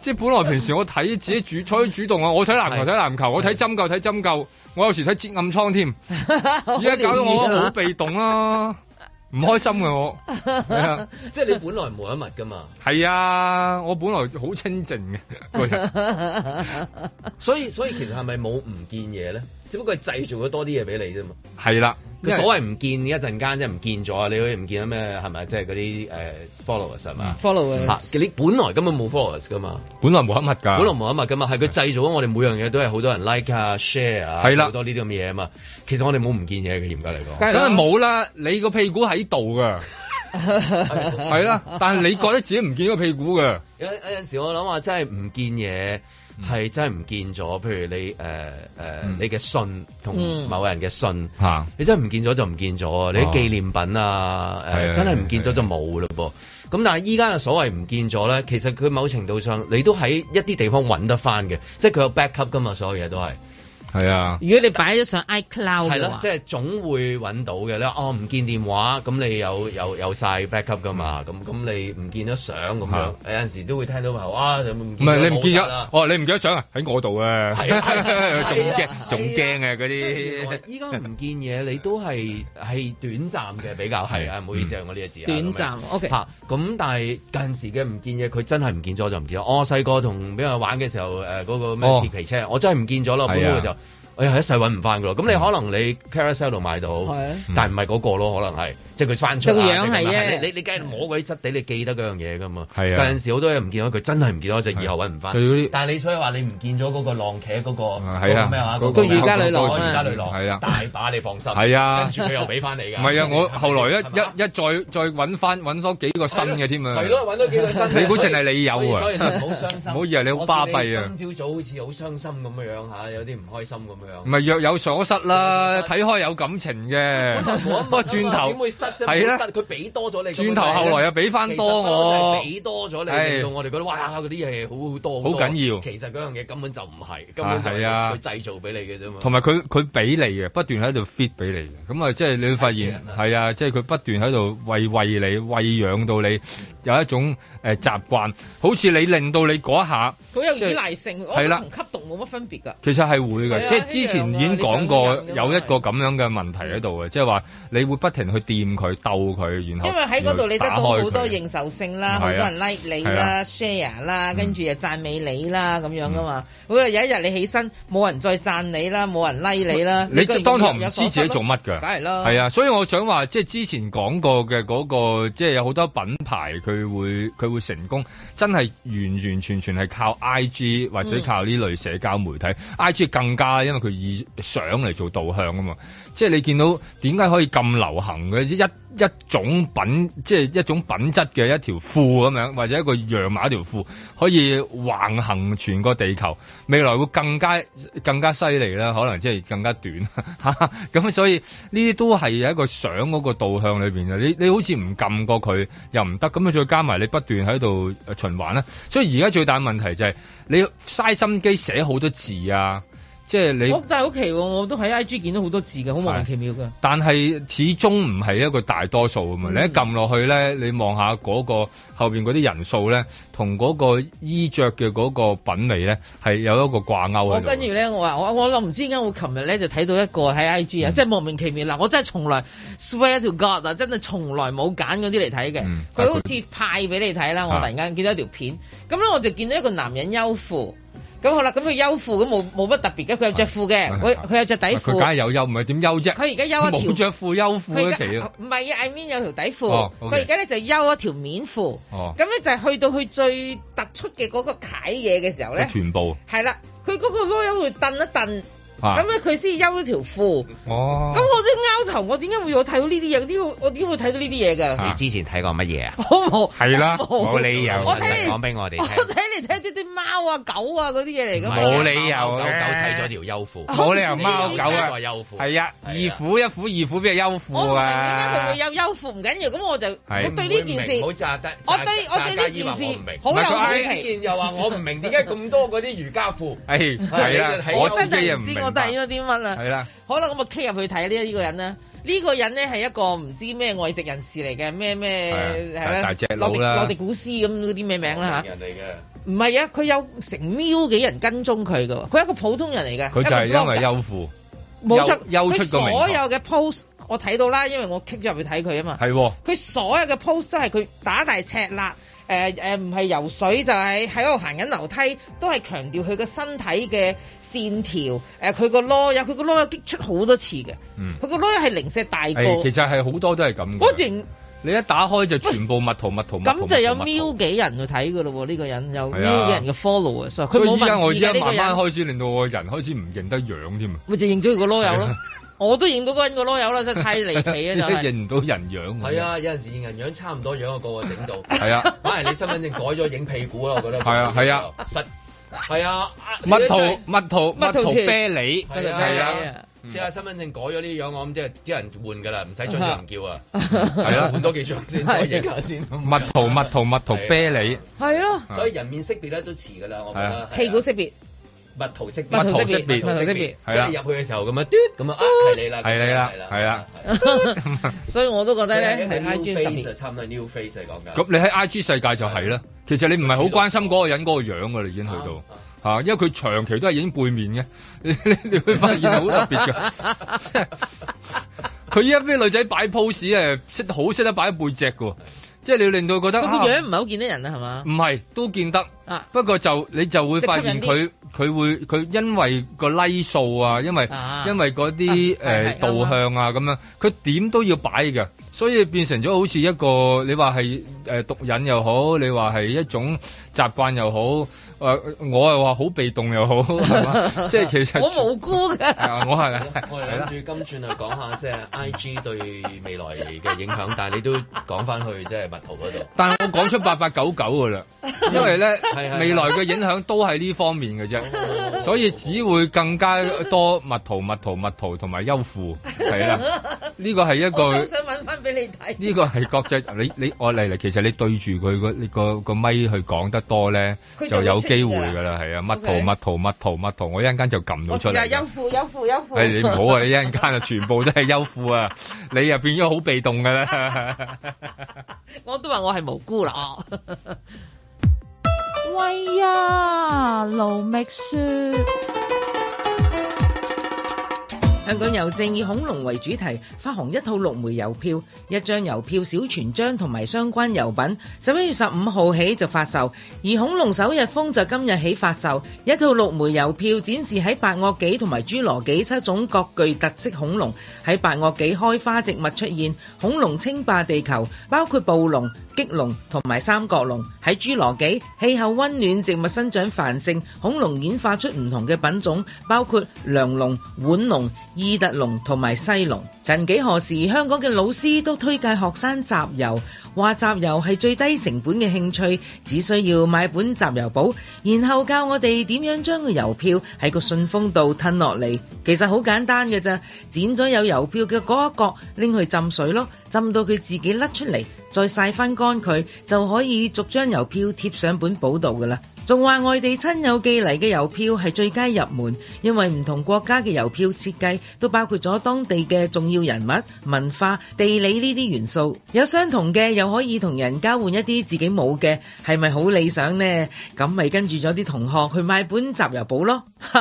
[SPEAKER 3] 即係本來平時我睇自己主採主動啊，我睇籃球睇籃球，我睇針灸睇針灸，我有時睇折暗瘡添， 而家搞到我
[SPEAKER 2] 啊
[SPEAKER 3] 好被動啦、唔開心嘅我。係啊
[SPEAKER 2] 即係你本來冇一物㗎嘛，
[SPEAKER 3] 係啊，我本來好清靜嘅個人，
[SPEAKER 2] 所以所以其實係咪冇唔見嘢咧？只不過係製造咗多啲嘢俾你啫嘛。
[SPEAKER 3] 係啦，
[SPEAKER 2] 佢所謂唔見一陣間即係唔見咗，啊你好似唔見咗咩係咪？即係嗰啲誒 followers 係嘛
[SPEAKER 4] followers
[SPEAKER 2] 嚇你本來根本冇 followers 噶嘛，
[SPEAKER 3] 本來冇一物㗎，
[SPEAKER 2] 本來冇乜物噶嘛，係佢製造咗啊我哋每樣嘢都係好多人 like 啊、share 啊，
[SPEAKER 3] 係啦
[SPEAKER 2] 好多呢啲咁嘅嘢啊嘛。其實我哋冇唔見嘢嘅，嚴格嚟講，
[SPEAKER 3] 梗係冇啦，你個屁股喺 度㗎，係啦，但係你覺得自己唔見咗個屁股㗎，
[SPEAKER 2] 有有陣時我諗話真係唔見嘢。係真係唔見咗，譬如你誒誒、呃
[SPEAKER 3] 嗯
[SPEAKER 2] 你嘅信同
[SPEAKER 4] 嗯
[SPEAKER 2] 某人嘅信，
[SPEAKER 3] 嚇哦
[SPEAKER 2] 你真係唔見咗就唔見咗啊！你啲紀念品啊，誒、
[SPEAKER 3] 係
[SPEAKER 2] 真係唔見咗就冇嘞噃。咁但係依家嘅所謂唔見咗咧，其實佢某程度上你都喺一啲地方揾得翻嘅，即係佢有 backup 噶嘛，所有嘢都係。
[SPEAKER 3] 係啊，
[SPEAKER 4] 如果你擺咗上 iCloud
[SPEAKER 2] 係
[SPEAKER 4] 嘅
[SPEAKER 2] 啦
[SPEAKER 4] 話，，
[SPEAKER 2] 即係總會揾到嘅咧。哦，唔見電話，咁你有有有曬 backup 噶嘛？咁咁你唔見咗相咁樣，有陣時都會聽到朋友啊，你唔
[SPEAKER 3] 唔
[SPEAKER 2] 見
[SPEAKER 3] 係你唔見
[SPEAKER 2] 冇晒
[SPEAKER 3] 咗
[SPEAKER 2] 啦，
[SPEAKER 3] 哦，你唔記得相啊，喺我度啊， 仲
[SPEAKER 2] 係啊係啊
[SPEAKER 3] 驚
[SPEAKER 2] 係啊
[SPEAKER 3] 仲驚啊嗰
[SPEAKER 2] 即係原來
[SPEAKER 3] 啲，
[SPEAKER 2] 依家唔見嘢，你都係係短暫嘅比較係啊，唔好意思
[SPEAKER 3] 嗯
[SPEAKER 2] 啊，我呢個字啊
[SPEAKER 4] 短
[SPEAKER 2] 咁樣
[SPEAKER 4] 暫 OK
[SPEAKER 2] 嚇咁但係近時嘅唔見嘢，佢真係唔見咗就唔見咗。我細個同邊個玩嘅時候，誒嗰個咩
[SPEAKER 3] 哦
[SPEAKER 2] 鐵皮車，我真係唔見咗咯，
[SPEAKER 3] 係啊
[SPEAKER 2] 本嗰個時候。哎呀一世揾唔翻噶咯。咁你可能你 Carousel 度買到，但唔係嗰個咯，可能係即係佢翻出
[SPEAKER 4] 個
[SPEAKER 2] 啊
[SPEAKER 4] 樣
[SPEAKER 2] 即係咁樣
[SPEAKER 4] 係啫
[SPEAKER 2] 你你你梗係摸嗰啲質地，你記得嗰樣嘢噶嘛。
[SPEAKER 3] 係
[SPEAKER 2] 有
[SPEAKER 3] 啊
[SPEAKER 2] 陣時好多嘢唔見咗，佢真係唔見咗，就以後揾唔翻
[SPEAKER 3] 佢嗰啲。
[SPEAKER 2] 但係你所以話你唔見咗嗰個浪茄嗰個
[SPEAKER 3] 係啊
[SPEAKER 2] 嗰個咩話？
[SPEAKER 3] 嗰
[SPEAKER 2] 嗰
[SPEAKER 3] 個
[SPEAKER 2] 個
[SPEAKER 3] 瑜伽女郎啊
[SPEAKER 2] 瑜伽女郎
[SPEAKER 3] 係啊
[SPEAKER 2] 大把你放心。
[SPEAKER 3] 係啊
[SPEAKER 2] 跟住佢又俾翻你㗎。
[SPEAKER 3] 唔係啊！我後來一一一再再揾翻揾多幾個新嘅添啊！
[SPEAKER 2] 係咯，揾到幾個新嘅。
[SPEAKER 3] 你估淨係你有啊？
[SPEAKER 2] 所以所以你唔好傷心。
[SPEAKER 3] 唔好以為你好巴閉
[SPEAKER 2] 我
[SPEAKER 3] 啊！
[SPEAKER 2] 見你今朝早好似好傷心咁樣樣嚇，有啲唔開心咁樣。
[SPEAKER 3] 唔係若有所失啦，睇開有感情嘅。
[SPEAKER 2] 我
[SPEAKER 3] 不過轉頭
[SPEAKER 2] 點會失啫？
[SPEAKER 3] 係
[SPEAKER 2] 係
[SPEAKER 3] 啦
[SPEAKER 2] 啦，佢俾多咗你。
[SPEAKER 3] 轉頭後來又俾返多
[SPEAKER 2] 其
[SPEAKER 3] 我
[SPEAKER 2] 實俾多咗
[SPEAKER 3] 係
[SPEAKER 2] 你，令到我哋覺得哇，嗰啲嘢好好多。
[SPEAKER 3] 好
[SPEAKER 2] 多
[SPEAKER 3] 緊要
[SPEAKER 2] 其實嗰樣嘢根本就唔係，根本就
[SPEAKER 3] 係啊
[SPEAKER 2] 係佢製造俾你嘅啫嘛。
[SPEAKER 3] 同埋佢佢俾你嘅，不斷喺度 fit 俾你嘅，咁啊即係你會發現係啊，即係佢不斷喺度喂喂你，喂養到你有一種誒、呃、習慣，好似你令到你嗰一下，
[SPEAKER 4] 好有依賴性，我
[SPEAKER 3] 係
[SPEAKER 4] 覺得
[SPEAKER 3] 啦
[SPEAKER 4] 同吸毒冇乜分別㗎。
[SPEAKER 3] 其實係會
[SPEAKER 4] 係
[SPEAKER 3] 嘅，
[SPEAKER 4] 啊
[SPEAKER 3] 即係之前已經講過有一個咁樣嘅問題喺度嘅，即係話你會不停去掂佢、鬥佢，然後
[SPEAKER 4] 因為喺嗰度你得到
[SPEAKER 3] 打開
[SPEAKER 4] 好多
[SPEAKER 3] 佢
[SPEAKER 4] 認受性啦，
[SPEAKER 3] 係啊
[SPEAKER 4] 好多人 like 你
[SPEAKER 3] 係啊
[SPEAKER 4] 啦、share 啦，跟住又讚美你啦咁樣噶嘛。
[SPEAKER 3] 嗯
[SPEAKER 4] 好啦，有一日你起身，冇人再讚你啦，冇人 like 你啦，
[SPEAKER 3] 你
[SPEAKER 4] 個
[SPEAKER 3] 即當堂唔
[SPEAKER 4] 人有
[SPEAKER 3] 知
[SPEAKER 4] 所
[SPEAKER 3] 自己
[SPEAKER 4] 失咯
[SPEAKER 3] 做乜㗎，
[SPEAKER 4] 梗係啦，
[SPEAKER 3] 係啊，所以我想話，即係之前講過嘅嗰、個，即係有好多品牌佢會佢會成功，真係完完全全係靠 I G 或
[SPEAKER 4] 嗯
[SPEAKER 3] 者靠呢類社交媒體、i G 更加因為佢以相嚟做導向啊嘛，即係你見到點解可以咁流行嘅一一種品，即係一種品質嘅一條褲咁樣，或者一個樣貌一條褲，可以橫行全個地球，未來會更加更加犀利啦，可能即係更加短 咁所以呢啲都係有一個相嗰個導向裏邊嘅，你你好似唔撳過佢又唔得，咁啊再加埋你不斷喺度呃循環啦，所以而家最大問題就係、你嘥心機寫好多字啊，即係你
[SPEAKER 4] 我就係好奇喎，我都喺 IG 見到好多字嘅，好莫名其妙㗎。
[SPEAKER 3] 但係始終唔係一個大多數啊嘛，
[SPEAKER 4] 嗯
[SPEAKER 3] 你一撳落去咧，你望下嗰個後邊嗰啲人數咧，同嗰個衣着嘅嗰個品味咧係有一個掛鈎
[SPEAKER 4] 我
[SPEAKER 3] 喺
[SPEAKER 4] 跟
[SPEAKER 3] 度。
[SPEAKER 4] 住咧，我話我我我唔知點解我琴日咧就睇到一個喺 IG 啊，即係莫名其妙嗱，我真係從來 swear to God 啊，真係從來冇揀嗰啲嚟睇嘅。
[SPEAKER 3] 嗯
[SPEAKER 4] 佢、好似派俾你睇啦，我
[SPEAKER 14] 啊
[SPEAKER 4] 突然間見到一條片，咁咧我就見到一個男人優褲，咁好啦，咁佢優褲咁冇冇乜特別嘅，佢有着褲嘅，佢佢有着底
[SPEAKER 3] 佢梗係
[SPEAKER 4] 褲。
[SPEAKER 3] 有優，唔係點優啫？
[SPEAKER 4] 佢而家優一條
[SPEAKER 3] 冇着褲優褲
[SPEAKER 4] 佢而
[SPEAKER 3] 一
[SPEAKER 4] 家
[SPEAKER 3] 期啊！
[SPEAKER 4] 唔係啊，I mean 有條底褲
[SPEAKER 3] 哦，
[SPEAKER 4] 佢
[SPEAKER 3] ，OK
[SPEAKER 4] 而家咧就優一條面褲，
[SPEAKER 3] 哦
[SPEAKER 4] 咁咧、就係去到佢最突出嘅嗰個楷嘢嘅時候咧，
[SPEAKER 3] 全部
[SPEAKER 4] 係啦，佢嗰個啰柚會蹬一蹬。
[SPEAKER 3] 啊
[SPEAKER 4] 咁咧佢先休咗條褲。
[SPEAKER 3] 哦
[SPEAKER 4] 咁我都拗頭，我點解會有睇到呢啲嘢？呢個我點會睇到呢啲嘢
[SPEAKER 12] 你
[SPEAKER 4] 㗎？
[SPEAKER 12] 之前睇過乜嘢啊？
[SPEAKER 4] 啊好冇
[SPEAKER 12] 係啦
[SPEAKER 4] 我
[SPEAKER 12] 冇理由
[SPEAKER 4] 我睇你
[SPEAKER 12] 講俾我哋
[SPEAKER 4] 我
[SPEAKER 12] 聽
[SPEAKER 4] 睇你睇啲啲貓啊、狗啊嗰啲嘢嚟㗎嘛。
[SPEAKER 12] 冇
[SPEAKER 3] 理由
[SPEAKER 12] 狗狗睇咗條優褲，呢個係優褲。
[SPEAKER 3] 係啊，二虎一虎二虎邊係優
[SPEAKER 4] 我唔
[SPEAKER 3] 褲
[SPEAKER 4] 明點解佢
[SPEAKER 3] 啊
[SPEAKER 4] 會？有優褲，唔緊要。咁我就
[SPEAKER 3] 係
[SPEAKER 4] 我對呢件事，
[SPEAKER 3] 唔
[SPEAKER 4] 我
[SPEAKER 2] 會炸得
[SPEAKER 4] 我對我對呢件
[SPEAKER 2] 件
[SPEAKER 4] 事
[SPEAKER 2] 事
[SPEAKER 4] 好有好
[SPEAKER 2] 呢
[SPEAKER 4] 奇。
[SPEAKER 2] 件又話我唔明點解咁多嗰啲瑜伽褲。
[SPEAKER 3] 係係啊，
[SPEAKER 4] 我
[SPEAKER 3] 自
[SPEAKER 4] 真
[SPEAKER 3] 己
[SPEAKER 4] 係
[SPEAKER 3] 又
[SPEAKER 4] 唔
[SPEAKER 3] 唔
[SPEAKER 4] 知
[SPEAKER 3] 明
[SPEAKER 4] 我
[SPEAKER 3] 白
[SPEAKER 4] 睇咗啲乜啦。
[SPEAKER 3] 係啦，
[SPEAKER 4] 好啦，咁我 K 入去睇呢呢個人啦。呢個人咧係一個唔知咩外籍人士嚟嘅，咩咩
[SPEAKER 3] 係啊
[SPEAKER 4] 係啦，
[SPEAKER 3] 大隻佬
[SPEAKER 4] 攞地
[SPEAKER 3] 啦
[SPEAKER 4] 攞地古斯咁嗰啲咩名啦嚇。
[SPEAKER 2] 人嚟嘅，
[SPEAKER 4] 唔係啊，佢有成喵幾人跟蹤佢㗎喎，佢係一個普通人嚟嘅，
[SPEAKER 3] 佢就係
[SPEAKER 4] 一個
[SPEAKER 3] 因
[SPEAKER 4] blogger
[SPEAKER 3] 為優褲，
[SPEAKER 4] 冇出
[SPEAKER 3] 優
[SPEAKER 4] 佢
[SPEAKER 3] 出個名
[SPEAKER 4] 所有
[SPEAKER 3] 堂，
[SPEAKER 4] 嘅 post 我睇到啦，因為我 kick 咗入去睇佢啊嘛。
[SPEAKER 3] 係喎。
[SPEAKER 4] 佢所有嘅 post 都係佢打大赤辣，誒誒唔係游水就係喺度行緊樓梯，都係強調佢個身體嘅線條，誒佢個啰柚，佢個啰柚激出好多次嘅，
[SPEAKER 3] 嗯
[SPEAKER 4] 佢個啰柚係零舍大個，
[SPEAKER 3] 係其實係好多都係咁
[SPEAKER 4] 嗰
[SPEAKER 3] 嘅。
[SPEAKER 4] 陣
[SPEAKER 3] 你一打開就全部蜜桃蜜桃蜜桃。
[SPEAKER 4] 咁就有
[SPEAKER 3] 蜜桃
[SPEAKER 4] 瞄幾人去睇㗎咯喎，呢個人有
[SPEAKER 3] 係啊
[SPEAKER 4] 瞄幾人嘅 follow 啊，所以佢
[SPEAKER 3] 所以
[SPEAKER 4] 冇
[SPEAKER 3] 依家我
[SPEAKER 4] 文
[SPEAKER 3] 依
[SPEAKER 4] 字
[SPEAKER 3] 家
[SPEAKER 4] 嘅呢個
[SPEAKER 3] 慢慢
[SPEAKER 4] 人，
[SPEAKER 3] 開始令到我人開始唔認得樣添啊！
[SPEAKER 4] 咪就認咗佢個啰柚
[SPEAKER 3] 係
[SPEAKER 4] 咯
[SPEAKER 3] 啊，
[SPEAKER 4] 我都認到嗰人個啰柚啦，真係太離 奇啊！就係、
[SPEAKER 3] 認唔到人樣。
[SPEAKER 2] 係，啊，有陣時人樣差唔多樣啊，個個整到。
[SPEAKER 3] 係啊，
[SPEAKER 2] 反而你身份證改咗影屁股啦，我覺得。
[SPEAKER 3] 係啊係啊，
[SPEAKER 2] 實係啊，
[SPEAKER 3] 蜜桃蜜桃蜜桃啤
[SPEAKER 2] 係
[SPEAKER 3] 梨
[SPEAKER 2] 啊
[SPEAKER 3] 係啊
[SPEAKER 2] 係啊。
[SPEAKER 4] 嗯
[SPEAKER 2] 即係身份證改咗呢樣，我諗即係啲人換㗎啦，唔使張張唔叫 啊，
[SPEAKER 3] 係啦
[SPEAKER 2] 換多幾張先，再影下先。
[SPEAKER 3] 蜜桃蜜桃蜜桃啤梨，
[SPEAKER 4] 係咯，
[SPEAKER 2] 所以人面識別咧都遲㗎啦，我覺
[SPEAKER 3] 係
[SPEAKER 2] 得
[SPEAKER 3] 啊。
[SPEAKER 4] 屁股識別。
[SPEAKER 2] 蜜桃識
[SPEAKER 4] 蜜桃識別
[SPEAKER 2] 蜜桃識別，即
[SPEAKER 3] 桃
[SPEAKER 4] 蜜
[SPEAKER 3] 識別係
[SPEAKER 2] 係
[SPEAKER 3] 啦
[SPEAKER 2] 入去嘅時候咁樣嘟咁啊，啊係你啦，
[SPEAKER 3] 係你啦係啦。
[SPEAKER 4] 所以我都覺得
[SPEAKER 2] 係
[SPEAKER 4] 咧係 I G 特
[SPEAKER 2] new face
[SPEAKER 4] 別
[SPEAKER 2] 啊，差唔多 new face 嚟講㗎。
[SPEAKER 3] 咁你喺 I G 世界就係啦。其實你唔係好關心嗰個人嗰個樣㗎啦，已經去到嚇，因為佢長期都係影背面嘅， 你你你會發現好特 別㗎。即係佢依家啲女仔擺 pose 誒，識好識得擺背脊㗎喎，即係你令到覺得
[SPEAKER 4] 佢個
[SPEAKER 3] 啊
[SPEAKER 4] 樣唔係好見得人啊，係嘛？
[SPEAKER 3] 唔係都見得
[SPEAKER 4] 啊，
[SPEAKER 3] 不過就你就會發現
[SPEAKER 4] 即係吸引
[SPEAKER 3] 佢佢會佢因為個 like 數啊，因為
[SPEAKER 10] 啊
[SPEAKER 3] 因為嗰
[SPEAKER 10] 係
[SPEAKER 3] 啲誒
[SPEAKER 10] 係
[SPEAKER 3] 導向啊咁樣，佢點都要擺嘅，所以變成咗好似一個你話係誒毒癮又好，你話係一種習慣又好，誒我係話好被動又好，係 嘛？即係其實
[SPEAKER 4] 我無辜嘅
[SPEAKER 3] 係啊，我係
[SPEAKER 2] 我哋諗住今轉就講下即係 I G 對未來嘅影響，但係你都講翻去即係蜜桃嗰度。
[SPEAKER 3] 但係我講出八八九九㗎啦， 因為 咧
[SPEAKER 2] 係
[SPEAKER 3] 未來嘅影響都係呢方面嘅
[SPEAKER 4] 哦
[SPEAKER 3] 啫，所以只會更加多蜜桃、蜜桃、蜜桃同埋優富係 啦。呢個係一
[SPEAKER 4] 我
[SPEAKER 3] 個
[SPEAKER 4] 都想揾翻俾你睇。
[SPEAKER 3] 呢個係國際你你我嚟嚟，其實你對住佢個你個個咪去講得多咧，
[SPEAKER 4] 佢就
[SPEAKER 3] 就
[SPEAKER 4] 會
[SPEAKER 3] 有
[SPEAKER 4] 出現
[SPEAKER 3] 機會
[SPEAKER 4] 㗎啦
[SPEAKER 3] 㗎啦，係啊，蜜桃
[SPEAKER 4] OK
[SPEAKER 3] 蜜桃蜜桃蜜桃，我一陣間就撳到
[SPEAKER 4] 我
[SPEAKER 3] 出
[SPEAKER 4] 試下
[SPEAKER 3] 嚟㗎。
[SPEAKER 4] 優富優富優富。
[SPEAKER 3] 係你唔好啊！你一陣間就全部都係優富啊，你又變咗好被動㗎啦。
[SPEAKER 4] 我都話我係無辜啦。哦
[SPEAKER 14] 喂呀，盧覓雪。
[SPEAKER 4] 香港郵政以恐龍為主題發行一套六枚郵票，一張郵票小全張同埋相關郵品，十一月十五號起就發售。而恐龍首日封就今日起發售，一套六枚郵票展示喺白堊紀同埋侏羅紀七種各具特色恐龍喺白堊紀開花植物出現，恐龍稱霸地球，包括暴龍、激龍同埋三角龍。喺侏羅紀，氣候溫暖，植物生長繁盛，恐龍演化出唔同嘅品種，包括梁龍、腕龍、伊特龍同埋西龍。曾幾何時，香港嘅老師都推介學生集郵，話集郵係最低成本嘅興趣，只需要買本集郵簿，然後教我哋點樣將個郵票喺個信封度吞落嚟。其實好簡單嘅咋，剪咗有郵票嘅嗰一角拎去浸水咯，浸到佢自己甩出嚟，再曬翻乾佢，就可以逐張郵票貼上本簿度噶啦。仲話外地親友寄嚟嘅郵票係最佳入門，因為唔同國家嘅郵票設計都包括咗當地嘅重要人物、文化、地理呢啲元素。有相同嘅，又可以同人交換一啲自己冇嘅，係咪好理想呢？咁咪跟住咗啲同學去買本集郵簿咯。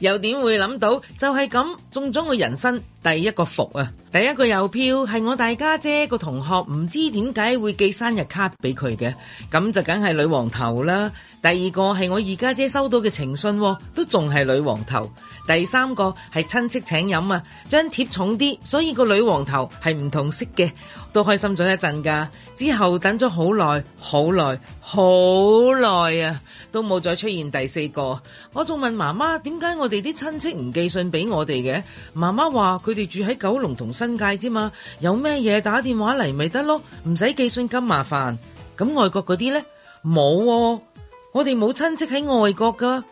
[SPEAKER 4] 又點會諗到就係咁中咗我人生第一個伏啊！第一個郵票係我大家姐個同學，唔知點解會寄生日卡俾佢嘅，咁就梗係女王頭啦。第二個係我二家姐收到嘅情信喎，都仲係女王頭。第三個係親戚請飲啊，張貼重啲，所以個女王頭係唔同色嘅，都開心咗一陣㗎。之後等咗好耐，好耐，好耐啊，都冇再出現第四個。我仲問媽媽點解我哋啲親戚唔寄信俾我哋嘅？媽媽話佢哋住喺九龍同新界啫嘛，有咩嘢打電話嚟咪得咯，唔使寄信咁麻煩。咁外國嗰啲呢？冇喎、我哋冇親戚喺外國㗎。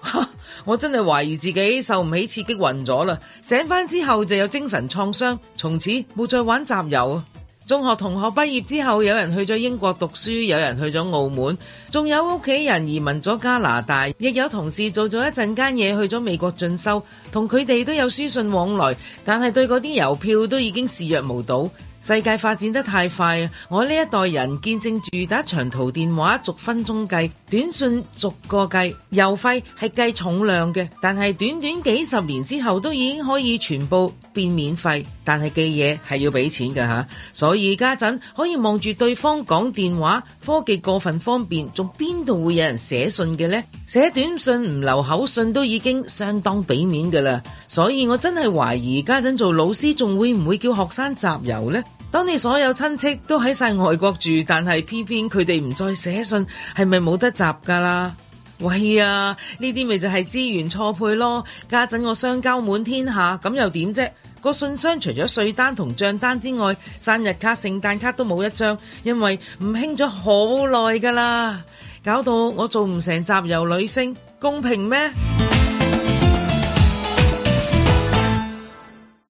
[SPEAKER 4] 我真係懷疑自己受唔起刺激暈咗啦，醒返之後就有精神創傷，從此冇再玩集郵啊。中學同學畢業之後，有人去咗英國讀書，有人去咗澳門，仲有屋企人移民咗加拿大，亦有同事做咗一陣間嘢去咗美國進修，同佢哋都有書信往來，但係對嗰啲郵票都已經視若無睹。世界發展得太快啊！我呢一代人見證住打長途電話逐分鐘計，短信逐個計，郵費係計重量嘅，但係短短幾十年之後都已經可以全部變免費，但係寄嘢係要俾錢㗎吓，所以家陣可以望住對方講電話，科技過分方便，仲邊度會有人寫信嘅呢？寫短信唔留口信都已經相當俾面㗎啦，所以我真係懷疑家陣做老師仲會唔會叫學生集郵呢？當你所有親戚都喺晒外國住，但係偏偏佢哋唔再寫信，係咪冇得集㗎啦？喂呀，呢啲咪就係資源錯配咯！家陣我相交滿天下，咁又點啫？個信箱除咗稅單同帳單之外，生日卡、聖誕卡都冇一張，因為唔興咗好耐㗎啦，搞到我做唔成集郵女星，公平咩？